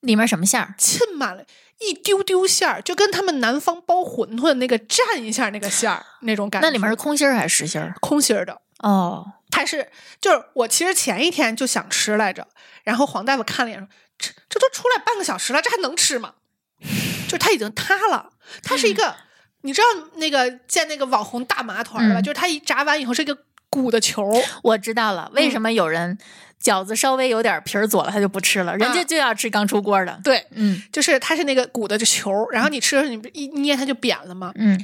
Speaker 2: 里面什么馅儿？
Speaker 3: 浸满了一丢丢馅儿，就跟他们南方包馄饨那个蘸一下那个馅儿那种感觉。
Speaker 2: 那里面是空心儿还是实心儿？
Speaker 3: 空心儿的，
Speaker 2: 哦，
Speaker 3: 它是就是我其实前一天就想吃来着，然后黄大夫看了一眼说：“这这都出来半个小时了，这还能吃吗？” 就是它已经塌了，它是一个、你知道那个见那个网红大麻团儿吧，
Speaker 2: 嗯
Speaker 3: 就是它一炸完以后是一个鼓的球儿，
Speaker 2: 我知道了，为什么有人饺子稍微有点皮儿左了他就不吃了，人家就要吃刚出锅的。
Speaker 3: 对，
Speaker 2: 嗯
Speaker 3: 就是它是那个鼓的球儿，然后你吃的时候你不一捏它就扁了嘛，
Speaker 2: 嗯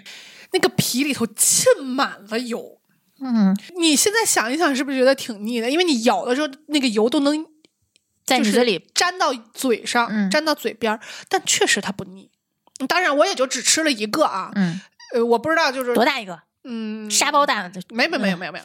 Speaker 3: 那个皮里头浸满了油。
Speaker 2: 嗯，
Speaker 3: 你现在想一想，是不是觉得挺腻的？因为你咬的时候，那个油都能
Speaker 2: 在你嘴里，
Speaker 3: 粘到嘴上，
Speaker 2: 嗯
Speaker 3: 粘到嘴边儿，但确实它不腻。当然，我也就只吃了一个啊，
Speaker 2: 嗯，
Speaker 3: 呃，我不知道就是
Speaker 2: 多大一个？
Speaker 3: 嗯，
Speaker 2: 沙包大的？
Speaker 3: 没没没有
Speaker 2: 嗯
Speaker 3: 没有没有，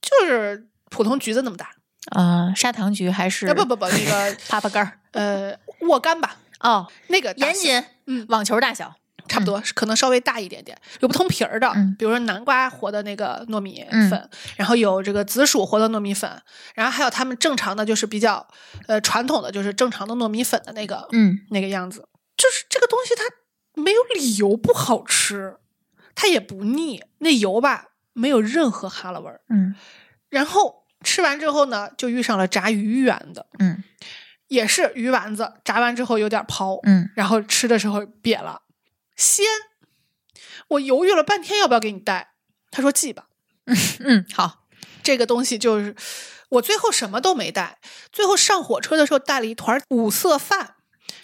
Speaker 3: 就是普通橘子那么大，
Speaker 2: 呃，砂糖橘还是
Speaker 3: 啊不不不，那个
Speaker 2: 啪啪干儿？
Speaker 3: 呃沃柑吧，
Speaker 2: 哦，
Speaker 3: 那个大
Speaker 2: 严
Speaker 3: 小
Speaker 2: 谨，
Speaker 3: 嗯
Speaker 2: 网球大小。
Speaker 3: 差不多，可能稍微大一点点，有不同皮儿的，
Speaker 2: 嗯
Speaker 3: 比如说南瓜和的那个糯米
Speaker 2: 嗯
Speaker 3: 粉，然后有这个紫薯和的糯米粉，然后还有他们正常的就是比较呃传统的就是正常的糯米粉的那个、
Speaker 2: 嗯
Speaker 3: 那个样子，就是这个东西它没有理由不好吃，它也不腻，那油吧没有任何哈喇味儿，
Speaker 2: 嗯
Speaker 3: 然后吃完之后呢，就遇上了炸鱼圆的，
Speaker 2: 嗯
Speaker 3: 也是鱼丸子，炸完之后有点抛，
Speaker 2: 嗯
Speaker 3: 然后吃的时候瘪了。鲜，我犹豫了半天要不要给你带，他说寄吧。
Speaker 2: 嗯，好，
Speaker 3: 这个东西就是我最后什么都没带，最后上火车的时候带了一团五色饭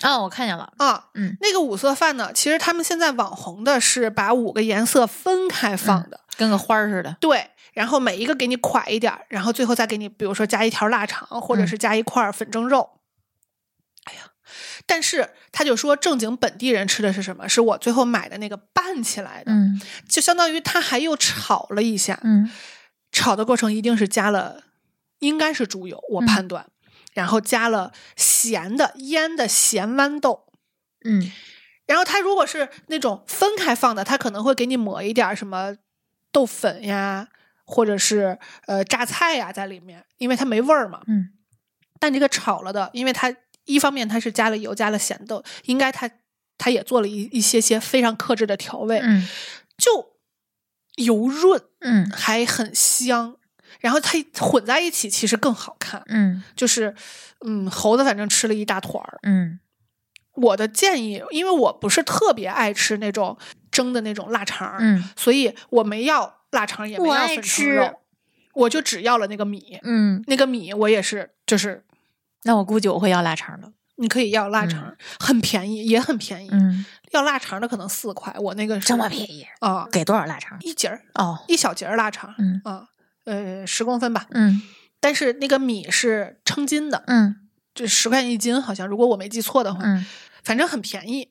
Speaker 2: 哦，我看见了。
Speaker 3: 啊。
Speaker 2: 嗯
Speaker 3: 那个五色饭呢，其实他们现在网红的是把五个颜色分开放的，
Speaker 2: 跟个花儿似的。
Speaker 3: 对，然后每一个给你㧟一点儿，然后最后再给你，比如说加一条腊肠，或者
Speaker 2: 嗯
Speaker 3: 是加一块儿粉蒸肉。哎呀，但是他就说正经本地人吃的是什么？是我最后买的那个拌起来的，
Speaker 2: 嗯
Speaker 3: 就相当于他还又炒了一下，
Speaker 2: 嗯
Speaker 3: 炒的过程一定是加了，应该是猪油，我
Speaker 2: 嗯
Speaker 3: 判断，然后加了咸的腌的咸豌豆，
Speaker 2: 嗯
Speaker 3: 然后它如果是那种分开放的，它可能会给你抹一点儿什么豆粉呀，或者是呃榨菜呀在里面，因为它没味儿嘛。
Speaker 2: 嗯，
Speaker 3: 但这个炒了的，因为它一方面它是加了油、加了咸豆，应该它它也做了一一些些非常克制的调味，
Speaker 2: 嗯
Speaker 3: 就油润
Speaker 2: 嗯
Speaker 3: 还很香，然后它混在一起其实更好看。
Speaker 2: 嗯
Speaker 3: 就是嗯，猴子反正吃了一大团儿。
Speaker 2: 嗯
Speaker 3: 我的建议，因为我不是特别爱吃那种蒸的那种腊肠儿，
Speaker 2: 嗯
Speaker 3: 所以我没要腊肠儿，也没
Speaker 2: 我
Speaker 3: 要
Speaker 2: 爱
Speaker 3: 粉蒸
Speaker 2: 吃
Speaker 3: 肉，我就只要了那个米。
Speaker 2: 嗯，
Speaker 3: 那个米我也是，就是
Speaker 2: 那我估计我会要腊肠的。
Speaker 3: 你可以要腊肠儿，很便宜，也很便宜。
Speaker 2: 嗯，
Speaker 3: 要腊肠儿的可能四块，我那个是
Speaker 2: 这么便宜，
Speaker 3: 啊、
Speaker 2: 给多少腊肠？
Speaker 3: 一节儿
Speaker 2: 哦，
Speaker 3: 一小节儿腊肠儿
Speaker 2: 嗯
Speaker 3: 啊、呃，十公分吧。
Speaker 2: 嗯
Speaker 3: 但是那个米是称斤的，
Speaker 2: 嗯
Speaker 3: 就十块钱一斤，好像如果我没记错的话。
Speaker 2: 嗯
Speaker 3: 反正很便宜。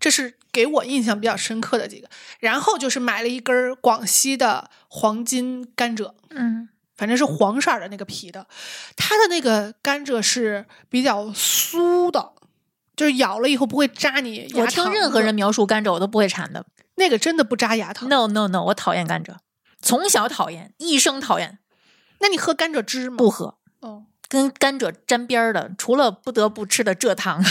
Speaker 3: 这是给我印象比较深刻的几个。然后就是买了一根儿广西的黄金甘蔗，
Speaker 2: 嗯
Speaker 3: 反正是黄色儿的那个皮的，它的那个甘蔗是比较酥的。就是咬了以后不会扎你牙
Speaker 2: 我听
Speaker 3: 疼
Speaker 2: 任何
Speaker 3: 的
Speaker 2: 人描述甘蔗，我都不会馋的。
Speaker 3: 那个真的不扎牙疼。
Speaker 2: No no no，我讨厌甘蔗，从小讨厌，一生讨厌，
Speaker 3: 那你喝甘蔗汁吗？
Speaker 2: 不，喝。
Speaker 3: 哦，
Speaker 2: 跟甘蔗沾边儿的，除了不得不吃的蔗糖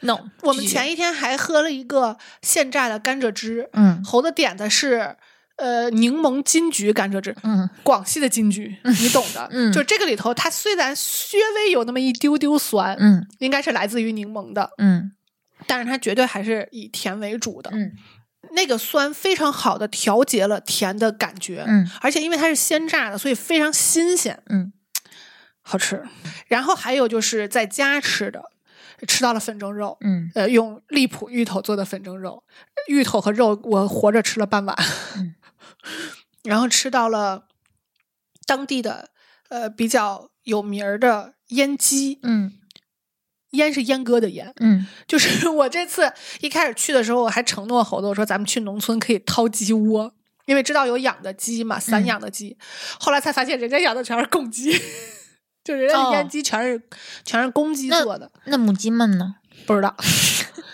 Speaker 2: ，no。
Speaker 3: 我们
Speaker 2: 拒绝
Speaker 3: 前一天还喝了一个现榨的甘蔗汁，
Speaker 2: 嗯
Speaker 3: 猴子点的是呃柠檬金桔甘蔗汁，
Speaker 2: 嗯
Speaker 3: 广西的金桔，你懂的。
Speaker 2: 嗯
Speaker 3: 就这个里头，它虽然稍微有那么一丢丢酸，
Speaker 2: 嗯
Speaker 3: 应该是来自于柠檬的，
Speaker 2: 嗯
Speaker 3: 但是它绝对还是以甜为主的。
Speaker 2: 嗯
Speaker 3: 那个酸非常好的调节了甜的感觉，
Speaker 2: 嗯
Speaker 3: 而且因为它是鲜榨的，所以非常新鲜，
Speaker 2: 嗯
Speaker 3: 好吃。然后还有就是在家吃的，吃到了粉蒸肉。
Speaker 2: 嗯
Speaker 3: 呃，用荔浦芋头做的粉蒸肉，芋头和肉我活着吃了半碗，
Speaker 2: 嗯
Speaker 3: 然后吃到了当地的呃比较有名儿的腌鸡，
Speaker 2: 嗯
Speaker 3: 腌是阉割的腌，
Speaker 2: 嗯
Speaker 3: 就是我这次一开始去的时候，我还承诺猴子，我说咱们去农村可以掏鸡窝。因为知道有养的鸡嘛，散
Speaker 2: 嗯
Speaker 3: 养的鸡，后来才发现人家养的全是公鸡， 就人家
Speaker 2: 哦
Speaker 3: 腌鸡全是、全是公鸡
Speaker 2: 那
Speaker 3: 做的，
Speaker 2: 那母鸡们呢？
Speaker 3: 不知道，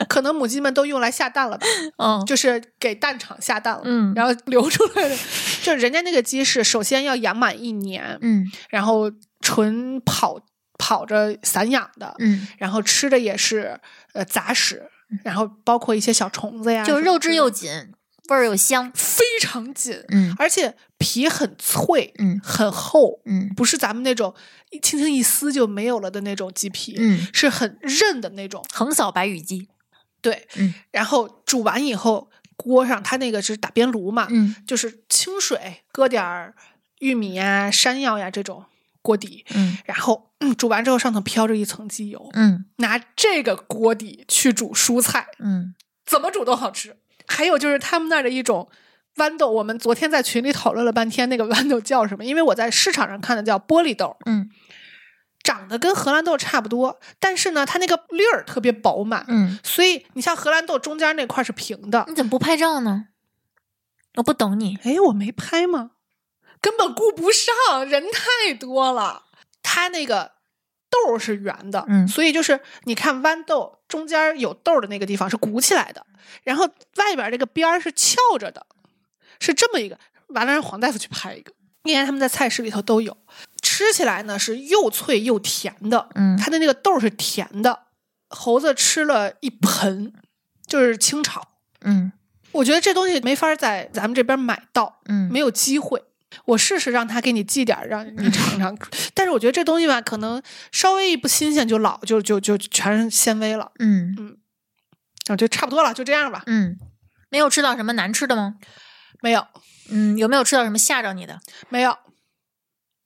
Speaker 3: 可能母鸡们都用来下蛋了吧。
Speaker 2: 哦，
Speaker 3: 就是给蛋厂下蛋了，
Speaker 2: 嗯
Speaker 3: 然后流出来的，就是人家那个鸡是首先要养满一年，
Speaker 2: 嗯
Speaker 3: 然后纯跑跑着散养的，
Speaker 2: 嗯，
Speaker 3: 然后吃的也是呃杂食，然后包括一些小虫子呀，
Speaker 2: 就是肉质又
Speaker 3: 紧，
Speaker 2: 紧，味儿又香。
Speaker 3: 非常紧，
Speaker 2: 嗯
Speaker 3: 而且皮很脆，
Speaker 2: 嗯
Speaker 3: 很厚，
Speaker 2: 嗯
Speaker 3: 不是咱们那种一轻轻一撕就没有了的那种鸡皮，
Speaker 2: 嗯，
Speaker 3: 是很韧的那种，
Speaker 2: 横扫白羽鸡。
Speaker 3: 对，
Speaker 2: 嗯
Speaker 3: 然后煮完以后。锅上，它那个是打边炉嘛，
Speaker 2: 嗯
Speaker 3: 就是清水搁点儿玉米呀、山药呀这种锅底，
Speaker 2: 嗯
Speaker 3: 然后、嗯煮完之后上头飘着一层鸡油，
Speaker 2: 嗯
Speaker 3: 拿这个锅底去煮蔬菜，
Speaker 2: 嗯
Speaker 3: 怎么煮都好吃。还有就是他们那儿的一种豌豆，我们昨天在群里讨论了半天，那个豌豆叫什么？因为我在市场上看的叫玻璃豆，
Speaker 2: 嗯
Speaker 3: 长得跟荷兰豆差不多，但是呢，它那个粒儿特别饱满，
Speaker 2: 嗯，
Speaker 3: 所以你像荷兰豆中间那块是平的，
Speaker 2: 你怎么不拍照呢？我不懂你。
Speaker 3: 哎，我没拍吗？根本顾不上，人太多了。它那个豆儿是圆的，
Speaker 2: 嗯
Speaker 3: 所以就是你看豌豆中间儿有豆儿的那个地方是鼓起来的，然后外边儿这个边儿是翘着的，是这么一个。完了，让黄大夫去拍一个。那天他们在菜市里头都有，吃起来呢是又脆又甜的，
Speaker 2: 嗯
Speaker 3: 它的那个豆儿是甜的。猴子吃了一盆，就是清炒。
Speaker 2: 嗯
Speaker 3: 我觉得这东西没法在咱们这边买到，
Speaker 2: 嗯，
Speaker 3: 没有机会。我试试让他给你寄点儿， 让你尝尝。但是我觉得这东西吧，可能稍微一不新鲜就老，就就就全是纤维了。
Speaker 2: 嗯
Speaker 3: 啊，就差不多了，就这样吧。
Speaker 2: 嗯，没有吃到什么难吃的吗？
Speaker 3: 没有，
Speaker 2: 嗯，有没有吃到什么吓着你的？
Speaker 3: 没有，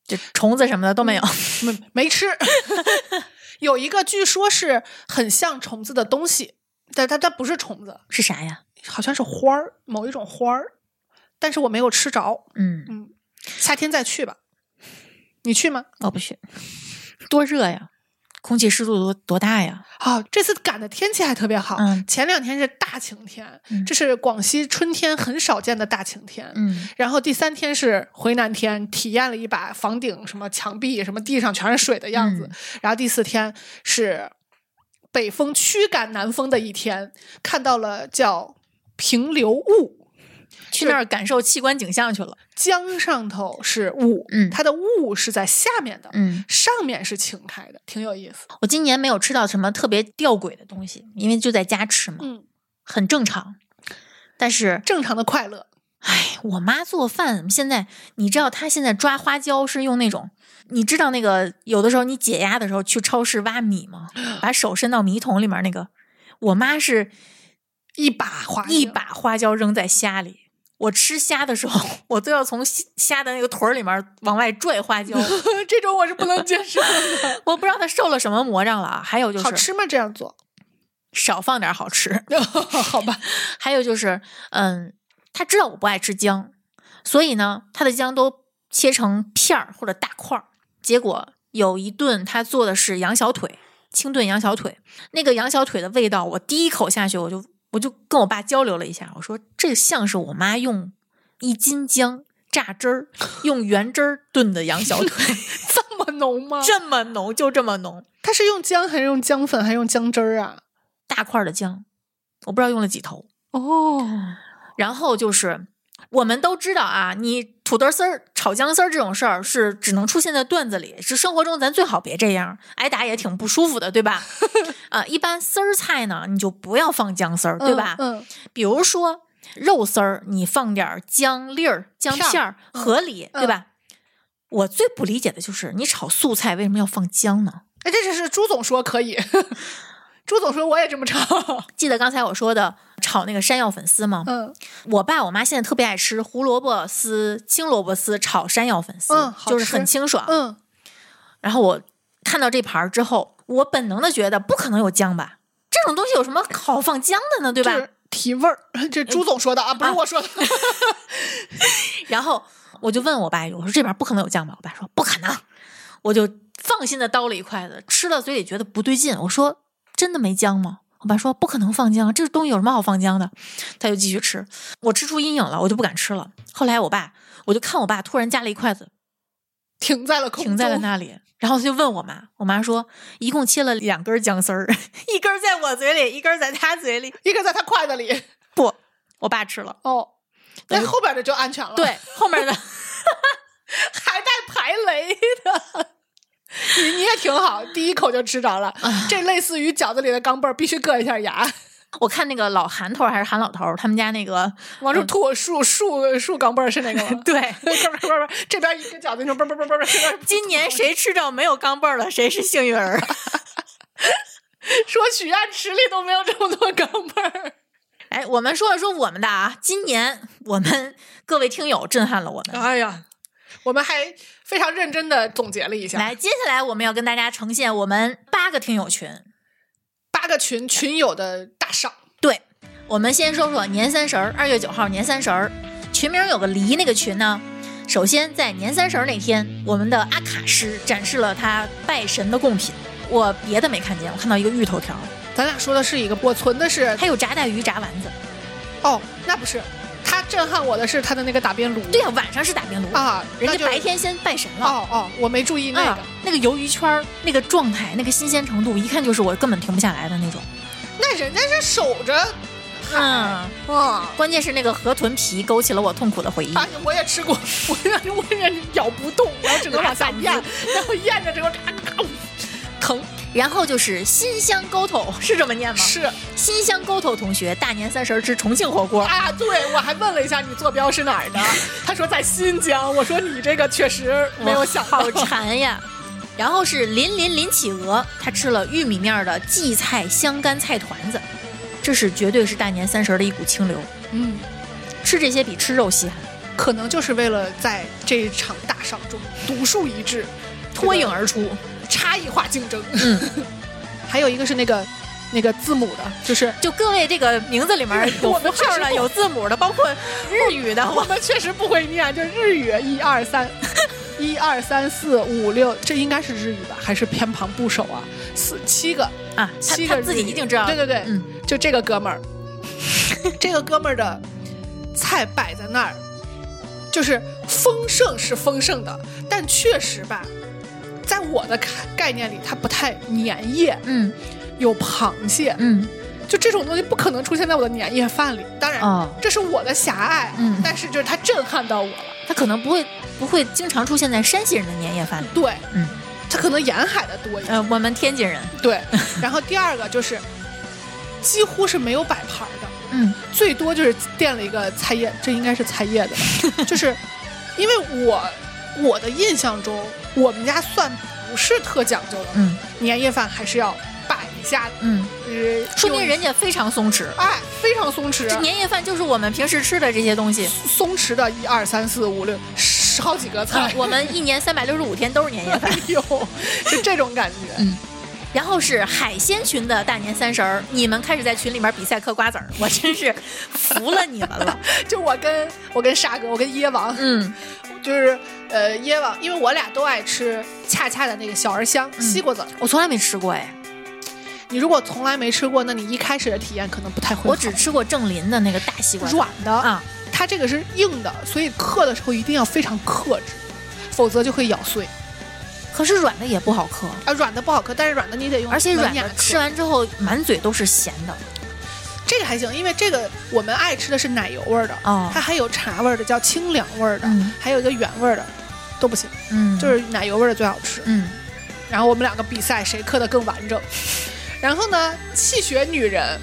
Speaker 2: 就虫子什么的都没
Speaker 3: 嗯
Speaker 2: 有。
Speaker 3: 没没吃。 有一个据说是很像虫子的东西，但它它不是虫子，
Speaker 2: 是啥呀？
Speaker 3: 好像是花儿，某一种花儿，但是我没有吃着。
Speaker 2: 嗯，
Speaker 3: 嗯，夏天再去吧。你去吗？
Speaker 2: 我不去，多热呀！空气湿度多多大呀？
Speaker 3: 啊，这次赶的天气还特别好，
Speaker 2: 嗯
Speaker 3: 前两天是大晴天，
Speaker 2: 嗯
Speaker 3: 这是广西春天很少见的大晴天。
Speaker 2: 嗯
Speaker 3: 然后第三天是回南天，体验了一把房顶、什么墙壁、什么地上全是水的样子。
Speaker 2: 嗯
Speaker 3: 然后第四天是。北风驱赶南风的一天，看到了叫平流雾。
Speaker 2: 去那儿感受器官景象去了。
Speaker 3: 江上头是雾，
Speaker 2: 嗯
Speaker 3: 它的雾是在下面的，
Speaker 2: 嗯，
Speaker 3: 上面是晴开的，挺有意思。
Speaker 2: 我今年没有吃到什么特别吊诡的东西，因为就在家吃嘛，
Speaker 3: 嗯，
Speaker 2: 很正常。但是，
Speaker 3: 正常的快乐，
Speaker 2: 哎，我妈做饭现在，你知道她现在抓花椒是用那种，你知道那个有的时候你解压的时候去超市挖米吗？把手伸到米桶里面那个，我妈是
Speaker 3: 一把花
Speaker 2: 一
Speaker 3: 椒
Speaker 2: 把花椒扔在虾里。我吃虾的时候， 我都要从虾虾的那个腿儿里面往外拽花 椒。
Speaker 3: 这种我是不能接受的。
Speaker 2: 我不知道她受了什么魔障了啊。还有 就
Speaker 3: 好
Speaker 2: 是
Speaker 3: 吃吗？这 样做？
Speaker 2: 少放点好吃。
Speaker 3: 好吧，
Speaker 2: 还有就是，嗯，他知道我不爱吃姜，所以呢，他的姜都切成片儿或者大块儿。结果有一顿他做的是羊小腿，清炖羊小腿，那个羊小腿的味道，我第一口下去，我就我就跟我爸交流了一下，我说这像是我妈用一斤姜榨汁儿，用原汁儿炖的羊小腿，
Speaker 3: 这么浓吗？
Speaker 2: 这么浓就这么浓，
Speaker 3: 它是用姜还是用姜粉还是用姜汁儿啊？
Speaker 2: 大块儿的姜，我不知道用了几头。
Speaker 3: 哦，
Speaker 2: 然后就是我们都知道啊，你土豆丝儿、炒姜丝儿这种事儿是只能出现在段子里，是生活中咱最好别这样，挨打也挺不舒服的，对吧？ 啊、一般丝儿菜呢，你就不要放姜丝儿，对吧？
Speaker 3: 嗯，
Speaker 2: 比如说肉丝儿，你放点儿姜粒儿、姜片
Speaker 3: 片
Speaker 2: 儿
Speaker 3: 儿，嗯
Speaker 2: 合理，对吧？我最不理解的就是你炒素菜为什么要放姜呢？
Speaker 3: 哎，这就是朱总说可以， 朱总说我也这 么唱。
Speaker 2: 记得刚才我说的炒那个山药粉丝吗？
Speaker 3: 嗯
Speaker 2: 我爸我妈现在特别爱吃胡萝卜丝、青萝卜丝炒山药粉丝，
Speaker 3: 嗯好
Speaker 2: 就是
Speaker 3: 吃
Speaker 2: 很清爽。
Speaker 3: 嗯，
Speaker 2: 然后我看到这盘儿之后，我本能的觉得不可能有姜吧，这种东西有什么好放姜的呢？对
Speaker 3: 就
Speaker 2: 吧？
Speaker 3: 是提味儿， 这朱总说的啊，不是
Speaker 2: 啊
Speaker 3: 我说的。
Speaker 2: 然后我就问我爸，我说这边不可能有酱吧？我爸说不可能，我就放心的叨了一筷子，吃到嘴里觉得不对劲，我说真的没姜吗？我爸说不可能放姜，这个东西有什么好放姜的？他就继续吃，我吃出阴影了，我就不敢吃了。后来我爸，我就看我爸突然夹了一筷子
Speaker 3: 停在了空中，
Speaker 2: 停在了那里，然后就问我妈，我妈说一共切了两根姜丝儿， 一根在我嘴里，一根在他嘴里，
Speaker 3: 一个在他筷子里。
Speaker 2: 不，我爸吃了，
Speaker 3: 哦，那后边的就安全了。，
Speaker 2: 对，后面的。
Speaker 3: 还带排雷的。 你你也挺好，第一口就吃着了。这类似于饺子里的钢镚儿，必须硌一下牙，
Speaker 2: 我看那个老韩头儿还是韩老头儿，他们家那个？
Speaker 3: 往出吐竖竖竖钢镚儿是那个吗
Speaker 2: 对，
Speaker 3: 不是不是不是不是这边一个饺子，你说嘣嘣嘣嘣嘣，这 边
Speaker 2: 今年谁吃着没有钢镚儿了，谁是幸运儿。
Speaker 3: 说许愿池里都没有这么多钢镚儿。
Speaker 2: 哎，我们说一说我们的啊，今年我们各位听友震撼了我们。
Speaker 3: 哎呀，我们还非常认真的总结了一下，
Speaker 2: 来，接下来我们要跟大家呈现我们八个听友群。
Speaker 3: 八个群群友的大赏，
Speaker 2: 对，我们先说说年三十儿，二月九号年三十儿，群名有个“离”那个群呢。首先，在年三十儿那天，我们的阿卡师展示了他拜神的贡品。我别的没看见，我看到一个芋头条，
Speaker 3: 咱俩说的是一个，我存的是
Speaker 2: 还有炸带鱼、炸丸子。
Speaker 3: 哦，那不是，他震撼我的是他的那个打边炉，
Speaker 2: 对呀、晚上是打边炉，
Speaker 3: 啊，
Speaker 2: 人
Speaker 3: 那
Speaker 2: 家
Speaker 3: 就
Speaker 2: 白天先拜神了。
Speaker 3: 哦哦，我没注意那个，
Speaker 2: 啊、那个鱿鱼圈儿那个状态，那个新鲜程度，一看就是我根本停不下来的那种。
Speaker 3: 那人家是守着
Speaker 2: 嗯，
Speaker 3: 啊。
Speaker 2: 关键是那个河豚皮勾起了我痛苦的回忆。
Speaker 3: 哎呀，我也吃过，我也我也咬不动，然后只能往下 咽，然后咽着之后，咔咔咔，疼。
Speaker 2: 然后就是新乡沟头，是这么念吗？
Speaker 3: 是
Speaker 2: 新乡沟头同学大年三十儿吃重庆火锅。
Speaker 3: 啊，对我还问了一下你坐标是哪儿 的，他说在新疆。我说你这个确实没有想到
Speaker 2: 好。馋呀。然后是林林林企鹅，他吃了玉米面儿的荠菜香干菜团子，这是绝对是大年三十儿的一股清流。
Speaker 3: 嗯，
Speaker 2: 吃这些比吃肉稀罕，
Speaker 3: 可能就是为了在这一场大赏中独树一帜，
Speaker 2: 脱颖而出。
Speaker 3: 差异化竞争。
Speaker 2: 嗯，
Speaker 3: 还有一个是那个那个字母的，就是
Speaker 2: 就各位这个名字里面儿有
Speaker 3: 我
Speaker 2: 符
Speaker 3: 们确
Speaker 2: 号
Speaker 3: 实
Speaker 2: 的、
Speaker 3: 不
Speaker 2: 有字母的，包括日语 的，
Speaker 3: 我
Speaker 2: 我
Speaker 3: 们确实不会念，就是日语一 二三，一二三四五六，这应该是日语吧？还是偏旁部首啊？四七个，
Speaker 2: 啊，他
Speaker 3: 七个
Speaker 2: 他自己
Speaker 3: 日语
Speaker 2: 一定知道。
Speaker 3: 对对对，
Speaker 2: 嗯，
Speaker 3: 就这个哥 们儿，这个哥们儿的菜摆在那儿，就是丰盛是丰盛的，但确实吧，在我的概念里，它不太粘液。
Speaker 2: 嗯，
Speaker 3: 有螃蟹，
Speaker 2: 嗯
Speaker 3: 就这种东西不可能出现在我的年夜饭里。当然，
Speaker 2: 哦，
Speaker 3: 这是我的狭隘，
Speaker 2: 嗯
Speaker 3: 但是就是它震撼到我了。
Speaker 2: 它可能不会不会经常出现在山西人的年夜饭里。
Speaker 3: 对，
Speaker 2: 嗯，
Speaker 3: 它可能沿海的多一点。
Speaker 2: 呃，我们天津人，
Speaker 3: 对，然后第二个就是几乎是没有摆盘儿的，
Speaker 2: 嗯
Speaker 3: 最多就是垫了一个菜叶，这应该是菜叶的 吧，就是因为我我的印象中，我们家蒜不是特讲究的，
Speaker 2: 嗯
Speaker 3: 年夜饭还是要摆一下的，
Speaker 2: 嗯，
Speaker 3: 呃，
Speaker 2: 说
Speaker 3: 有
Speaker 2: 明
Speaker 3: 一
Speaker 2: 人家非常松弛。
Speaker 3: 哎非常松弛，
Speaker 2: 这年夜饭就是我们平时吃的这些东 西，
Speaker 3: 松弛的一二三四五六十好几个
Speaker 2: 啊
Speaker 3: 菜，
Speaker 2: 我 们一年三百六十五天都是年夜饭。
Speaker 3: 哎呦，是这种感觉。
Speaker 2: 然后是海鲜群的大年三十儿，你们开始在群里面比赛嗑瓜子儿，我真是服了你们了。
Speaker 3: 就我跟我跟沙哥，我跟椰 王，
Speaker 2: 嗯
Speaker 3: 就是呃椰王，因为我俩都爱吃恰恰的那个小儿香、
Speaker 2: 嗯
Speaker 3: 西瓜籽儿。
Speaker 2: 我从来没吃过哎，
Speaker 3: 你如果从来没吃过，那你一开始的体验可能不太会好。
Speaker 2: 我只吃过郑林的那个大西瓜。
Speaker 3: 软的，
Speaker 2: 啊，
Speaker 3: 它这个是硬的，所以嗑的时候一定要非常克制，否则就会咬碎。
Speaker 2: 可是软的也不好嗑，
Speaker 3: 啊，软的不好嗑，但是软的你得用
Speaker 2: 而且软
Speaker 3: 门牙
Speaker 2: 的
Speaker 3: 嗑
Speaker 2: 吃完之后满嘴都是咸的。
Speaker 3: 这个还行，因为这个我们爱吃的是奶油味儿的，
Speaker 2: 哦
Speaker 3: 它还有茶味儿的，叫清凉味儿的，
Speaker 2: 嗯
Speaker 3: 还有一个原味儿的，都不行，
Speaker 2: 嗯，
Speaker 3: 就是奶油味儿的最好吃。
Speaker 2: 嗯
Speaker 3: 然后我们两个比赛谁刻的更完整。然后呢，气血女人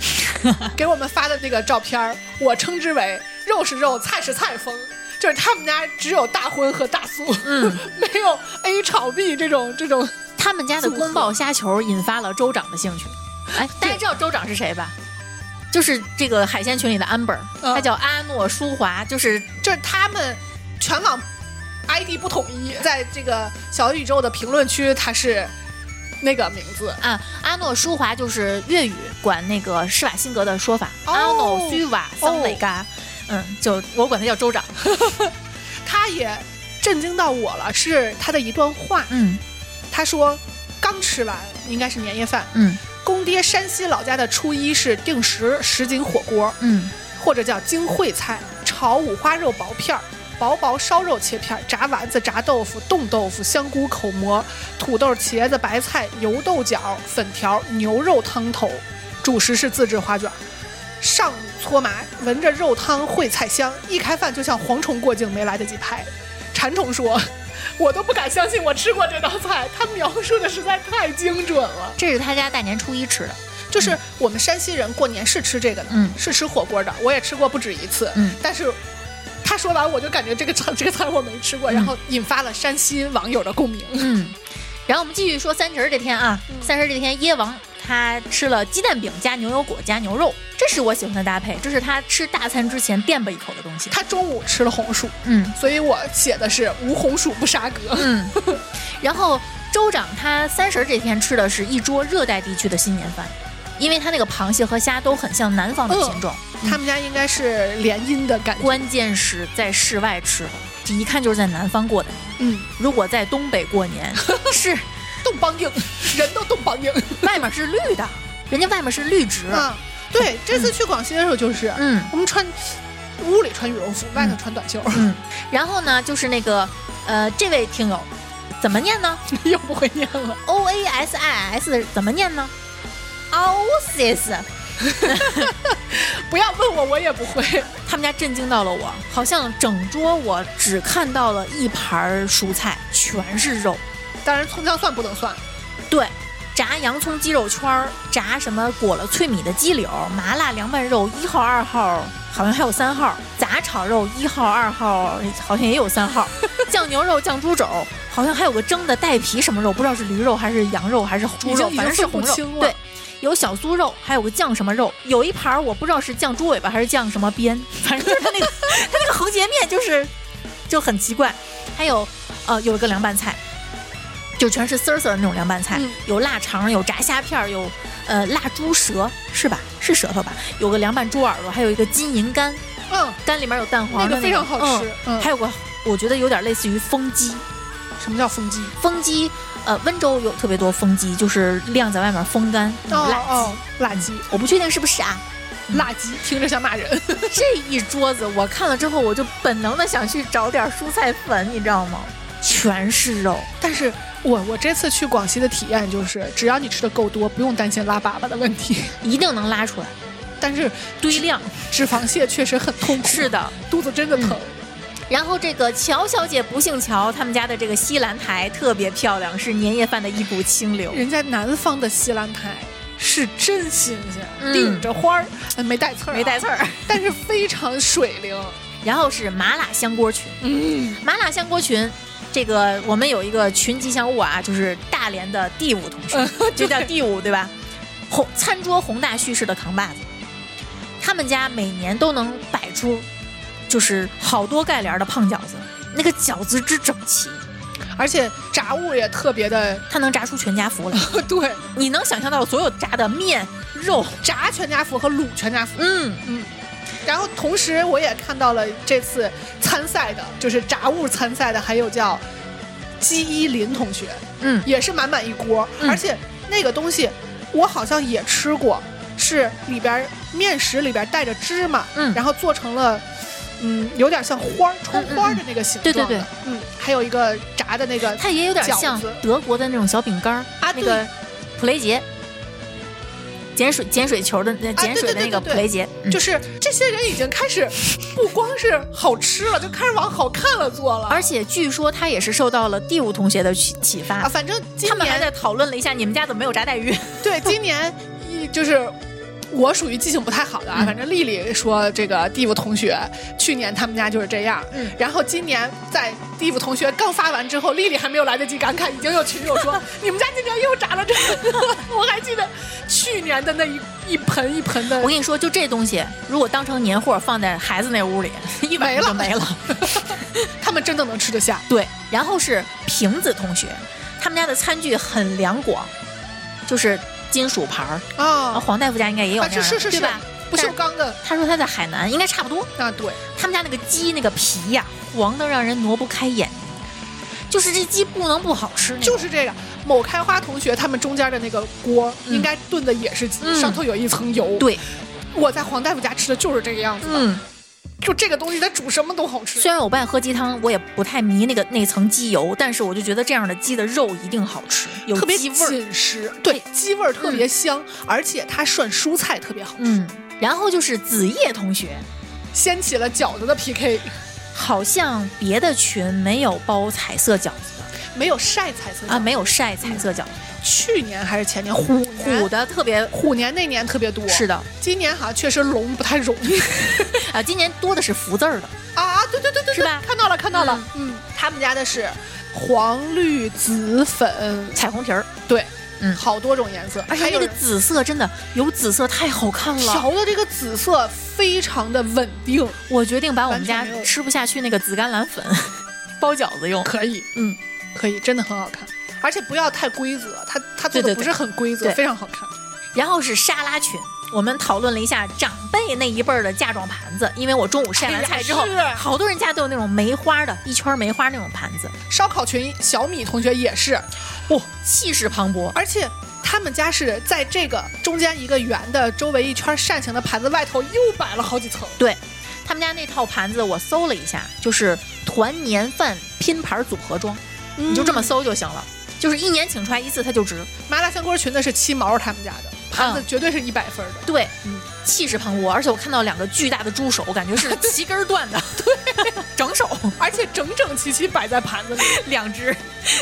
Speaker 3: 给我们发的那个照片儿，我称之为“肉是肉，菜是菜风”，就是他们家只有大荤和大素，
Speaker 2: 嗯，
Speaker 3: 没有 A 炒 B 这种这种。
Speaker 2: 他们家的宫爆虾球引发了州长的兴趣。哎，大家知道州长是谁吧？就是这个海鲜群里的 amber，、
Speaker 3: 嗯
Speaker 2: 他叫阿诺舒华，就是
Speaker 3: 就是他们全网 ID 不统一，在这个小宇宙的评论区，他是那个名字。
Speaker 2: 啊，阿诺舒华就是粤语管那个施瓦辛格的说法，
Speaker 3: 哦
Speaker 2: 阿诺舒瓦桑雷嘎，嗯，就我管他叫州长，
Speaker 3: 他也震惊到我了，是他的一段话。
Speaker 2: 嗯
Speaker 3: 他说，刚吃完，应该是年夜饭。
Speaker 2: 嗯
Speaker 3: 公爹山西老家的初一是定时什锦火锅，
Speaker 2: 嗯，
Speaker 3: 或者叫京烩菜，炒五花肉薄片儿。薄薄烧肉切片儿，炸丸子、炸豆腐、冻豆腐、香菇口蘑、土豆、茄子、白菜、油豆角、粉条、牛肉汤头，主食是自制花卷儿。上午搓麻，闻着肉汤烩菜香，一开饭就像蝗虫过境，没来得及拍。馋虫说：“我都不敢相信我吃过这道菜，他描述的实在太精准了。”
Speaker 2: 这是他家大年初一吃的，
Speaker 3: 就是我们山西人过年是吃这个的，
Speaker 2: 嗯
Speaker 3: 是吃火锅的，我也吃过不止一次，
Speaker 2: 嗯
Speaker 3: 但是。他说完，我就感觉这个菜 这个菜我没吃过，
Speaker 2: 嗯
Speaker 3: 然后引发了山西网友的共鸣。
Speaker 2: 嗯，然后我们继续说三十儿这天啊，三十儿这天椰王他吃了鸡蛋饼加牛油果加牛肉，这是我喜欢的搭配，这是他吃大餐之前垫吧一口的东西，
Speaker 3: 他中午吃了红薯，
Speaker 2: 嗯
Speaker 3: 所以我写的是无红薯不杀哥。
Speaker 2: 嗯，然后州长他三十儿这天吃的是一桌热带地区的新年饭。因为他那个螃蟹和虾都很像南方的品种，
Speaker 3: 他们家应该是联姻的感觉，
Speaker 2: 关键是在室外吃的，这一看就是在南方过的年。
Speaker 3: 嗯，
Speaker 2: 如果在东北过年，是
Speaker 3: 冻梆硬，人都冻梆硬。
Speaker 2: 外面是绿的，人家外面是绿植。
Speaker 3: 啊，对，这次去广西的时候就是，
Speaker 2: 嗯
Speaker 3: 我们穿屋里穿羽绒服，外头穿短袖，
Speaker 2: 嗯，然后呢，就是那个呃，这位听友怎么念呢
Speaker 3: 又不会念了。
Speaker 2: ？O A S I S 怎么念呢？Oasis，
Speaker 3: 不要问我，我也不会。
Speaker 2: 他们家震惊到了我，好像整桌我只看到了一盘儿蔬菜，全是肉。
Speaker 3: 当然，葱姜蒜不能算。
Speaker 2: 对，炸洋葱鸡肉圈儿，炸什么裹了脆米的鸡柳，麻辣凉拌肉一号、二号，好像还有三号，杂炒肉一号、二号，好像也有三 号，酱牛肉、酱猪肘，好像还有个蒸的带皮什么肉，不知道是驴肉还是羊肉还是猪
Speaker 3: 已经
Speaker 2: 肉，
Speaker 3: 已经
Speaker 2: 反正是
Speaker 3: 分不
Speaker 2: 红肉
Speaker 3: 清。了
Speaker 2: 对。有小酥肉，还有个酱什么肉，有一盘儿我不知道是酱猪尾巴还是酱什么边， 反正就是它那个它那个横截面就是就很奇怪。还有呃有一个凉拌菜，就全是丝儿丝儿的那种凉拌菜，
Speaker 3: 嗯
Speaker 2: 有腊肠，有炸虾片儿，有呃腊猪舌是吧？是舌头吧？有个凉拌猪耳朵，还有一个金银肝，
Speaker 3: 嗯，
Speaker 2: 肝里面有蛋黄
Speaker 3: 那
Speaker 2: 的
Speaker 3: 个
Speaker 2: 那
Speaker 3: 非
Speaker 2: 个
Speaker 3: 常好吃。
Speaker 2: 嗯
Speaker 3: 嗯，
Speaker 2: 还有个我觉得有点类似于风鸡，
Speaker 3: 什么叫风鸡？
Speaker 2: 风鸡呃温州有特别多风鸡，就是晾在外面风干那种辣鸡。
Speaker 3: 哦，辣鸡，
Speaker 2: 我不确定是不是啊， 嗯
Speaker 3: 辣鸡，听着像骂人。
Speaker 2: 这一桌子我看了之后，我就本能的想去找点蔬菜粉，你知道吗？全是肉。
Speaker 3: 但是我我这次去广西的体验就是，只要你吃的够多，不用担心拉粑粑的问题。
Speaker 2: 一定能拉出来，
Speaker 3: 但是
Speaker 2: 堆量
Speaker 3: 脂肪蟹确实很痛苦，
Speaker 2: 是的。
Speaker 3: 肚子真的疼。
Speaker 2: 然后这个乔小姐不姓乔，他们家的这个西兰台特别漂亮，是年夜饭的一股清流。
Speaker 3: 人家南方的西兰苔是真新鲜，
Speaker 2: 嗯
Speaker 3: 顶着花儿，呃没带刺儿、
Speaker 2: 没带， 刺儿，
Speaker 3: 但是非常水灵。
Speaker 2: 然后是麻辣香锅群，
Speaker 3: 嗯，
Speaker 2: 麻辣香锅群，这个我们有一个群吉祥物啊，就是大连的第五同学， 就叫第五，对吧？宏餐桌宏大叙事的扛把子，他们家每年都能摆出就是好多盖帘儿的胖饺子，那个饺子之整齐，
Speaker 3: 而且炸物也特别的，
Speaker 2: 它能炸出全家福来。
Speaker 3: 对，
Speaker 2: 你能想象到所有炸的面、肉，
Speaker 3: 炸全家福和卤全家福。
Speaker 2: 嗯，
Speaker 3: 然后同时我也看到了这次参赛的，就是炸物参赛的，还有叫姬依林同学，
Speaker 2: 嗯
Speaker 3: 也是满满一锅，
Speaker 2: 嗯
Speaker 3: 而且那个东西我好像也吃过，是里边儿面食里边儿带着芝麻，
Speaker 2: 嗯
Speaker 3: 然后做成了。嗯，有点像花儿穿花儿的那个形状
Speaker 2: 嗯嗯
Speaker 3: 的
Speaker 2: 嗯对对对，
Speaker 3: 嗯，还有一个炸的那个，
Speaker 2: 它也有点像
Speaker 3: 饺子
Speaker 2: 德国的那种小饼干儿
Speaker 3: 啊
Speaker 2: 那个普雷杰，碱水碱水球的那
Speaker 3: 啊对
Speaker 2: 碱水的那个
Speaker 3: 对对对对
Speaker 2: 普雷杰，嗯
Speaker 3: 就是这些人已经开始不光是好吃了，就开始往好看了做了。
Speaker 2: 而且据说他也是受到了第五同学的启启
Speaker 3: 啊，
Speaker 2: 发，
Speaker 3: 反正今
Speaker 2: 他们还
Speaker 3: 年
Speaker 2: 在讨论了一下你们家怎么没有炸带 鱼。
Speaker 3: 对，今年一就是我属于记性不太好的啊，
Speaker 2: 嗯
Speaker 3: 反正丽丽说这个蒂夫同学去年他们家就是这样，
Speaker 2: 嗯
Speaker 3: 然后今年在蒂夫同学刚发完之后，丽丽还没有来得及感慨，已经有群友 说你们家今年又炸了这个， 我还记得去年的那一一盆一盆的
Speaker 2: 我跟你说，就这东西，如果当成年货放在孩子那屋 里，一晚
Speaker 3: 没
Speaker 2: 上就
Speaker 3: 了
Speaker 2: 没 了。，
Speaker 3: 他们真的能吃得下，
Speaker 2: 对，然后是瓶子同学，他们家的餐具很两广，就是金属盘儿，啊，
Speaker 3: 啊
Speaker 2: 黄大夫家应该也有
Speaker 3: 啊
Speaker 2: 那样的，
Speaker 3: 是是是
Speaker 2: 对
Speaker 3: 是
Speaker 2: 吧？，
Speaker 3: 不锈
Speaker 2: 但
Speaker 3: 钢的
Speaker 2: 他说他在海南应该差不多，
Speaker 3: 啊，对，
Speaker 2: 他们家那个鸡那个皮呀、黄的让人挪不开眼，就是这鸡不能不好吃那种。
Speaker 3: 就是这个某开花同学他们中间的那个锅，
Speaker 2: 嗯
Speaker 3: 应该炖的也是鸡，
Speaker 2: 嗯
Speaker 3: 上头有一层油。
Speaker 2: 对，
Speaker 3: 我在黄大夫家吃的就是这个样子的，
Speaker 2: 嗯，
Speaker 3: 就这个东西它煮什么都好吃
Speaker 2: 虽。然我不爱喝鸡汤，我也不太迷那个那层鸡油，但是我就觉得这样的鸡的肉一定好吃，有
Speaker 3: 特别
Speaker 2: 鸡味嗯儿。
Speaker 3: 紧实，对，鸡味儿特别香，而且它涮蔬菜特别好，
Speaker 2: 嗯，然后就是子夜同学，
Speaker 3: 掀起了饺子的 PK，
Speaker 2: 好像别的群没有包彩色饺子
Speaker 3: 没有晒彩色
Speaker 2: 的啊，
Speaker 3: 饺子。
Speaker 2: 没有晒彩色饺子，
Speaker 3: 去年还是前年虎
Speaker 2: 虎
Speaker 3: 虎
Speaker 2: 的特别
Speaker 3: 虎年那年特别多，
Speaker 2: 是的
Speaker 3: 今年好像确实龙不太容 易
Speaker 2: 啊，今年多的是福字儿的，
Speaker 3: 啊！对对对对，
Speaker 2: 是吧
Speaker 3: 对看到了看到了，嗯，他们家的是黄绿紫粉
Speaker 2: 彩虹皮儿，
Speaker 3: 对，
Speaker 2: 嗯
Speaker 3: 好多种颜色，
Speaker 2: 而且
Speaker 3: 还
Speaker 2: 那
Speaker 3: 有
Speaker 2: 个紫色真的有紫色太好看了，
Speaker 3: 调的这个紫色非常的稳定，
Speaker 2: 我决定把我们
Speaker 3: 完
Speaker 2: 家
Speaker 3: 全没有
Speaker 2: 吃不下去那个紫甘蓝粉 包饺子用。
Speaker 3: 可以，
Speaker 2: 嗯，
Speaker 3: 可以，真的很好看，而且不要太规则，它它
Speaker 2: 对
Speaker 3: 做
Speaker 2: 对对
Speaker 3: 的不是很规则，
Speaker 2: 对
Speaker 3: 非常好看。
Speaker 2: 然后是沙拉群，我们讨论了一下长辈那一辈儿的嫁妆盘子，因为我中午晒完菜之后，
Speaker 3: 哎呀是
Speaker 2: 好多人家都有那种梅花的，一圈梅花那种盘子，
Speaker 3: 烧烤群小米同学也是，哦
Speaker 2: 哇、气势磅礴。
Speaker 3: 而且他们家是在这个中间一个圆的，周围一圈扇形的盘子外头又摆了好几层，
Speaker 2: 对他们家那套盘子，我搜了一下，就是团年饭拼盘组合装，
Speaker 3: 你
Speaker 2: 你就
Speaker 3: 就
Speaker 2: 这
Speaker 3: 这
Speaker 2: 么
Speaker 3: 么
Speaker 2: 搜就行了。就是一年请出来一次，它就值。
Speaker 3: 麻辣香锅群的是七毛他们家的盘子
Speaker 2: 嗯，
Speaker 3: 绝对是一百分的。
Speaker 2: 对，气势磅礴，而且我看到两个巨大的猪手，感觉 是齐根儿断的，对，整手
Speaker 3: 而且整整齐齐摆在盘子里，
Speaker 2: 两只，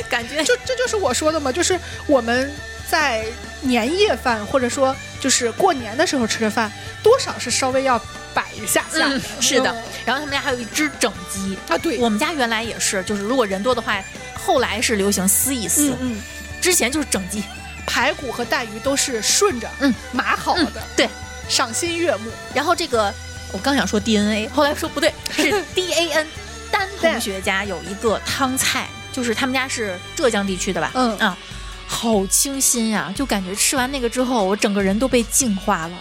Speaker 2: 感觉
Speaker 3: 就这就是我说的嘛，就是我们在年夜饭或者说就是过年的时候吃的饭，多少是稍微要摆一下下的、
Speaker 2: 嗯是的
Speaker 3: 嗯
Speaker 2: 然后他们家还有一只整鸡，
Speaker 3: 啊，对，
Speaker 2: 我们家原来也是，就是如果人多的话，后来是流行撕一撕
Speaker 3: 嗯，嗯，
Speaker 2: 之前就是整鸡。
Speaker 3: 排骨和带鱼都是顺着
Speaker 2: 嗯
Speaker 3: 码好的，
Speaker 2: 对，
Speaker 3: 赏心悦目。
Speaker 2: 然后这个我刚想说 DNA，后来说不对， 是 DAN。丹同学家有一个汤菜，就是他们家是浙江地区的吧？
Speaker 3: 嗯
Speaker 2: 啊，好清新呀、就感觉吃完那个之后，我整个人都被净化了。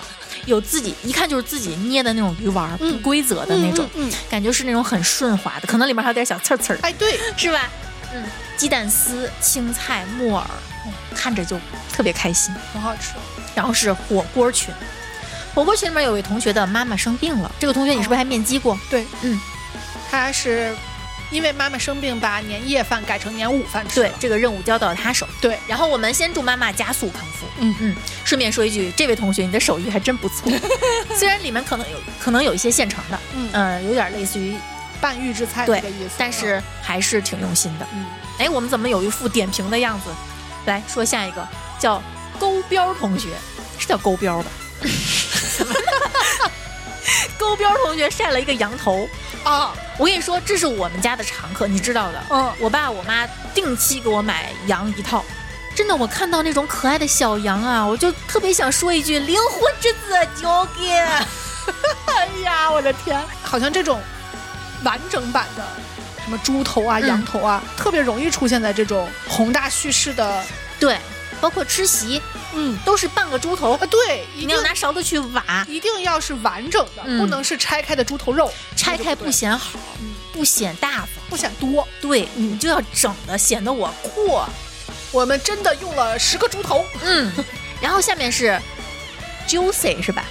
Speaker 2: 有自己一看就是自己捏的那种鱼丸儿，
Speaker 3: 嗯
Speaker 2: 不规则的那种，
Speaker 3: 嗯，嗯嗯
Speaker 2: 感觉是那种很顺滑的，可能里面还有点小刺儿刺儿的。
Speaker 3: 哎，对，
Speaker 2: 是吧？嗯，鸡蛋丝、青菜、木耳，
Speaker 3: 嗯
Speaker 2: 哦看着就特别开心。
Speaker 3: 很好吃。
Speaker 2: 然后是火锅群，火锅群里面
Speaker 3: 哦
Speaker 2: 有位同学的妈妈生病了，这个同学你是不是还面基过？
Speaker 3: 对，
Speaker 2: 嗯，
Speaker 3: 它是因为妈妈生病，把年夜饭改成年午饭吃
Speaker 2: 对
Speaker 3: 了。，
Speaker 2: 这个任务交到了他手。
Speaker 3: 对，
Speaker 2: 然后我们先祝妈妈加速康复。
Speaker 3: 嗯
Speaker 2: 嗯，顺便说一句，这位同学你的手艺还真不 错，虽然里面可能有可能有一些现成的，
Speaker 3: 嗯
Speaker 2: 呃，有点类似于，
Speaker 3: 半预制菜
Speaker 2: 对
Speaker 3: 那个意思。
Speaker 2: 但是还是挺用心的。
Speaker 3: 嗯，
Speaker 2: 哎，我们怎么有一副点评的样子？来说下一个叫勾标同学，是叫勾标吧？ 勾标同学晒了一个羊头，
Speaker 3: 嗯哦，
Speaker 2: 我跟你说，这是我们家的常客，你知道的。
Speaker 3: 嗯，
Speaker 2: 我爸我妈定期给我买羊一套。真的，我看到那种可爱的小羊啊，我就特别想说一句：“灵魂之子交给。” 哎呀，我的天！
Speaker 3: 好像这种完整版的什么猪头啊、
Speaker 2: 嗯
Speaker 3: 羊头啊，特别容易出现在这种宏大叙事的。
Speaker 2: 对，包括吃席
Speaker 3: 嗯，
Speaker 2: 都是半个猪头
Speaker 3: 啊，，对，一
Speaker 2: 你
Speaker 3: 定
Speaker 2: 要拿勺子去挖，
Speaker 3: 一定要是完整的，
Speaker 2: 嗯
Speaker 3: 不能是拆开的猪头肉，
Speaker 2: 拆开不
Speaker 3: 那就
Speaker 2: 显好
Speaker 3: 嗯，
Speaker 2: 不显大方。
Speaker 3: 不对不显多。
Speaker 2: 对，你就要整的显得我阔。
Speaker 3: 我们真的用了十个猪头，
Speaker 2: 嗯， 然后下面是 juicy 是吧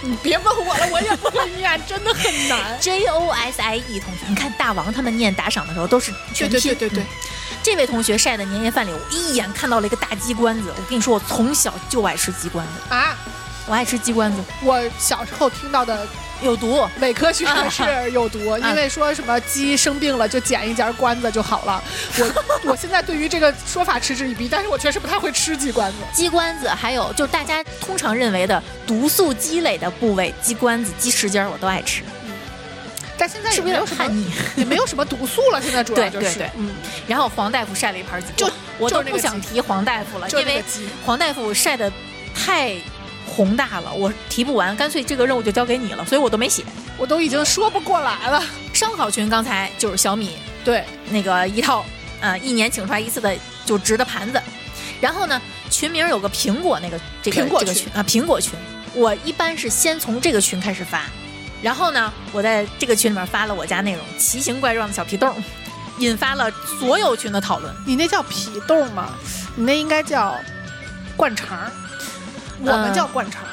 Speaker 3: 你别问我了，我 也不
Speaker 2: 哎
Speaker 3: 会念，真的很难。
Speaker 2: ？J O S I E 同学，你看大王他们念打赏的时候都是
Speaker 3: 对
Speaker 2: 全
Speaker 3: 对
Speaker 2: 拼。
Speaker 3: 对对对
Speaker 2: 嗯，这位同学晒的年夜饭里，我一眼看到了一个大鸡冠子。我跟你说，我从小就爱吃鸡冠子，
Speaker 3: 啊！
Speaker 2: 我爱吃鸡冠子，
Speaker 3: 我小时候听到的
Speaker 2: 有毒。
Speaker 3: 伪科学是有毒，
Speaker 2: 嗯啊
Speaker 3: 因为说什么鸡生病了就剪一截关子就好了。 我我现在对于这个说法嗤之以鼻，但是我确实不太会吃鸡关子。
Speaker 2: 鸡冠子，还有就是大家通常认为的毒素积累的部位，鸡冠子、鸡翅尖儿我都爱吃，
Speaker 3: 但现在
Speaker 2: 是
Speaker 3: 也
Speaker 2: 不
Speaker 3: 没
Speaker 2: 是有
Speaker 3: 有
Speaker 2: 点
Speaker 3: 什
Speaker 2: 叛
Speaker 3: 么，
Speaker 2: 逆？
Speaker 3: 也没有什么毒素了。现在主要
Speaker 2: 对
Speaker 3: 就
Speaker 2: 对
Speaker 3: 是，
Speaker 2: 对
Speaker 3: 嗯，
Speaker 2: 然后黄大夫晒了一盘鸡，
Speaker 3: 就
Speaker 2: 我我都
Speaker 3: 就那个
Speaker 2: 不想
Speaker 3: 鸡
Speaker 2: 提黄大夫了，
Speaker 3: 就
Speaker 2: 因
Speaker 3: 那个
Speaker 2: 为
Speaker 3: 鸡，
Speaker 2: 黄大夫晒的太宏大了，我提不完，干脆这个任务就交给你了，所以我都没写。
Speaker 3: 我都已经说不过来了。
Speaker 2: 烧烤群刚才就是小米
Speaker 3: 对，
Speaker 2: 那个一套，呃，一年请出来一次的就值的盘子。然后呢，群名有个苹果那个这个
Speaker 3: 苹果
Speaker 2: 这个
Speaker 3: 群
Speaker 2: 群啊，苹果群。我一般是先从这个群开始发，然后呢，我在这个群里面发了我家那种奇形怪状的小皮豆，引发了所有群的讨论。
Speaker 3: 你那叫皮冻吗？你那应该叫灌肠儿，我们
Speaker 2: 嗯
Speaker 3: 叫灌肠儿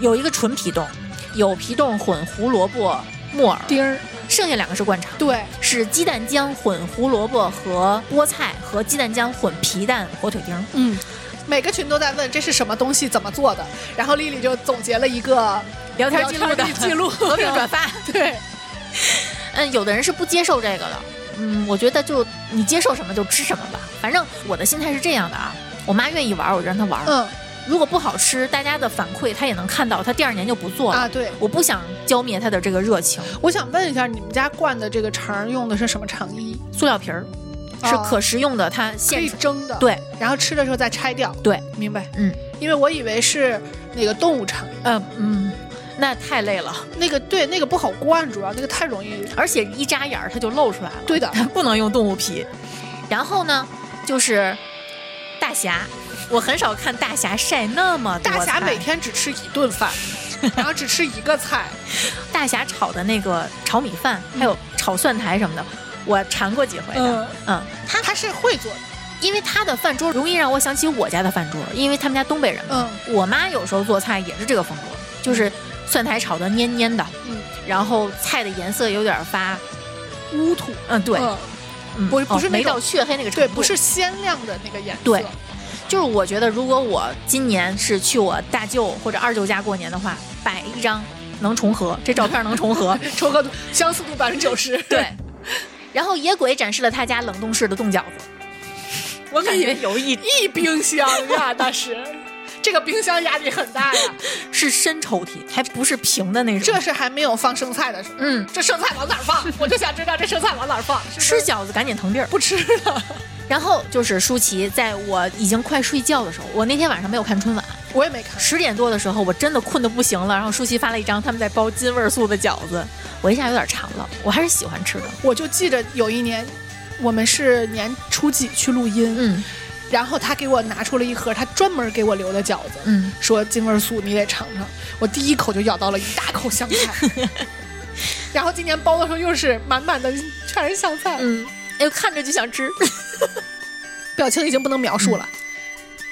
Speaker 2: 有一个纯皮冻，有皮冻混胡萝卜、木耳，
Speaker 3: 丁儿。
Speaker 2: 剩下两个是灌肠，
Speaker 3: 对，
Speaker 2: 是鸡蛋浆混胡萝卜和菠菜和鸡蛋浆混皮蛋火腿丁。
Speaker 3: 嗯。每个群都在问这是什么东西，怎么做的，然后丽丽就总结了一个
Speaker 2: 聊天记录的
Speaker 3: 聊天记 录
Speaker 2: 合并转发。
Speaker 3: 对，
Speaker 2: 嗯，有的人是不接受这个的。嗯，我觉得就你接受什么就吃什么吧。反正我的心态是这样的啊，我妈愿意玩儿，我就让她玩儿。
Speaker 3: 嗯
Speaker 2: 如果不好吃，大家的反馈她也能看到，她第二年就不做了。
Speaker 3: 啊，对，
Speaker 2: 我不想浇灭她的这个热情。
Speaker 3: 我想问一下，你们家灌的这个肠儿用的是什么肠衣？
Speaker 2: 塑料皮儿是
Speaker 3: 哦
Speaker 2: 可食用的，它
Speaker 3: 可
Speaker 2: 现
Speaker 3: 以
Speaker 2: 成
Speaker 3: 蒸的，，
Speaker 2: 对，
Speaker 3: 然后吃的时候再拆掉。
Speaker 2: 对，
Speaker 3: 明白。
Speaker 2: 嗯，
Speaker 3: 因为我以为是那个动物肠衣，
Speaker 2: 呃嗯，那太累了，
Speaker 3: 那个对那个不好灌，主要那个太容易。
Speaker 2: 而且一眨眼儿它就露出来了。
Speaker 3: 对的，
Speaker 2: 不能用动物皮。然后呢，就是大侠，我很少看大侠晒那么多
Speaker 3: 大侠
Speaker 2: 菜
Speaker 3: 每天只吃一顿饭，然后只吃一个菜，
Speaker 2: 大侠炒的那个炒米饭，还有炒蒜苔什么的，我馋过几回的。
Speaker 3: 嗯，
Speaker 2: 嗯，他
Speaker 3: 他是会做的，
Speaker 2: 因为他的饭桌容易让我想起我家的饭桌，因为他们家东北人嘛。
Speaker 3: 嗯
Speaker 2: 我妈有时候做菜也是这个风格，就是蒜苔炒的蔫蔫的，
Speaker 3: 嗯，
Speaker 2: 然后菜的颜色有点发，
Speaker 3: 乌土，
Speaker 2: 嗯，对，
Speaker 3: 嗯
Speaker 2: 嗯
Speaker 3: 不是不
Speaker 2: 哦
Speaker 3: 是那
Speaker 2: 没
Speaker 3: 种
Speaker 2: 到血黑那个程
Speaker 3: 对，
Speaker 2: 度，
Speaker 3: 不是鲜亮的那个颜色，
Speaker 2: 对就是我觉得，如果我今年是去我大舅或者二舅家过年的话，摆一张能重合，这照片能重 合。
Speaker 3: 重合度相似度百分之九十，
Speaker 2: 对，，然后野鬼展示了他家冷冻室的冻饺子，我感觉有一
Speaker 3: 一冰箱呀，那 是，这个冰箱压力很大呀，
Speaker 2: 是深抽屉，还不是平的那种。
Speaker 3: 这是还没有放剩菜的时候，
Speaker 2: 嗯，
Speaker 3: 这剩菜往哪儿 放？我就想知道这剩菜往哪儿放，是不
Speaker 2: 吃
Speaker 3: 是
Speaker 2: 饺子赶紧腾地儿。
Speaker 3: 不吃了？
Speaker 2: 然后就是舒淇，在我已经快睡觉的时候，我那天晚上没有看春晚，
Speaker 3: 我也没看，
Speaker 2: 十点多的时候我真的困得不行了，然后舒淇发了一张他们在包金味素的饺子，我一下有点馋了，我还是喜欢吃的。
Speaker 3: 我就记着有一年，我们是年初几去录音，
Speaker 2: 嗯
Speaker 3: 然后他给我拿出了一盒他专门给我留的饺子，
Speaker 2: 嗯。
Speaker 3: 说金味素你得尝尝。我第一口就咬到了一大口香 菜，然后今年包的时候又是满满的全是香菜，
Speaker 2: 嗯，哎呦，看着就想吃。
Speaker 3: 表情已经不能描述了。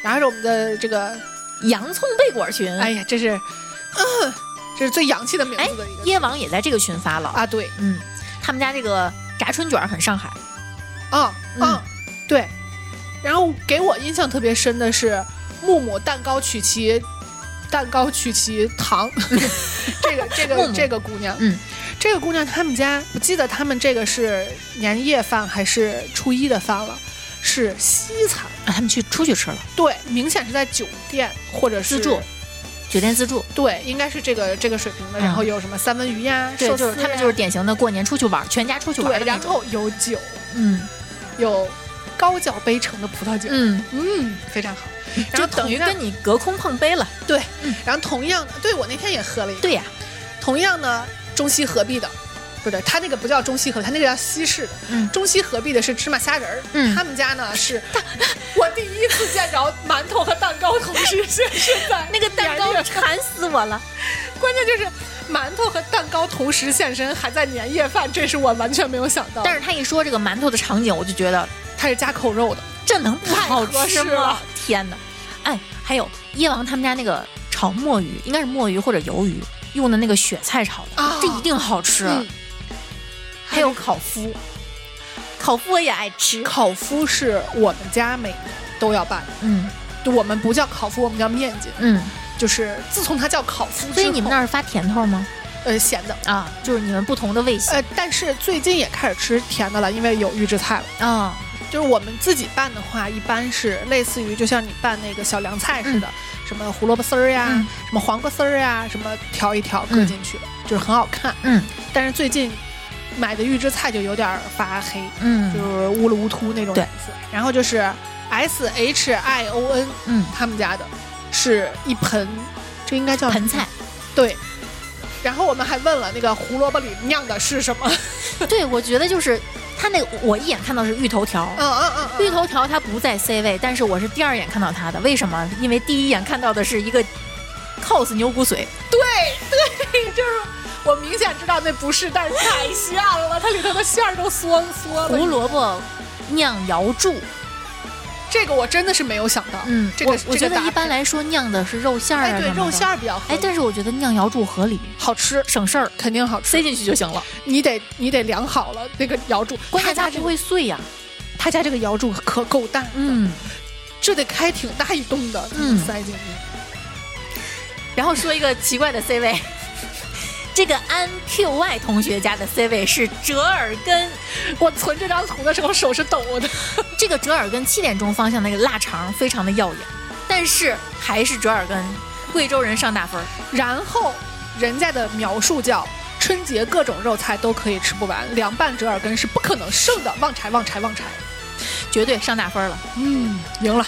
Speaker 3: 然后嗯是我们的这个，
Speaker 2: 洋葱贝果群，
Speaker 3: 哎呀，这是，呃这是最洋气的名字的一个、
Speaker 2: 椰王也在这个群发了。
Speaker 3: 啊，对，
Speaker 2: 嗯，他们家这个炸春卷儿很上海，
Speaker 3: 嗯
Speaker 2: 嗯
Speaker 3: 嗯，对。然后给我印象特别深的是木木蛋糕曲奇，蛋糕曲奇 糖，这个这
Speaker 2: 木
Speaker 3: 个
Speaker 2: 木
Speaker 3: 这个姑娘，
Speaker 2: 嗯，
Speaker 3: 这个姑娘他们家，我记得他们这个是年夜饭还是初一的饭了，是西餐，
Speaker 2: 啊他们去出去吃了，
Speaker 3: 对，明显是在酒店或者是
Speaker 2: 自助酒店自助，
Speaker 3: 对，应该是这个这个水平的。
Speaker 2: 嗯
Speaker 3: 然后有什么三文鱼呀、
Speaker 2: 对，
Speaker 3: 寿
Speaker 2: 就是啊
Speaker 3: 司
Speaker 2: 他们
Speaker 3: 呀
Speaker 2: 就是典型的过年出去玩儿，全家出去玩儿
Speaker 3: 对，
Speaker 2: 的那
Speaker 3: 然
Speaker 2: 种。
Speaker 3: 后有酒，
Speaker 2: 嗯
Speaker 3: 有高脚杯盛的葡萄酒，
Speaker 2: 嗯，
Speaker 3: 嗯，非常好。然
Speaker 2: 就
Speaker 3: 后等
Speaker 2: 等于
Speaker 3: 一下
Speaker 2: 跟你隔空碰杯了。
Speaker 3: 对，然后同样的，对我那天也喝了一个，
Speaker 2: 对呀、
Speaker 3: 同样呢，中西合璧的，不对，他那个不叫中西合，他那个叫西式的。
Speaker 2: 嗯
Speaker 3: 中西合璧的是芝麻虾仁儿，
Speaker 2: 嗯
Speaker 3: 他们家呢是，我第一次见着馒头和蛋糕同时是是 在
Speaker 2: 哎那个蛋
Speaker 3: 年
Speaker 2: 糕
Speaker 3: 夜
Speaker 2: 馋死我了。
Speaker 3: 关键就是馒头和蛋糕同时现身，还在年夜饭，这是我完全没有想到的。
Speaker 2: 但是他一说这个馒头的场景，我就觉得
Speaker 3: 它是加扣肉的，
Speaker 2: 这能不好
Speaker 3: 太合
Speaker 2: 吃
Speaker 3: 适
Speaker 2: 吗
Speaker 3: 了？
Speaker 2: 天哪！哎，还有椰王他们家那个炒墨鱼，应该是墨鱼或者鱿鱼用的那个雪菜炒的，
Speaker 3: 啊
Speaker 2: 这一定好吃。
Speaker 3: 嗯
Speaker 2: 还有烤麸，烤麸我也爱吃。
Speaker 3: 烤麸是我们家每年都要办
Speaker 2: 嗯
Speaker 3: 的，我们不叫烤麸，我们叫面筋。
Speaker 2: 嗯，
Speaker 3: 就是自从它叫烤麸之后，
Speaker 2: 所以你们那儿发甜头吗？
Speaker 3: 呃咸的，
Speaker 2: 啊，就是你们不同的味型
Speaker 3: 呃，但是最近也开始吃甜的了，因为有预制菜了。
Speaker 2: 啊。
Speaker 3: 就是我们自己拌的话，一般是类似于就像你拌那个小凉菜似的，什么胡萝卜丝儿呀、
Speaker 2: 嗯
Speaker 3: 什么黄瓜丝儿呀，什么调一调搁进去，就是很好看。
Speaker 2: 嗯
Speaker 3: 但是最近买的预制菜就有点儿发黑，就
Speaker 2: 嗯
Speaker 3: 是乌噜乌秃那种
Speaker 2: 对
Speaker 3: 颜色。然后就是 S H I O N
Speaker 2: 嗯，
Speaker 3: 他们家的，是一盆，这应该叫
Speaker 2: 盆菜。
Speaker 3: 对。然后我们还问了那个胡萝卜里酿的是什么？
Speaker 2: 对，我觉得就是他那个，我一眼看到是芋头条。
Speaker 3: 嗯嗯嗯
Speaker 2: 芋
Speaker 3: 嗯，
Speaker 2: 头条它不在 C 位，但是我是第二眼看到它的，为什么？因为第一眼看到的是一个 cos 牛骨髓，
Speaker 3: 我明显知道那不是，但是太像了，它里头的馅儿都缩缩了。
Speaker 2: 胡萝卜酿瑶柱。
Speaker 3: 这个我真的是没有想 到。
Speaker 2: 嗯，
Speaker 3: 这个
Speaker 2: 我我觉
Speaker 3: 这个搭
Speaker 2: 得
Speaker 3: 配
Speaker 2: 一般来说酿的是肉馅儿啊
Speaker 3: 哎，对，
Speaker 2: 什么的
Speaker 3: 肉馅。儿比较合
Speaker 2: 哎，
Speaker 3: 理
Speaker 2: 但是我觉得酿瑶柱合理，
Speaker 3: 好吃，
Speaker 2: 省事儿，
Speaker 3: 肯定好吃。
Speaker 2: 塞进去就行了。
Speaker 3: 你得你得量好了那个瑶柱，
Speaker 2: 关键
Speaker 3: 他
Speaker 2: 它
Speaker 3: 家
Speaker 2: 不
Speaker 3: 这个
Speaker 2: 会碎呀、
Speaker 3: 他家这个瑶柱可够大，，
Speaker 2: 嗯，
Speaker 3: 这得开挺大一洞的，
Speaker 2: 嗯
Speaker 3: 塞进去。
Speaker 2: 然后说一个奇怪的 C 位。 这个安 Q Y 同学家的 C 位是折耳根，
Speaker 3: 我存这张图的时候手是抖的，
Speaker 2: 这个折耳根七点钟方向那个腊肠非常的耀眼，但是还是折耳根，贵州人上大分儿。
Speaker 3: 然后人家的描述叫。春节各种肉菜都可以吃不完，凉拌折耳根是不可能剩的。旺柴，旺柴，旺柴。
Speaker 2: 绝对上大分儿了。
Speaker 3: 嗯，赢了。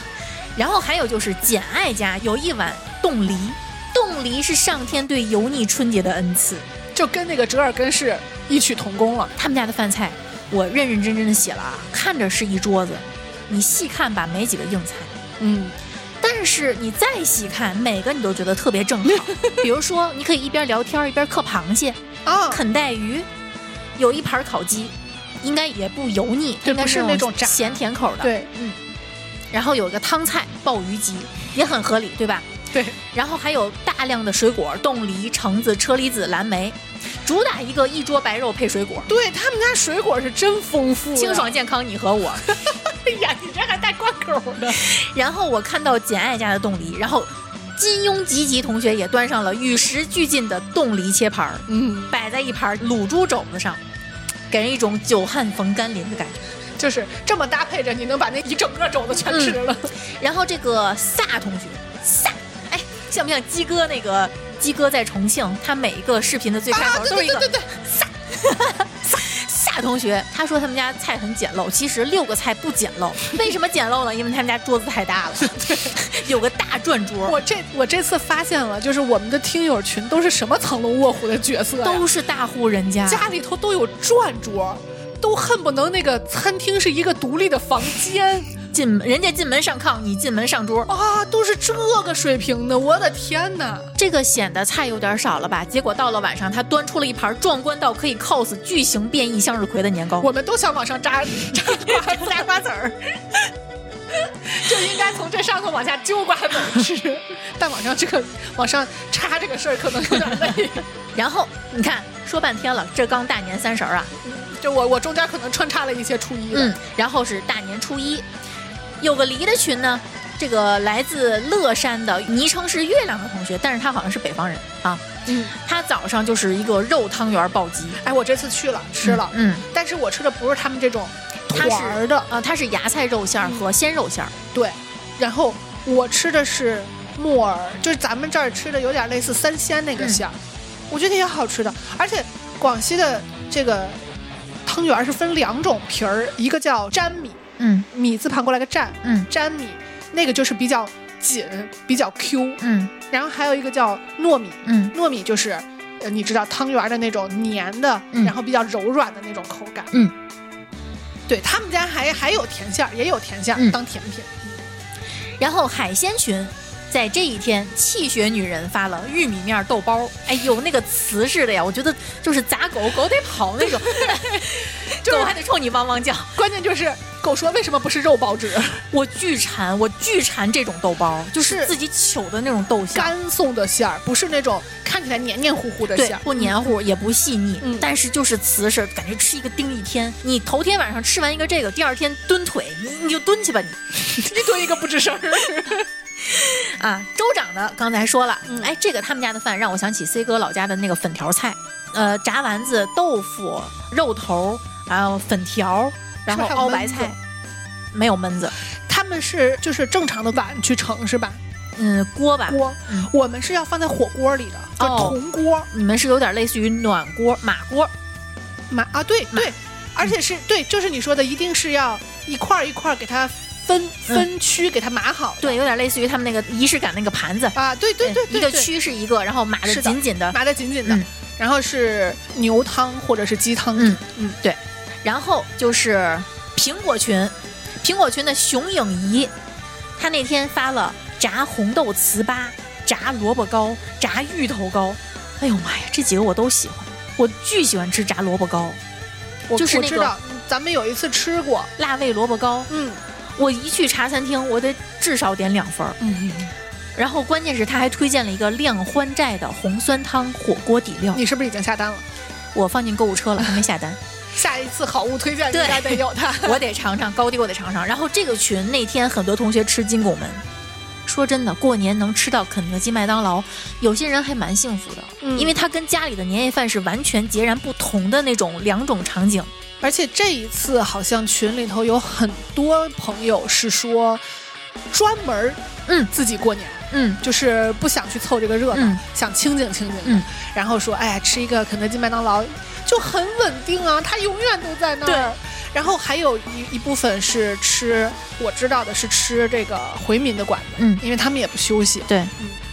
Speaker 2: 然后还有就是简爱家有一碗冻梨，冻梨是上天对油腻春节的恩赐。
Speaker 3: 就跟那个折耳根是异曲同工了。
Speaker 2: 他们家的饭菜，我认认真真的写了啊，看着是一桌子，你细看吧，没几个硬菜。
Speaker 3: 嗯，
Speaker 2: 但是你再细看，每个你都觉得特别正 常。比如说，你可以一边聊天一边嗑螃蟹、
Speaker 3: 啊，
Speaker 2: 啃带鱼，有一盘烤鸡，应该也不油腻，
Speaker 3: 对
Speaker 2: 应该
Speaker 3: 不是那种炸
Speaker 2: 咸甜口的。
Speaker 3: 对
Speaker 2: 然后有一个汤菜鲍鱼鸡，也很合理，对吧？
Speaker 3: 对。
Speaker 2: 然后还有大量的水果，冻梨、橙子、车厘子、蓝莓，主打一个一桌白肉配水果，
Speaker 3: 对，他们家水果是真丰富，
Speaker 2: 清爽。健康，你和 我。
Speaker 3: 哎呀，你这还带罐口的，
Speaker 2: 然后我看到简爱家的冻梨，然后金庸吉吉同学也端上了与时俱进的冻梨切盘儿，
Speaker 3: 嗯，
Speaker 2: 摆在一盘卤猪肘子上，给人一种久旱逢甘霖的感觉。
Speaker 3: 就是这么搭配着，你能把那一整个肘子全吃了。啊
Speaker 2: 然后这个萨同学，萨，哎，像不像鸡哥那个鸡哥在重庆，他每一个视频的最开头都是一个、
Speaker 3: 啊对对，
Speaker 2: 萨萨萨同学，他说他们家菜很简陋，其实六个菜不简陋，为什么简陋呢？因为他们家桌子太大了， 有个大转 桌，
Speaker 3: 我这我这次发现了，就是我们的听友群都是什么藏龙卧虎的角色呀
Speaker 2: 都是大户人家。
Speaker 3: 家里头都有转桌，都恨不能那个餐厅是一个独立的房间
Speaker 2: 进门人家进门上炕，你进门上桌，
Speaker 3: 啊，都是这个水平的，我的天哪！
Speaker 2: 这个显得菜有点少了吧？结果到了晚上，他端出了一盘壮观到可以 cos 巨型变异向日葵的年糕。
Speaker 3: 我们都想往上扎扎瓜子扎瓜子儿， 就应该从这上头往下揪瓜子儿吃。但往上这个往上插这个事儿可能有点累。
Speaker 2: 然后你看，说半天了，这刚大年三十儿啊，
Speaker 3: 就我我中间可能穿插了一些初一的，
Speaker 2: 嗯，然后是大年初一，有个梨的群呢，这个来自乐山的，昵称是月亮的同学，但是他好像是北方人啊。
Speaker 3: 嗯，
Speaker 2: 他早上就是一个肉汤圆暴击，
Speaker 3: 哎，我这次去了吃了，
Speaker 2: 嗯，
Speaker 3: 但是我吃的不是他们这种
Speaker 2: 它
Speaker 3: 团儿
Speaker 2: 是
Speaker 3: 的，嗯
Speaker 2: 呃，它是芽菜肉馅儿和鲜肉馅儿，
Speaker 3: 对，然后我吃的是木耳，就是咱们这儿吃的有点类似三鲜那个馅儿，
Speaker 2: 嗯
Speaker 3: 我觉得也好吃的。而且广西的这个汤圆儿是分两种皮儿，一个叫粘米，
Speaker 2: 嗯
Speaker 3: 米字旁过来个蘸，
Speaker 2: 嗯
Speaker 3: 粘米那个就是比较紧，比较 Q。
Speaker 2: 嗯
Speaker 3: 然后还有一个叫糯米，
Speaker 2: 嗯
Speaker 3: 糯米就是，呃，你知道汤圆儿的那种黏的，
Speaker 2: 嗯
Speaker 3: 然后比较柔软的那种口感。
Speaker 2: 嗯，
Speaker 3: 对他们家还还有甜馅儿，也有甜馅儿、
Speaker 2: 嗯
Speaker 3: 当甜品。
Speaker 2: 然后海鲜群。在这一天，气血女人发了玉米面豆包，哎呦，那个瓷似的呀！我觉得就是砸狗，狗得跑 那种，
Speaker 3: 就是
Speaker 2: 狗还得冲你汪汪叫。
Speaker 3: 关键就是狗说为什么不是肉包 子，
Speaker 2: 我巨馋，我巨馋这种豆包，就是
Speaker 3: 是
Speaker 2: 自己糗的那种豆馅儿，
Speaker 3: 干松的馅儿，不是那种看起来黏黏糊糊的
Speaker 2: 对
Speaker 3: 馅儿，。
Speaker 2: 不黏糊也不细腻，
Speaker 3: 嗯
Speaker 2: 但是就是瓷实，感觉吃一个盯一天。你头天晚上吃完一个这个，第二天蹲腿，你你就蹲去吧你。
Speaker 3: 一蹲一个不吱声儿。
Speaker 2: 啊，州长的刚才说了，
Speaker 3: 嗯
Speaker 2: 哎，这个他们家的饭让我想起 C 哥老家的那个粉条菜，呃，炸丸子、豆腐、肉头，还有粉条，然后
Speaker 3: 是不是还有
Speaker 2: 熬白
Speaker 3: 焖子
Speaker 2: 菜，没有焖子，
Speaker 3: 他们是就是正常的碗去盛是吧？
Speaker 2: 嗯，锅吧，
Speaker 3: 锅
Speaker 2: 嗯，
Speaker 3: 我们是要放在火锅里的，就
Speaker 2: 哦
Speaker 3: 铜锅。
Speaker 2: 你们是有点类似于暖锅、马锅，
Speaker 3: 麻啊，对对，而且
Speaker 2: 嗯
Speaker 3: 是对，就是你说的，一定是要一块儿一块儿给它分分区，给它码好
Speaker 2: 嗯
Speaker 3: 的。
Speaker 2: 对，有点类似于他们那个仪式感那个盘子，
Speaker 3: 啊，对对对
Speaker 2: 一
Speaker 3: 对
Speaker 2: 个
Speaker 3: 对，
Speaker 2: 区是一个，然后码的
Speaker 3: 是的
Speaker 2: 紧紧的，
Speaker 3: 码的紧紧的
Speaker 2: 嗯。
Speaker 3: 然后是牛汤或者是鸡汤，
Speaker 2: 嗯
Speaker 3: 嗯，
Speaker 2: 对。然后就是苹果群，苹果群的熊影仪，他那天发了炸红豆糍粑、炸萝卜糕、炸芋头糕，哎呦妈呀，这几个我都喜欢，我巨喜欢吃炸萝卜糕，
Speaker 3: 我
Speaker 2: 就是
Speaker 3: 我
Speaker 2: 那
Speaker 3: 知
Speaker 2: 个
Speaker 3: 道，咱们有一次吃过，
Speaker 2: 辣味萝卜糕，
Speaker 3: 嗯
Speaker 2: 我一去茶餐厅我得至少点两份儿。
Speaker 3: 嗯，
Speaker 2: 然后关键是他还推荐了一个亮欢寨的红酸汤火锅底料，
Speaker 3: 你是不是已经下单了？
Speaker 2: 我放进购物车了，还没下单。
Speaker 3: 下一次好物推荐应
Speaker 2: 对
Speaker 3: 该得 有它。
Speaker 2: 我得尝尝高低，我得尝尝。然后这个群那天很多同学吃金拱门，说真的，过年能吃到肯德基、麦当劳，有些人还蛮幸福的，
Speaker 3: 嗯
Speaker 2: 因为它跟家里的年夜饭是完全截然不同的那种两种场景。
Speaker 3: 而且这一次好像群里头有很多朋友是说，专门儿
Speaker 2: 嗯
Speaker 3: 自己过年。
Speaker 2: 嗯
Speaker 3: 就是不想去凑这个热闹，
Speaker 2: 嗯
Speaker 3: 想清静清静的。
Speaker 2: 嗯
Speaker 3: 然后说，哎呀，吃一个肯德基、麦当劳就很稳定啊，它永远都在那儿。
Speaker 2: 对。
Speaker 3: 然后还有一一部分是吃，我知道的是吃这个回民的馆子，
Speaker 2: 嗯
Speaker 3: 因为他们也不休息，
Speaker 2: 对，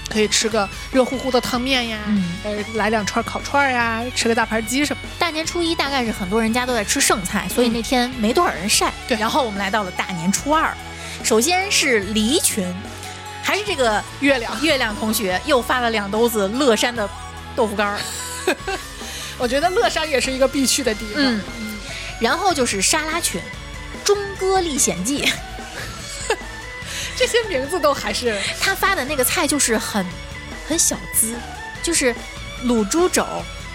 Speaker 3: 可以吃个热乎乎的汤面呀，
Speaker 2: 嗯
Speaker 3: 呃，来两串烤串呀，吃个大盘鸡什么的。
Speaker 2: 大年初一大概是很多人家都在吃剩菜，所以那天没多少人晒。
Speaker 3: 对
Speaker 2: 然后我们来到了大年初二，首先是梨群，还是这个
Speaker 3: 月亮，
Speaker 2: 月亮同学又发了两兜子乐山的豆腐干儿。
Speaker 3: 我觉得乐山也是一个必去的地方。
Speaker 2: 嗯，然后就是沙拉群，《钟哥历险记》，
Speaker 3: 这些名字都还是
Speaker 2: 他发的那个菜就是很很小资，就是卤猪肘、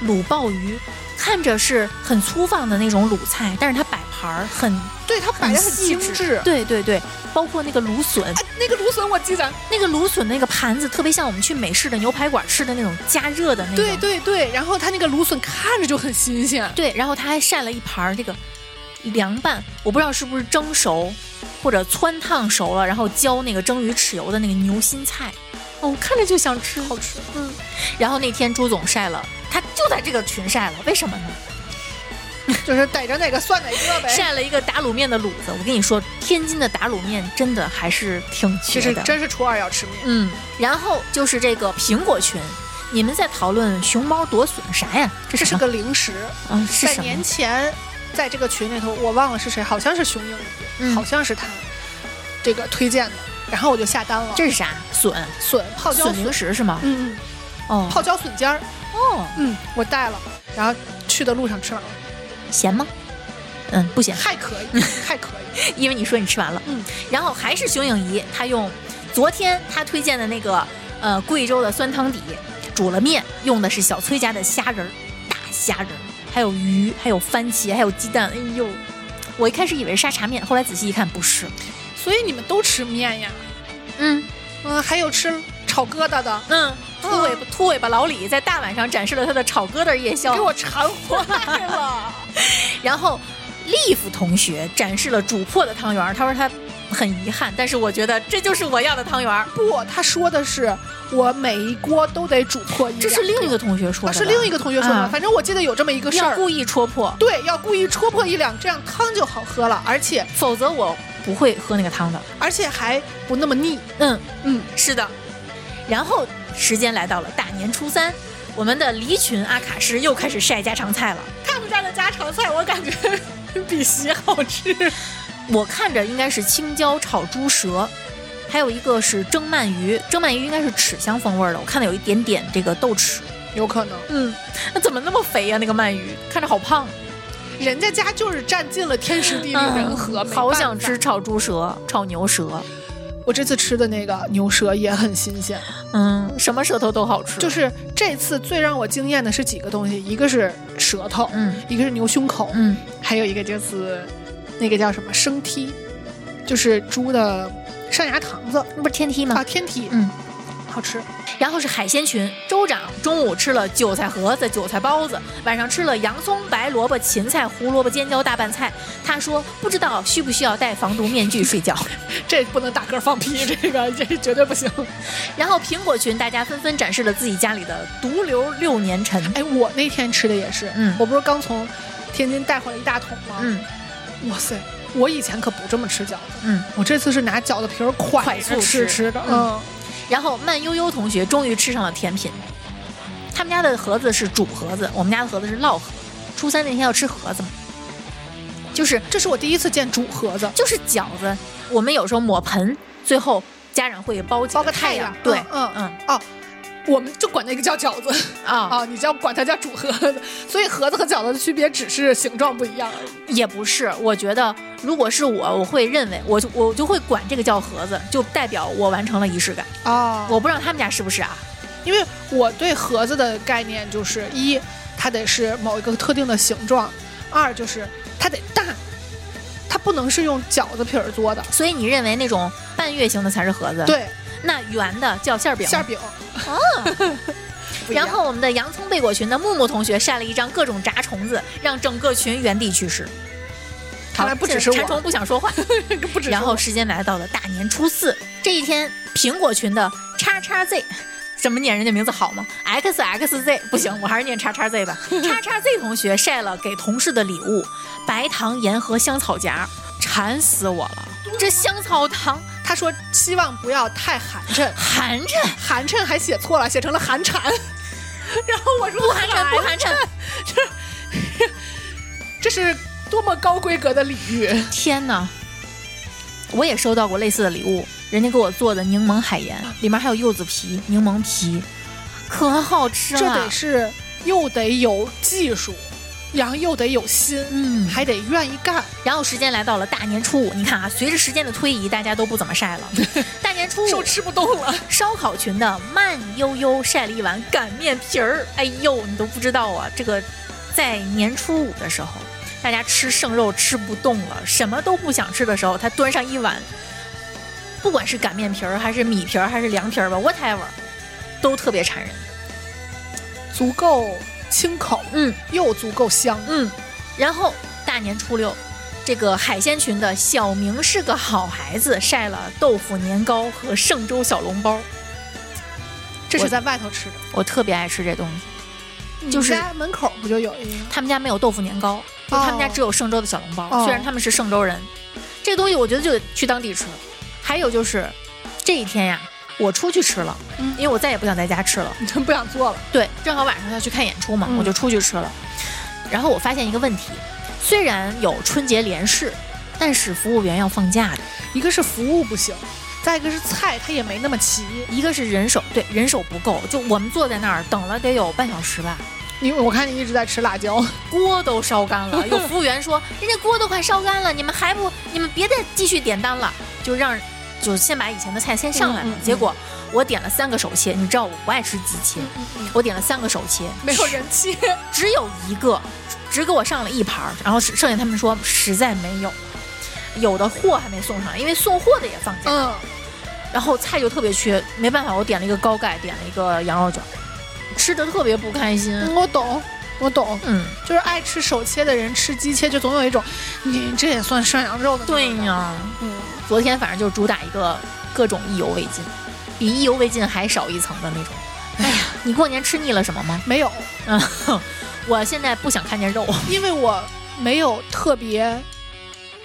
Speaker 2: 卤鲍鱼，看着是很粗放的那种卤菜，但是它摆盘儿很
Speaker 3: 对它摆的很
Speaker 2: 细
Speaker 3: 精致。
Speaker 2: 对对对，包括那个芦笋，
Speaker 3: 哎，那个芦笋我记得，
Speaker 2: 那个芦笋那个盘子特别像我们去美式的牛排馆吃的那种加热的那种。
Speaker 3: 对对对，然后它那个芦笋看着就很新鲜，
Speaker 2: 对，然后他还晒了一盘儿这个凉拌，我不知道是不是蒸熟或者汆烫熟了，然后浇那个蒸鱼豉油的那个牛心菜，哦，我看着就想吃。
Speaker 3: 好吃。嗯，
Speaker 2: 然后那天朱总晒了，他就在这个群晒了，为什么呢？
Speaker 3: 就是逮着哪个算哪个呗。
Speaker 2: 晒了一个打卤面的卤子，我跟你说，天津的打卤面真的还是挺
Speaker 3: 其
Speaker 2: 绝
Speaker 3: 实
Speaker 2: 的。
Speaker 3: 真是初二要吃面，
Speaker 2: 嗯，然后就是这个苹果群，你们在讨论熊猫夺笋啥呀？这
Speaker 3: 这
Speaker 2: 是
Speaker 3: 是
Speaker 2: 什么？
Speaker 3: 个零食。
Speaker 2: 嗯，是
Speaker 3: 在
Speaker 2: 什么
Speaker 3: 年？前，在这个群里头，我忘了是谁，好像是熊英
Speaker 2: 嗯
Speaker 3: 语，好像是他这个推荐的，然后我就下单了。
Speaker 2: 这是啥？笋？
Speaker 3: 笋泡椒
Speaker 2: 笋零
Speaker 3: 笋，
Speaker 2: 食是吗？
Speaker 3: 嗯嗯，
Speaker 2: 哦
Speaker 3: 泡椒笋尖儿，
Speaker 2: 哦，
Speaker 3: 嗯，我带了，然后去的路上吃完了，
Speaker 2: 咸吗？嗯，不咸，
Speaker 3: 还可以， 还可以。
Speaker 2: 因为你说你吃完了。
Speaker 3: 嗯，
Speaker 2: 然后还是熊影仪，他用昨天他推荐的那个呃贵州的酸汤底煮了面，用的是小崔家的虾仁儿，大虾仁儿，还有鱼，还有番茄，还有鸡蛋。哎呦，我一开始以为是沙茶面，后来仔细一看不是。
Speaker 3: 所以你们都吃面呀？
Speaker 2: 嗯
Speaker 3: 嗯，还有吃炒疙瘩的，
Speaker 2: 嗯，秃尾巴秃尾巴老李在大晚上展示了他的炒疙瘩夜宵，
Speaker 3: 给我馋 坏了。
Speaker 2: 然后利夫同学展示了煮破的汤圆儿，他说他很遗憾，但是我觉得这就是我要的汤圆儿。
Speaker 3: 不，他说的是我每一锅都得煮破一，
Speaker 2: 这是另一个同学说
Speaker 3: 啊，
Speaker 2: 的吧、
Speaker 3: 是另一个同学说的，
Speaker 2: 啊
Speaker 3: 反正我记得有这么一个事
Speaker 2: 要
Speaker 3: 儿。
Speaker 2: 故意戳破，
Speaker 3: 对，要故意戳破一两，这样汤就好喝了，而且
Speaker 2: 否则我不会喝那个汤的。
Speaker 3: 而且还不那么腻。
Speaker 2: 嗯，
Speaker 3: 嗯，
Speaker 2: 是的。然后时间来到了大年初三，我们的离群阿卡师又开始晒家常菜了。
Speaker 3: 他们家的家常菜，我感觉 比席好吃。
Speaker 2: 我看着应该是青椒炒猪舌，还有一个是蒸鳗鱼，蒸鳗鱼应该是豉香风味儿的，我看到有一点点这个豆豉。
Speaker 3: 有可能，
Speaker 2: 嗯，那怎么那么肥啊呀、那个鳗鱼看着好胖，
Speaker 3: 人家家就是占尽了天时地利人和，
Speaker 2: 嗯
Speaker 3: 没
Speaker 2: 好
Speaker 3: 办
Speaker 2: 想
Speaker 3: 法
Speaker 2: 吃。炒猪舌、炒牛舌，
Speaker 3: 我这次吃的那个牛舌也很新鲜，
Speaker 2: 嗯，什么舌头都好吃。
Speaker 3: 就是这次最让我惊艳的是几个东西，一个是舌头，
Speaker 2: 嗯
Speaker 3: 一个是牛胸口，
Speaker 2: 嗯
Speaker 3: 还有一个就是那个叫什么生梯，就是猪的上牙膛子
Speaker 2: 那不是天梯吗？
Speaker 3: 啊，天梯，
Speaker 2: 嗯，
Speaker 3: 好吃。
Speaker 2: 然后是海鲜群，州长中午吃了韭菜盒子、韭菜包子，晚上吃了洋葱、白萝卜、芹菜、胡萝卜、尖椒、大拌菜。他说不知道需不需要戴防毒面具睡觉。
Speaker 3: 这不能打嗝放屁，这个这绝对不行。
Speaker 2: 嗯然后苹果群大家纷纷展示了自己家里的毒瘤六年陈。
Speaker 3: 哎，我那天吃的也是，
Speaker 2: 嗯
Speaker 3: 我不是刚从天津带回来一大桶吗？，
Speaker 2: 嗯
Speaker 3: 哇塞，我以前可不这么吃饺子，
Speaker 2: 嗯。
Speaker 3: 我这次是拿饺子皮儿
Speaker 2: 快
Speaker 3: 蒯
Speaker 2: 速
Speaker 3: 着
Speaker 2: 吃
Speaker 3: 吃吃的，
Speaker 2: 嗯
Speaker 3: 嗯，
Speaker 2: 然后慢悠悠同学终于吃上了甜品。他们家的盒子是煮盒子，我们家的盒子是烙盒。初三那天要吃盒子嘛，就是
Speaker 3: 这是我第一次见煮盒子，
Speaker 2: 就是饺子，我们有时候抹盆，最后家长会包几
Speaker 3: 包个
Speaker 2: 太
Speaker 3: 太阳，
Speaker 2: 对，
Speaker 3: 嗯嗯
Speaker 2: 嗯
Speaker 3: 哦。我们就管那个叫饺子
Speaker 2: 啊、
Speaker 3: 啊，你叫管它叫煮盒 子，所以盒子和饺子的区别只是形状不一样而已。
Speaker 2: 也不是。我觉得如果是我，我会认为我就我就会管这个叫盒子，就代表我完成了仪式感。
Speaker 3: 啊
Speaker 2: 我不知道他们家是不是啊？
Speaker 3: 因为我对盒子的概念就是一，它得是某一个特定的形状；二就是它得大，它不能是用饺子皮儿做的。
Speaker 2: 所以你认为那种半月形的才是盒子？，
Speaker 3: 对，
Speaker 2: 那圆的叫馅儿饼。
Speaker 3: 馅儿饼。 不一样
Speaker 2: 哦然后我们的洋葱贝果群的木木同学晒了一张各种炸虫子，让整个群原地去世。
Speaker 3: 看来
Speaker 2: 好
Speaker 3: 不只
Speaker 2: 这
Speaker 3: 是我
Speaker 2: 馋虫不想说话。
Speaker 3: 不止。
Speaker 2: 然后时间来到了大年初四这一天，苹果群的叉叉 Z，怎 么念人家名字好吗？X X Z 不行，我还是念叉叉 Z 吧。叉叉 Z 同学晒了给同事的礼物：白糖盐和香草夹，馋死我了。这香草糖
Speaker 3: 他说希望不要太寒碜，
Speaker 2: 寒碜，
Speaker 3: 寒碜还写错了，写成了寒蝉。 然后我说
Speaker 2: 不寒碜，不寒碜。
Speaker 3: 这是多么高规格的礼遇。
Speaker 2: 天哪！我也收到过类似的礼物，人家给我做的柠檬海盐，里面还有柚子皮、柠檬皮，可好吃了。
Speaker 3: 这得是又得有技术，然后又得有心，
Speaker 2: 嗯
Speaker 3: 还得愿意干。
Speaker 2: 然后时间来到了大年初五，你看啊，随着时间的推移，大家都不怎么晒了。大年初五，
Speaker 3: 吃不动了，
Speaker 2: 烧烤群的慢悠悠晒了一碗擀面皮儿，哎呦，你都不知道啊！这个在年初五的时候，大家吃剩肉吃不动了，什么都不想吃的时候，他端上一碗，不管是擀面皮儿还是米皮儿还是凉皮儿吧，whatever，都特别馋人。
Speaker 3: 足够清口，
Speaker 2: 嗯
Speaker 3: 又足够香。
Speaker 2: 嗯，然后大年初六。这个海鲜群的小明是个好孩子，晒了豆腐年糕和嵊州小笼包，
Speaker 3: 这
Speaker 2: 我
Speaker 3: 是在外头吃的，
Speaker 2: 我特别爱吃这东西。就是
Speaker 3: 你们家门口不就有一个？
Speaker 2: 他们家没有豆腐年糕，就他们家只有嵊州的小笼包。
Speaker 3: 哦
Speaker 2: 虽然他们是嵊州人，这个东西我觉得就得去当地吃。还有就是这一天呀，我出去吃了，
Speaker 3: 嗯
Speaker 2: 因为我再也不想在家吃了。
Speaker 3: 你真不想做了。
Speaker 2: 对，正好晚上要去看演出嘛，
Speaker 3: 嗯
Speaker 2: 我就出去吃了。然后我发现一个问题，虽然有春节联试，但是服务员要放假的，
Speaker 3: 一个是服务不行，再一个是菜它也没那么齐。
Speaker 2: 一个是人手，对人手不够，就我们坐在那儿等了得有半小时吧。
Speaker 3: 你我看你一直在吃辣椒，
Speaker 2: 锅都烧干了。有服务员说，人家锅都快烧干了，你们还不，你们别再继续点单了，就让，就先把以前的菜先上来嘛。
Speaker 3: 嗯嗯嗯
Speaker 2: 结果我点了三个手切，你知道
Speaker 3: 嗯
Speaker 2: 我不爱吃鸡切，我点了三个手切，
Speaker 3: 没有人气。
Speaker 2: 只有一个只给我上了一盘儿，然后剩剩下他们说实在没有，有的货还没送上，因为送货的也放假。
Speaker 3: 嗯，
Speaker 2: 然后菜就特别缺，没办法，我点了一个高钙，点了一个羊肉卷儿，吃的特别不开心。
Speaker 3: 嗯我懂，我懂，
Speaker 2: 嗯，
Speaker 3: 就是爱吃手切的人吃鸡切，就总有一种你这也算涮羊肉的那种
Speaker 2: 对
Speaker 3: 感觉，
Speaker 2: 呀，
Speaker 3: 嗯，
Speaker 2: 昨天反正就主打一个各种意犹未尽，比意犹未尽还少一层的那种。哎呀，你过年吃腻了什么吗？
Speaker 3: 没有，
Speaker 2: 嗯，我现在不想看见肉。
Speaker 3: 因为我没有特别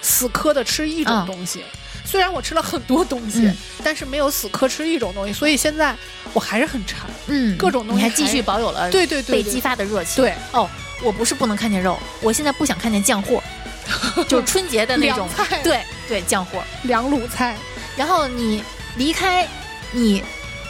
Speaker 3: 死磕的吃一种
Speaker 2: 嗯
Speaker 3: 东西。虽然我吃了很多东西，
Speaker 2: 嗯
Speaker 3: 但是没有死磕吃一种东西，所以现在我还是很馋。
Speaker 2: 嗯，
Speaker 3: 各种东西
Speaker 2: 你还继续保有了
Speaker 3: 对对对
Speaker 2: 被
Speaker 3: 对
Speaker 2: 激发的热情。
Speaker 3: 对，
Speaker 2: 哦，我不是不能看见肉，我现在不想看见酱货，就是春节的那种
Speaker 3: 凉菜，
Speaker 2: 对对酱货。
Speaker 3: 凉卤菜，
Speaker 2: 然后你离开你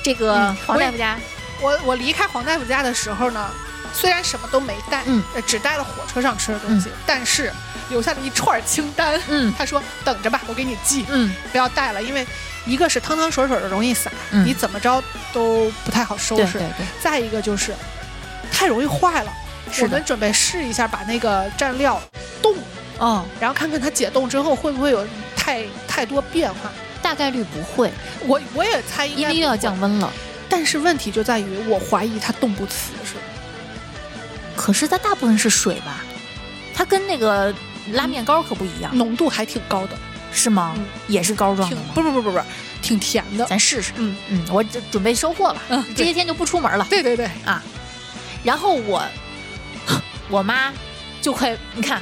Speaker 2: 这个
Speaker 3: 嗯
Speaker 2: 黄大夫家，
Speaker 3: 我我离开黄大夫家的时候呢，虽然什么都没带，
Speaker 2: 嗯
Speaker 3: 呃，只带了火车上吃的东西，但是留下了一串清单。
Speaker 2: 嗯
Speaker 3: 他说：“等着吧，我给你寄，
Speaker 2: 嗯
Speaker 3: 不要带了，因为一个是汤汤水水的容易洒，
Speaker 2: 嗯
Speaker 3: 你怎么着都不太好收
Speaker 2: 对
Speaker 3: 拾；
Speaker 2: 对对，
Speaker 3: 再一个就是太容易坏了。
Speaker 2: 是
Speaker 3: 我
Speaker 2: 的
Speaker 3: 们准备试一下把那个蘸料冻，
Speaker 2: 哦，
Speaker 3: 然后看看它解冻之后会不会有太太多变化。
Speaker 2: 大概率不会，
Speaker 3: 我我也猜应该
Speaker 2: 因为又要降
Speaker 3: 温，
Speaker 2: 温了。
Speaker 3: 但是问题就在于我怀疑它冻不瓷实。”
Speaker 2: 可是它大部分是水吧？它跟那个拉面膏可不一样，
Speaker 3: 浓度还挺高的，
Speaker 2: 是吗
Speaker 3: 嗯？
Speaker 2: 也是膏状
Speaker 3: 挺
Speaker 2: 的吗？
Speaker 3: 不不不不不，挺甜的。
Speaker 2: 咱试试。
Speaker 3: 嗯，
Speaker 2: 嗯，我这准备收获吧，
Speaker 3: 嗯
Speaker 2: 这
Speaker 3: 对
Speaker 2: 些天就不出门了。
Speaker 3: 对对对，
Speaker 2: 然后我， 我妈就快，你看，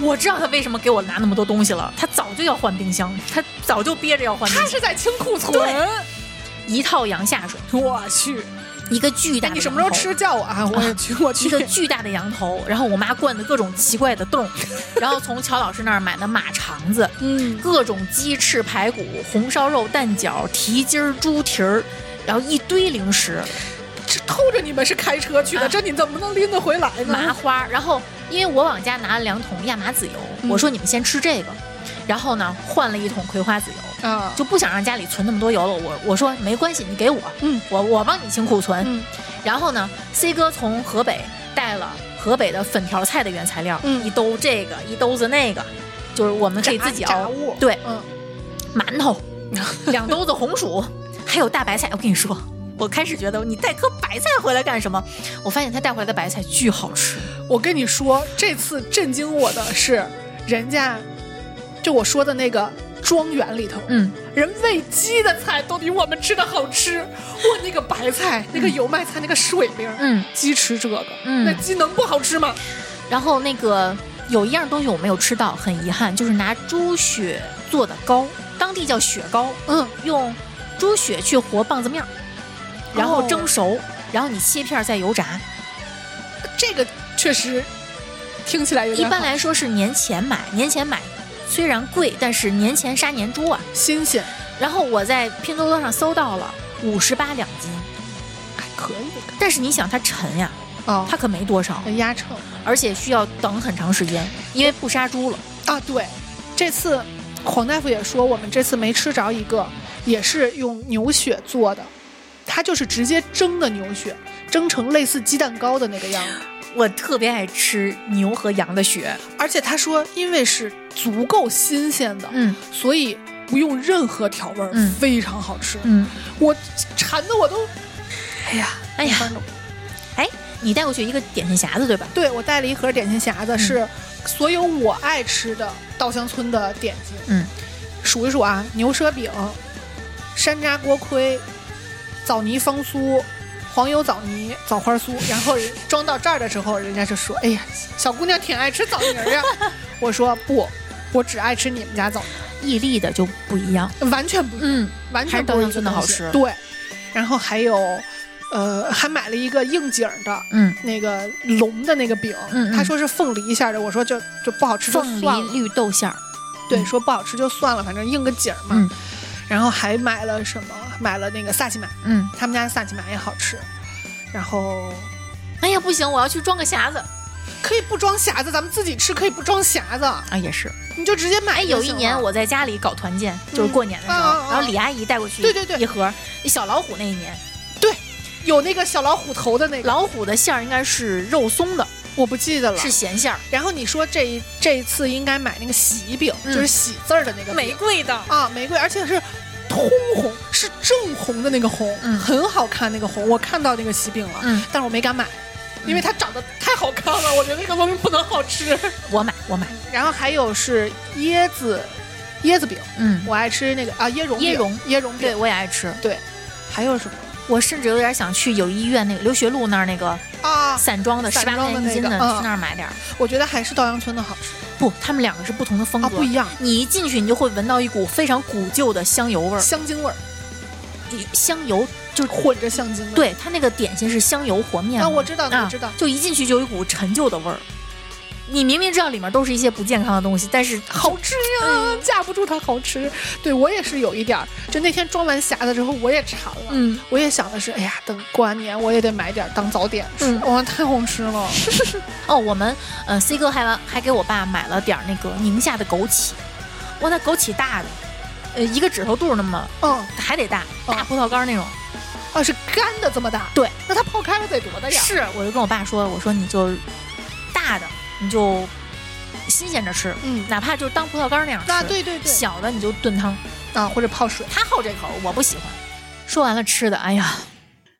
Speaker 2: 我知道她为什么给我拿那么多东西了，她早就要换冰箱，她早就憋着要换冰
Speaker 3: 它
Speaker 2: 箱。
Speaker 3: 是在清库存。
Speaker 2: 对一套羊下水，
Speaker 3: 我去，
Speaker 2: 一个巨大
Speaker 3: 哎，
Speaker 2: 的、
Speaker 3: 你什么时候 吃？叫我啊？我也去，我
Speaker 2: 一
Speaker 3: 去。
Speaker 2: 个巨大的羊头，然后我妈灌的各种奇怪的 冻，然后从乔老师那儿买的马肠子，
Speaker 3: 嗯，
Speaker 2: 各种鸡翅、排骨、红烧肉、蛋饺、蹄筋儿、猪蹄儿，然后一堆零食，
Speaker 3: 这偷着你们是开车去的，
Speaker 2: 啊
Speaker 3: 这你怎么能拎得回来
Speaker 2: 麻
Speaker 3: 呢？
Speaker 2: 花儿。然后因为我往家拿了两桶亚麻籽油，
Speaker 3: 嗯
Speaker 2: 我说你们先吃这个，然后呢换了一桶葵花籽油，
Speaker 3: 啊，
Speaker 2: 就不想让家里存那么多油了。我我说没关系，你给我，
Speaker 3: 嗯，
Speaker 2: 我我帮你清库存。
Speaker 3: 嗯
Speaker 2: 然后呢，C 哥从河北带了河北的粉条菜的原材料，
Speaker 3: 嗯
Speaker 2: 一兜这个，一兜子那个，就是我们可以自己
Speaker 3: 炸炸
Speaker 2: 熬
Speaker 3: 物。
Speaker 2: 对，
Speaker 3: 嗯，
Speaker 2: 馒头，两兜子红薯，还有大白菜。我跟你说，我开始觉得你带颗白菜回来干什么？我发现他带回来的白菜巨好吃。
Speaker 3: 我跟你说，这次震惊我的是，人家就我说的那个庄园里头，
Speaker 2: 嗯，
Speaker 3: 人喂鸡的菜都比我们吃的好吃。哇，那个白菜，那个油麦菜，那个水灵，
Speaker 2: 嗯，
Speaker 3: 鸡吃这个，
Speaker 2: 嗯
Speaker 3: 那鸡能不好吃吗？
Speaker 2: 然后那个有一样东西我没有吃到，很遗憾，就是拿猪血做的糕，当地叫雪糕，
Speaker 3: 嗯，
Speaker 2: 用猪血去和棒子面儿，然后
Speaker 3: 哦
Speaker 2: 蒸熟，然后你切片儿再油炸。
Speaker 3: 这个确实听起来有
Speaker 2: 一
Speaker 3: 点
Speaker 2: 般
Speaker 3: 好
Speaker 2: 来说是年前买，年前买虽然贵，但是年前杀年猪啊。
Speaker 3: 新鲜，
Speaker 2: 然后我在拼多多上搜到了五十八两斤，
Speaker 3: 还哎可以
Speaker 2: 但是你想它沉呀，
Speaker 3: 哦
Speaker 2: 它可没多少，
Speaker 3: 压秤
Speaker 2: 而且需要等很长时间，因为不杀猪了。
Speaker 3: 啊，对，这次黄大夫也说我们这次没吃着一个，也是用牛血做的，它就是直接蒸的牛血，蒸成类似鸡蛋糕的那个样子。
Speaker 2: 我特别爱吃牛和羊的血，
Speaker 3: 而且他说，因为是足够新鲜的，
Speaker 2: 嗯
Speaker 3: 所以不用任何调味儿，
Speaker 2: 嗯
Speaker 3: 非常好吃。
Speaker 2: 嗯，
Speaker 3: 我馋的我都，哎呀，
Speaker 2: 哎呀
Speaker 3: 一般都
Speaker 2: 哎，你带过去一个点心匣子对吧？
Speaker 3: 对我带了一盒点心匣
Speaker 2: 嗯
Speaker 3: 子，是所有我爱吃的稻香村的点心。
Speaker 2: 嗯，
Speaker 3: 数一数啊，牛舌饼、山楂锅盔、枣泥方酥、黄油枣泥、枣花酥。然后人装到这儿的时候，人家就说：“哎呀，小姑娘挺爱吃枣泥儿呀。” 我说：“不，我只爱吃你们家枣
Speaker 2: 伊利的就不一样。
Speaker 3: 泥，完全不一样
Speaker 2: 嗯，
Speaker 3: 完
Speaker 2: 还
Speaker 3: 全
Speaker 2: 是稻
Speaker 3: 不
Speaker 2: 香
Speaker 3: 一
Speaker 2: 村
Speaker 3: 个
Speaker 2: 的
Speaker 3: 东
Speaker 2: 好
Speaker 3: 西
Speaker 2: 吃
Speaker 3: 对，然后还有，呃，还买了一个应景儿的，
Speaker 2: 嗯，
Speaker 3: 那个龙的那个饼，
Speaker 2: 嗯嗯
Speaker 3: 他说是凤梨馅儿的，我说就就不好吃就
Speaker 2: 凤
Speaker 3: 算
Speaker 2: 梨
Speaker 3: 了，
Speaker 2: 绿豆馅儿，
Speaker 3: 对，
Speaker 2: 嗯
Speaker 3: 说不好吃就算了，反正应个景儿嘛。
Speaker 2: 嗯
Speaker 3: 然后还买了什么？买了那个萨琪玛，
Speaker 2: 嗯，
Speaker 3: 他们家的萨琪玛也好吃。然后
Speaker 2: 哎呀不行，我要去装个匣子
Speaker 3: 可以不装匣子，咱们自己吃可以不装匣子，
Speaker 2: 啊，也是。
Speaker 3: 你就直接买
Speaker 2: 哎，
Speaker 3: 就行了。啊
Speaker 2: 有一年我在家里搞团建，就是过年的时候，
Speaker 3: 嗯啊啊啊
Speaker 2: 然后李阿姨带过去
Speaker 3: 对对对
Speaker 2: 一盒小老虎那一年，
Speaker 3: 有那个小老虎头的那个，
Speaker 2: 老虎的馅儿应该是肉松的，
Speaker 3: 我不记得了。
Speaker 2: 是咸馅儿，
Speaker 3: 然后你说这一这一次应该买那个喜饼，
Speaker 2: 嗯
Speaker 3: 就是喜字儿的那个
Speaker 2: 玫
Speaker 3: 饼
Speaker 2: 瑰的，
Speaker 3: 啊，玫瑰，而且是通红，是正红的那个红，
Speaker 2: 嗯
Speaker 3: 很好看那个红。我看到那个喜饼了，
Speaker 2: 嗯，
Speaker 3: 但是我没敢买，因为它长得太好看 了，我觉得那个东西不能好吃。
Speaker 2: 我买我买，
Speaker 3: 然后还有是椰子椰子饼，
Speaker 2: 嗯，
Speaker 3: 我爱吃那个啊椰蓉
Speaker 2: 椰
Speaker 3: 饼
Speaker 2: 蓉
Speaker 3: 椰蓉
Speaker 2: 对
Speaker 3: 饼，
Speaker 2: 我也爱吃，
Speaker 3: 还有什么
Speaker 2: 我甚至有点想去友谊医院那个留学路那儿那个
Speaker 3: 啊？
Speaker 2: 散装的十
Speaker 3: 散
Speaker 2: 八块
Speaker 3: 装的
Speaker 2: 钱一斤的，
Speaker 3: 那个嗯
Speaker 2: 去那儿买点儿。
Speaker 3: 我觉得还是稻香村的好吃
Speaker 2: 不，他们两个是不同的风
Speaker 3: 啊，
Speaker 2: 格
Speaker 3: 不。一样，
Speaker 2: 你一进去，你就会闻到一股非常古旧的香油味儿，
Speaker 3: 香精味儿
Speaker 2: 香油就是
Speaker 3: 混着香精味儿。
Speaker 2: 对，它那个点心是香油和面嘛。
Speaker 3: 啊，我知道，
Speaker 2: 啊
Speaker 3: 我知道。
Speaker 2: 就一进去就有一股陈旧的味儿。你明明知道里面都是一些不健康的东西，但是
Speaker 3: 好吃呀、架不住它好吃。对我也是有一点儿，就那天装完匣子之后，我也馋了，
Speaker 2: 嗯，
Speaker 3: 我也想的是，哎呀，等过完年我也得买点儿当早点吃，
Speaker 2: 嗯
Speaker 3: 哇，太好吃了。
Speaker 2: 哦，我们呃 C 哥还完还给我爸买了点儿那个宁夏的枸杞，哇，那枸杞大的，呃，一个指头肚儿那么
Speaker 3: 嗯，
Speaker 2: 还得大，
Speaker 3: 哦
Speaker 2: 大葡萄干儿那种。
Speaker 3: 啊，是干的这么大，
Speaker 2: 对，
Speaker 3: 那它泡开了得多大呀？
Speaker 2: 是，我就跟我爸说，我说你就大的你就新鲜着吃，
Speaker 3: 嗯，
Speaker 2: 哪怕就当葡萄干儿那样吃，
Speaker 3: 啊，对对对，
Speaker 2: 小的你就炖汤。
Speaker 3: 啊，或者泡水，
Speaker 2: 他好这口，我不喜欢。说完了吃的，哎呀，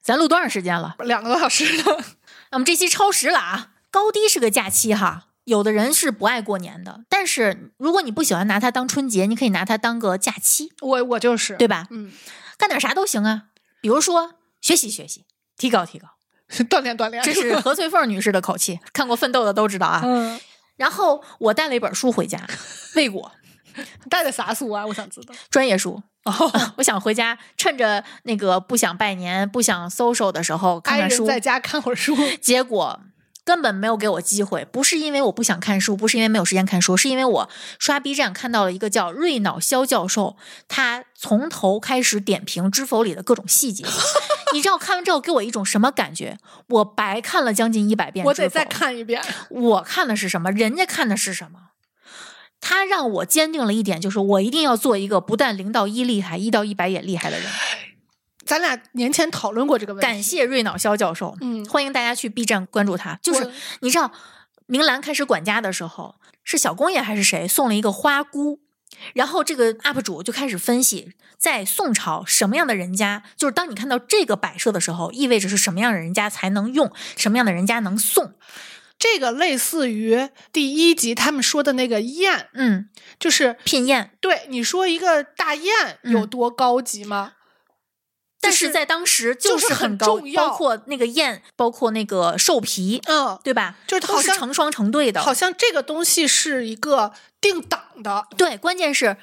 Speaker 2: 咱录多长时间了？
Speaker 3: 两个多小时的。
Speaker 2: 那么这期超时了啊，高低是个假期哈。有的人是不爱过年的，但是如果你不喜欢拿它当春节，你可以拿它当个假期，
Speaker 3: 我我就是，
Speaker 2: 对吧？
Speaker 3: 嗯，
Speaker 2: 干点啥都行啊，比如说学习学习，提高提高。
Speaker 3: 锻炼锻炼。
Speaker 2: 这是何翠凤女士的口气，看过《奋斗》的都知道啊。
Speaker 3: 嗯，
Speaker 2: 然后我带了一本书回家，未果
Speaker 3: 带的啥素啊？我想知道。
Speaker 2: 专业 书。
Speaker 3: 哦
Speaker 2: 嗯我想回家，趁着那个不想拜年、不想 social 的时候看
Speaker 3: 爱
Speaker 2: 看
Speaker 3: 人
Speaker 2: 书。
Speaker 3: 在家看会 儿书，
Speaker 2: 结果根本没有给我机会，不是因为我不想看书，不是因为没有时间看书，是因为我刷 B 站看到了一个叫瑞脑肖教授，他从头开始点评《知否》里的各种细节。 你知道看完之后给我一种什么感觉？我白看了将近一百遍《
Speaker 3: 我
Speaker 2: 知
Speaker 3: 得
Speaker 2: 否
Speaker 3: 再》，看一遍。
Speaker 2: 我看的是什么？人家看的是什么？他让我坚定了一点，就是我一定要做一个不但零到一厉害，一到一百也厉害的人。
Speaker 3: 咱俩年前讨论过这个问题，
Speaker 2: 感谢瑞脑肖教授，
Speaker 3: 嗯
Speaker 2: 欢迎大家去 B 站关注他。就是
Speaker 3: 我
Speaker 2: 你知道，明兰开始管家的时候，是小公爷还是谁送了一个花菇，然后这个 UP 主就开始分析，在宋朝什么样的人家，就是当你看到这个摆设的时候，意味着是什么样的人家才能用，什么样的人家能送。
Speaker 3: 这个类似于第一集他们说的那个宴，
Speaker 2: 嗯，
Speaker 3: 就是
Speaker 2: 聘宴，
Speaker 3: 对你说一个大宴
Speaker 2: 嗯
Speaker 3: 有多高级吗？
Speaker 2: 但
Speaker 3: 就是
Speaker 2: 是在当时
Speaker 3: 就是很
Speaker 2: 很高，
Speaker 3: 重要
Speaker 2: 包括那个宴，包括那个兽皮，
Speaker 3: 嗯，
Speaker 2: 对吧？
Speaker 3: 就是
Speaker 2: 都
Speaker 3: 好
Speaker 2: 是
Speaker 3: 像
Speaker 2: 成双成对的，
Speaker 3: 好像这个东西是一个定档的，
Speaker 2: 对，关键是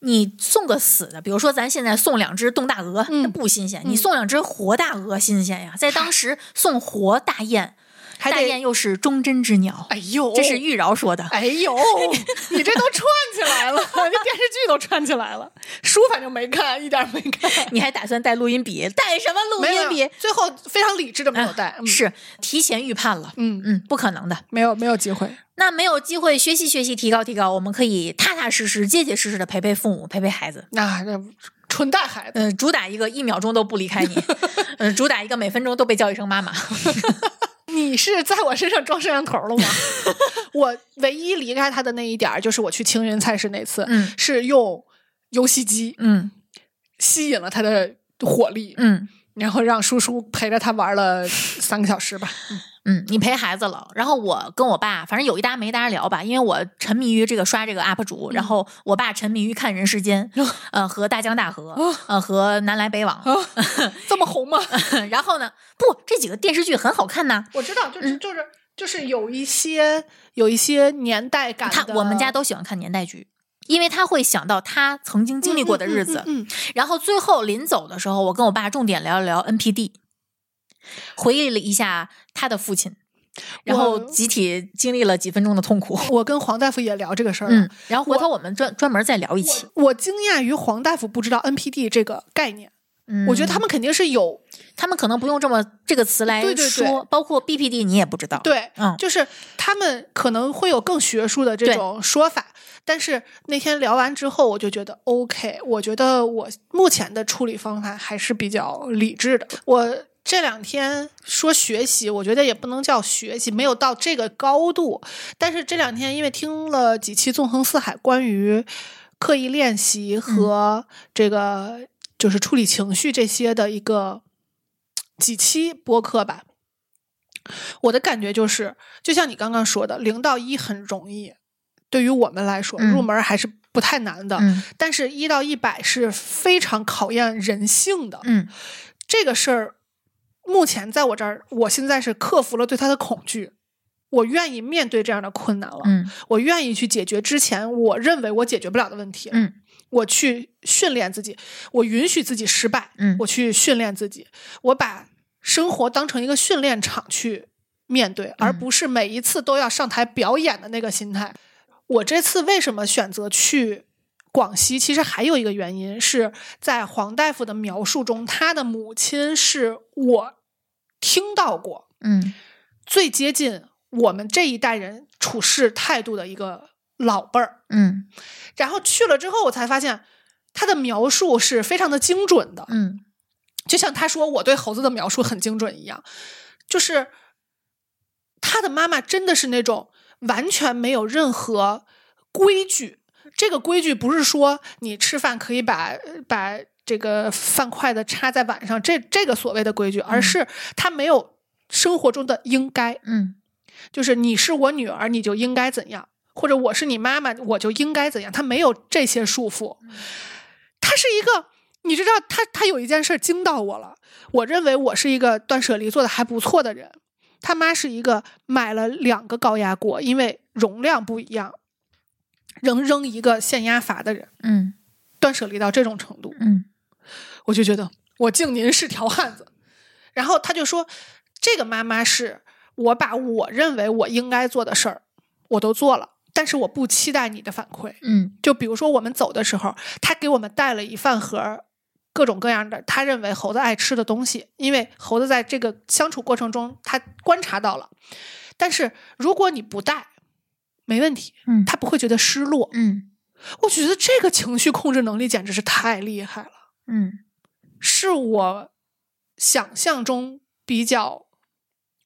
Speaker 2: 你送个死的，比如说咱现在送两只冻大鹅，那
Speaker 3: 嗯
Speaker 2: 不新鲜；
Speaker 3: 嗯
Speaker 2: 你送两只活大鹅新鲜呀。在当时送活大雁，
Speaker 3: 还
Speaker 2: 大雁
Speaker 3: 得
Speaker 2: 又是忠贞之鸟，
Speaker 3: 哎呦，
Speaker 2: 这是玉娆说的。
Speaker 3: 哎 呦，你这都串起来了，这电视剧都串起来了，书反正没看，一点儿没 看，
Speaker 2: 你还打算带录音笔？带什么录
Speaker 3: 没
Speaker 2: 音
Speaker 3: 有
Speaker 2: 笔？
Speaker 3: 最后非常理智的没有带，嗯
Speaker 2: 啊是提前预判了，
Speaker 3: 嗯，
Speaker 2: 嗯，不可能的。
Speaker 3: 没有没有机会，
Speaker 2: 那没有机会学习学习，提高提高，我们可以踏踏实实、结结实实的陪陪父母，陪陪孩子。
Speaker 3: 那那纯带孩子。
Speaker 2: 呃，主打一个一秒钟都不离 开你，呃，主打一个每分钟都被叫一声妈妈。
Speaker 3: 你是在我身上装摄像头 了吗？我唯一离开他的那一点儿，就是我去情人菜市那次，
Speaker 2: 嗯
Speaker 3: 是用游戏机
Speaker 2: 嗯
Speaker 3: 吸引了他的火力，
Speaker 2: 嗯，
Speaker 3: 然后让叔叔陪着他玩了三个小时吧。
Speaker 2: 嗯，你陪孩子了，然后我跟我爸，反正有一搭没一搭聊吧，因为我沉迷于这个刷这个 UP 主，
Speaker 3: 嗯
Speaker 2: 然后我爸沉迷于看《人世间》呃和《大江大
Speaker 3: 哦
Speaker 2: 河》呃和《南来北往》
Speaker 3: 啊这么红吗？
Speaker 2: 然后呢，不，这几个电视剧很好看呐。
Speaker 3: 我知道，
Speaker 2: 嗯
Speaker 3: 就是就是就是有一些有一些年代感
Speaker 2: 他
Speaker 3: 的
Speaker 2: 我们家都喜欢看年代剧，因为他会想到他曾经经历过的日 子。
Speaker 3: 嗯，嗯嗯嗯
Speaker 2: 然后最后临走的时候，我跟我爸重点聊了聊 NPD，回忆了一下他的父亲，然后
Speaker 3: 我
Speaker 2: 集体经历了几分钟的痛苦。
Speaker 3: 我跟黄大夫也聊这个事儿了。
Speaker 2: 嗯，然后回头我们专专门再聊一期。
Speaker 3: 我惊讶于黄大夫不知道 NPD 这个概念，
Speaker 2: 嗯
Speaker 3: 我觉得他们肯定是有
Speaker 2: 他们可能不用这么这个词来说，
Speaker 3: 对对对
Speaker 2: 包括 BPD 你也不知道。，
Speaker 3: 对，
Speaker 2: 嗯
Speaker 3: 就是他们可能会有更学术的这
Speaker 2: 对
Speaker 3: 种说法，但是那天聊完之后，我就觉得 OK，我觉得我目前的处理方法还是比较理智的。我这两天说学习，我觉得也不能叫学习，没有到这个高度。但是这两天因为听了几期《纵横四海》关于刻意练习
Speaker 2: 嗯
Speaker 3: 和这个就是处理情绪这些的一个几期播客吧，我的感觉就是，就像你刚刚说的，零到一很容易，对于我们来说，
Speaker 2: 嗯
Speaker 3: 入门还是不太难的。
Speaker 2: 嗯
Speaker 3: 但是，一到一百是非常考验人性的。
Speaker 2: 嗯
Speaker 3: 这个事儿，目前在我这儿，我现在是克服了对他的恐惧，我愿意面对这样的困难了，
Speaker 2: 嗯
Speaker 3: 我愿意去解决之前我认为我解决不了的问题，
Speaker 2: 嗯
Speaker 3: 我去训练自己，我允许自己失败，
Speaker 2: 嗯
Speaker 3: 我去训练自己，我把生活当成一个训练场去面对，
Speaker 2: 嗯
Speaker 3: 而不是每一次都要上台表演的那个心态。我这次为什么选择去广西？其实还有一个原因是在黄大夫的描述中，他的母亲是我听到过
Speaker 2: 嗯
Speaker 3: 最接近我们这一代人处事态度的一个老辈儿。
Speaker 2: 嗯
Speaker 3: 然后去了之后，我才发现他的描述是非常的精准的，
Speaker 2: 嗯
Speaker 3: 就像他说我对猴子的描述很精准一样，就是他的妈妈真的是那种完全没有任何规矩。这个规矩不是说你吃饭可以把把这个饭筷子插在碗上，这这个所谓的规矩，而是他没有生活中的应该。
Speaker 2: 嗯
Speaker 3: 就是你是我女儿，你就应该怎样，或者我是你妈妈，我就应该怎样。她没有这些束缚，她是一个，你知道，她她有一件事儿惊到我了。我认为我是一个断舍离做的还不错的人，他妈是一个买了两个高压锅，因为容量不一样，仍扔一个限压阀的人，
Speaker 2: 嗯
Speaker 3: 断舍离到这种程度。
Speaker 2: 嗯
Speaker 3: 我就觉得我敬您是条汉子。然后他就说，这个妈妈是我把我认为我应该做的事儿我都做了，但是我不期待你的反馈。
Speaker 2: 嗯
Speaker 3: 就比如说我们走的时候，他给我们带了一饭盒儿各种各样的他认为猴子爱吃的东西，因为猴子在这个相处过程中他观察到了。但是如果你不带，没问题，
Speaker 2: 嗯
Speaker 3: 他不会觉得失落。
Speaker 2: 嗯
Speaker 3: 我觉得这个情绪控制能力简直是太厉害了。
Speaker 2: 嗯
Speaker 3: 是我想象中比较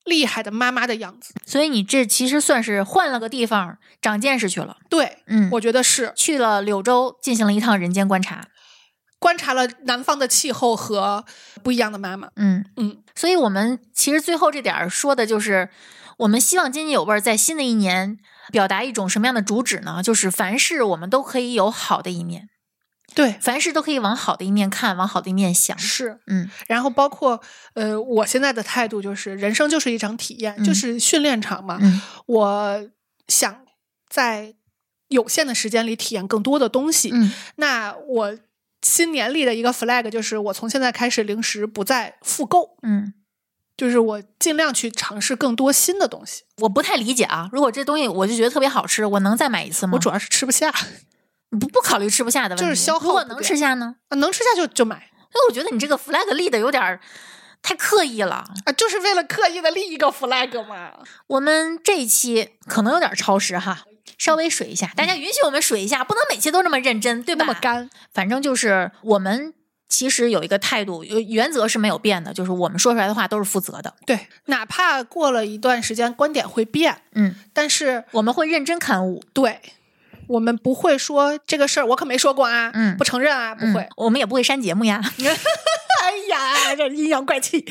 Speaker 3: 厉害的妈妈的样子。
Speaker 2: 所以你这其实算是换了个地方长见识去了。
Speaker 3: 对，
Speaker 2: 嗯，
Speaker 3: 我觉得是
Speaker 2: 去了柳州进行了一趟人间观察。
Speaker 3: 观察了南方的气候和不一样的妈妈。
Speaker 2: 嗯
Speaker 3: 嗯，
Speaker 2: 所以我们其实最后这点儿说的就是，我们希望津津有味儿在新的一年表达一种什么样的主旨呢？就是凡事我们都可以有好的一面，
Speaker 3: 对，
Speaker 2: 凡事都可以往好的一面看，往好的一面想。
Speaker 3: 是。
Speaker 2: 嗯
Speaker 3: 然后包括呃，我现在的态度就是，人生就是一场体验，
Speaker 2: 嗯
Speaker 3: 就是训练场嘛。
Speaker 2: 嗯
Speaker 3: 我想在有限的时间里体验更多的东西。
Speaker 2: 嗯
Speaker 3: 那我。新年立的一个 flag 就是，我从现在开始零食不再复购。
Speaker 2: 嗯，
Speaker 3: 就是我尽量去尝试更多新的东西。
Speaker 2: 我不太理解啊，如果这东西我就觉得特别好吃，我能再买一次吗？
Speaker 3: 我主要是吃不下，啊
Speaker 2: 不不考虑吃不下的问题，
Speaker 3: 就是消耗
Speaker 2: 如果
Speaker 3: 不
Speaker 2: 能
Speaker 3: 掉
Speaker 2: 吃下呢？
Speaker 3: 啊能吃下就就买
Speaker 2: 所以我觉得你这个 flag 立的有点儿太刻意了。
Speaker 3: 啊，就是为了刻意的立一个 flag 嘛。
Speaker 2: 我们这一期可能有点超时哈，稍微水一下，大家允许我们水一下，不能每期都这么认真，对吧？
Speaker 3: 那么干，
Speaker 2: 反正就是我们其实有一个态度，有原则是没有变的，就是我们说出来的话都是负责的。
Speaker 3: 对，哪怕过了一段时间观点会变，
Speaker 2: 嗯，
Speaker 3: 但是
Speaker 2: 我们会认真刊物，
Speaker 3: 对我们不会说这个事儿我可没说过啊，
Speaker 2: 嗯
Speaker 3: 不承认啊，不
Speaker 2: 嗯
Speaker 3: 会。
Speaker 2: 我们也不会删节目 呀。
Speaker 3: 哎呀，这阴阳怪 气。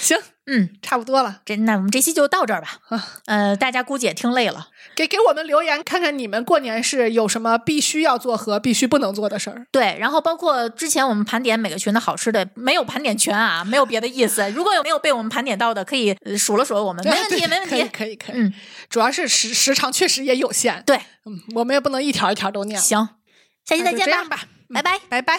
Speaker 3: 行，
Speaker 2: 嗯，
Speaker 3: 差不多了，
Speaker 2: 这那我们这期就到这儿吧。
Speaker 3: 啊
Speaker 2: 呃，大家估计也听累了，
Speaker 3: 给给我们留言，看看你们过年是有什么必须要做和必须不能做的事儿。
Speaker 2: 对。然后包括之前我们盘点每个群的好吃的，没有盘点全啊，没有别的意思。如果有没有被我们盘点到的，可以呃数了数我们，没问题，
Speaker 3: 啊对
Speaker 2: 没问
Speaker 3: 可以，
Speaker 2: 题。
Speaker 3: 可以，可以。
Speaker 2: 嗯，
Speaker 3: 主要是时时长确实也有限，
Speaker 2: 对，
Speaker 3: 嗯，我们也不能一条一条都念了。
Speaker 2: 行，下期
Speaker 3: 那
Speaker 2: 再
Speaker 3: 就
Speaker 2: 见
Speaker 3: 这
Speaker 2: 吧，
Speaker 3: 样吧，嗯
Speaker 2: 拜拜。
Speaker 3: 拜拜。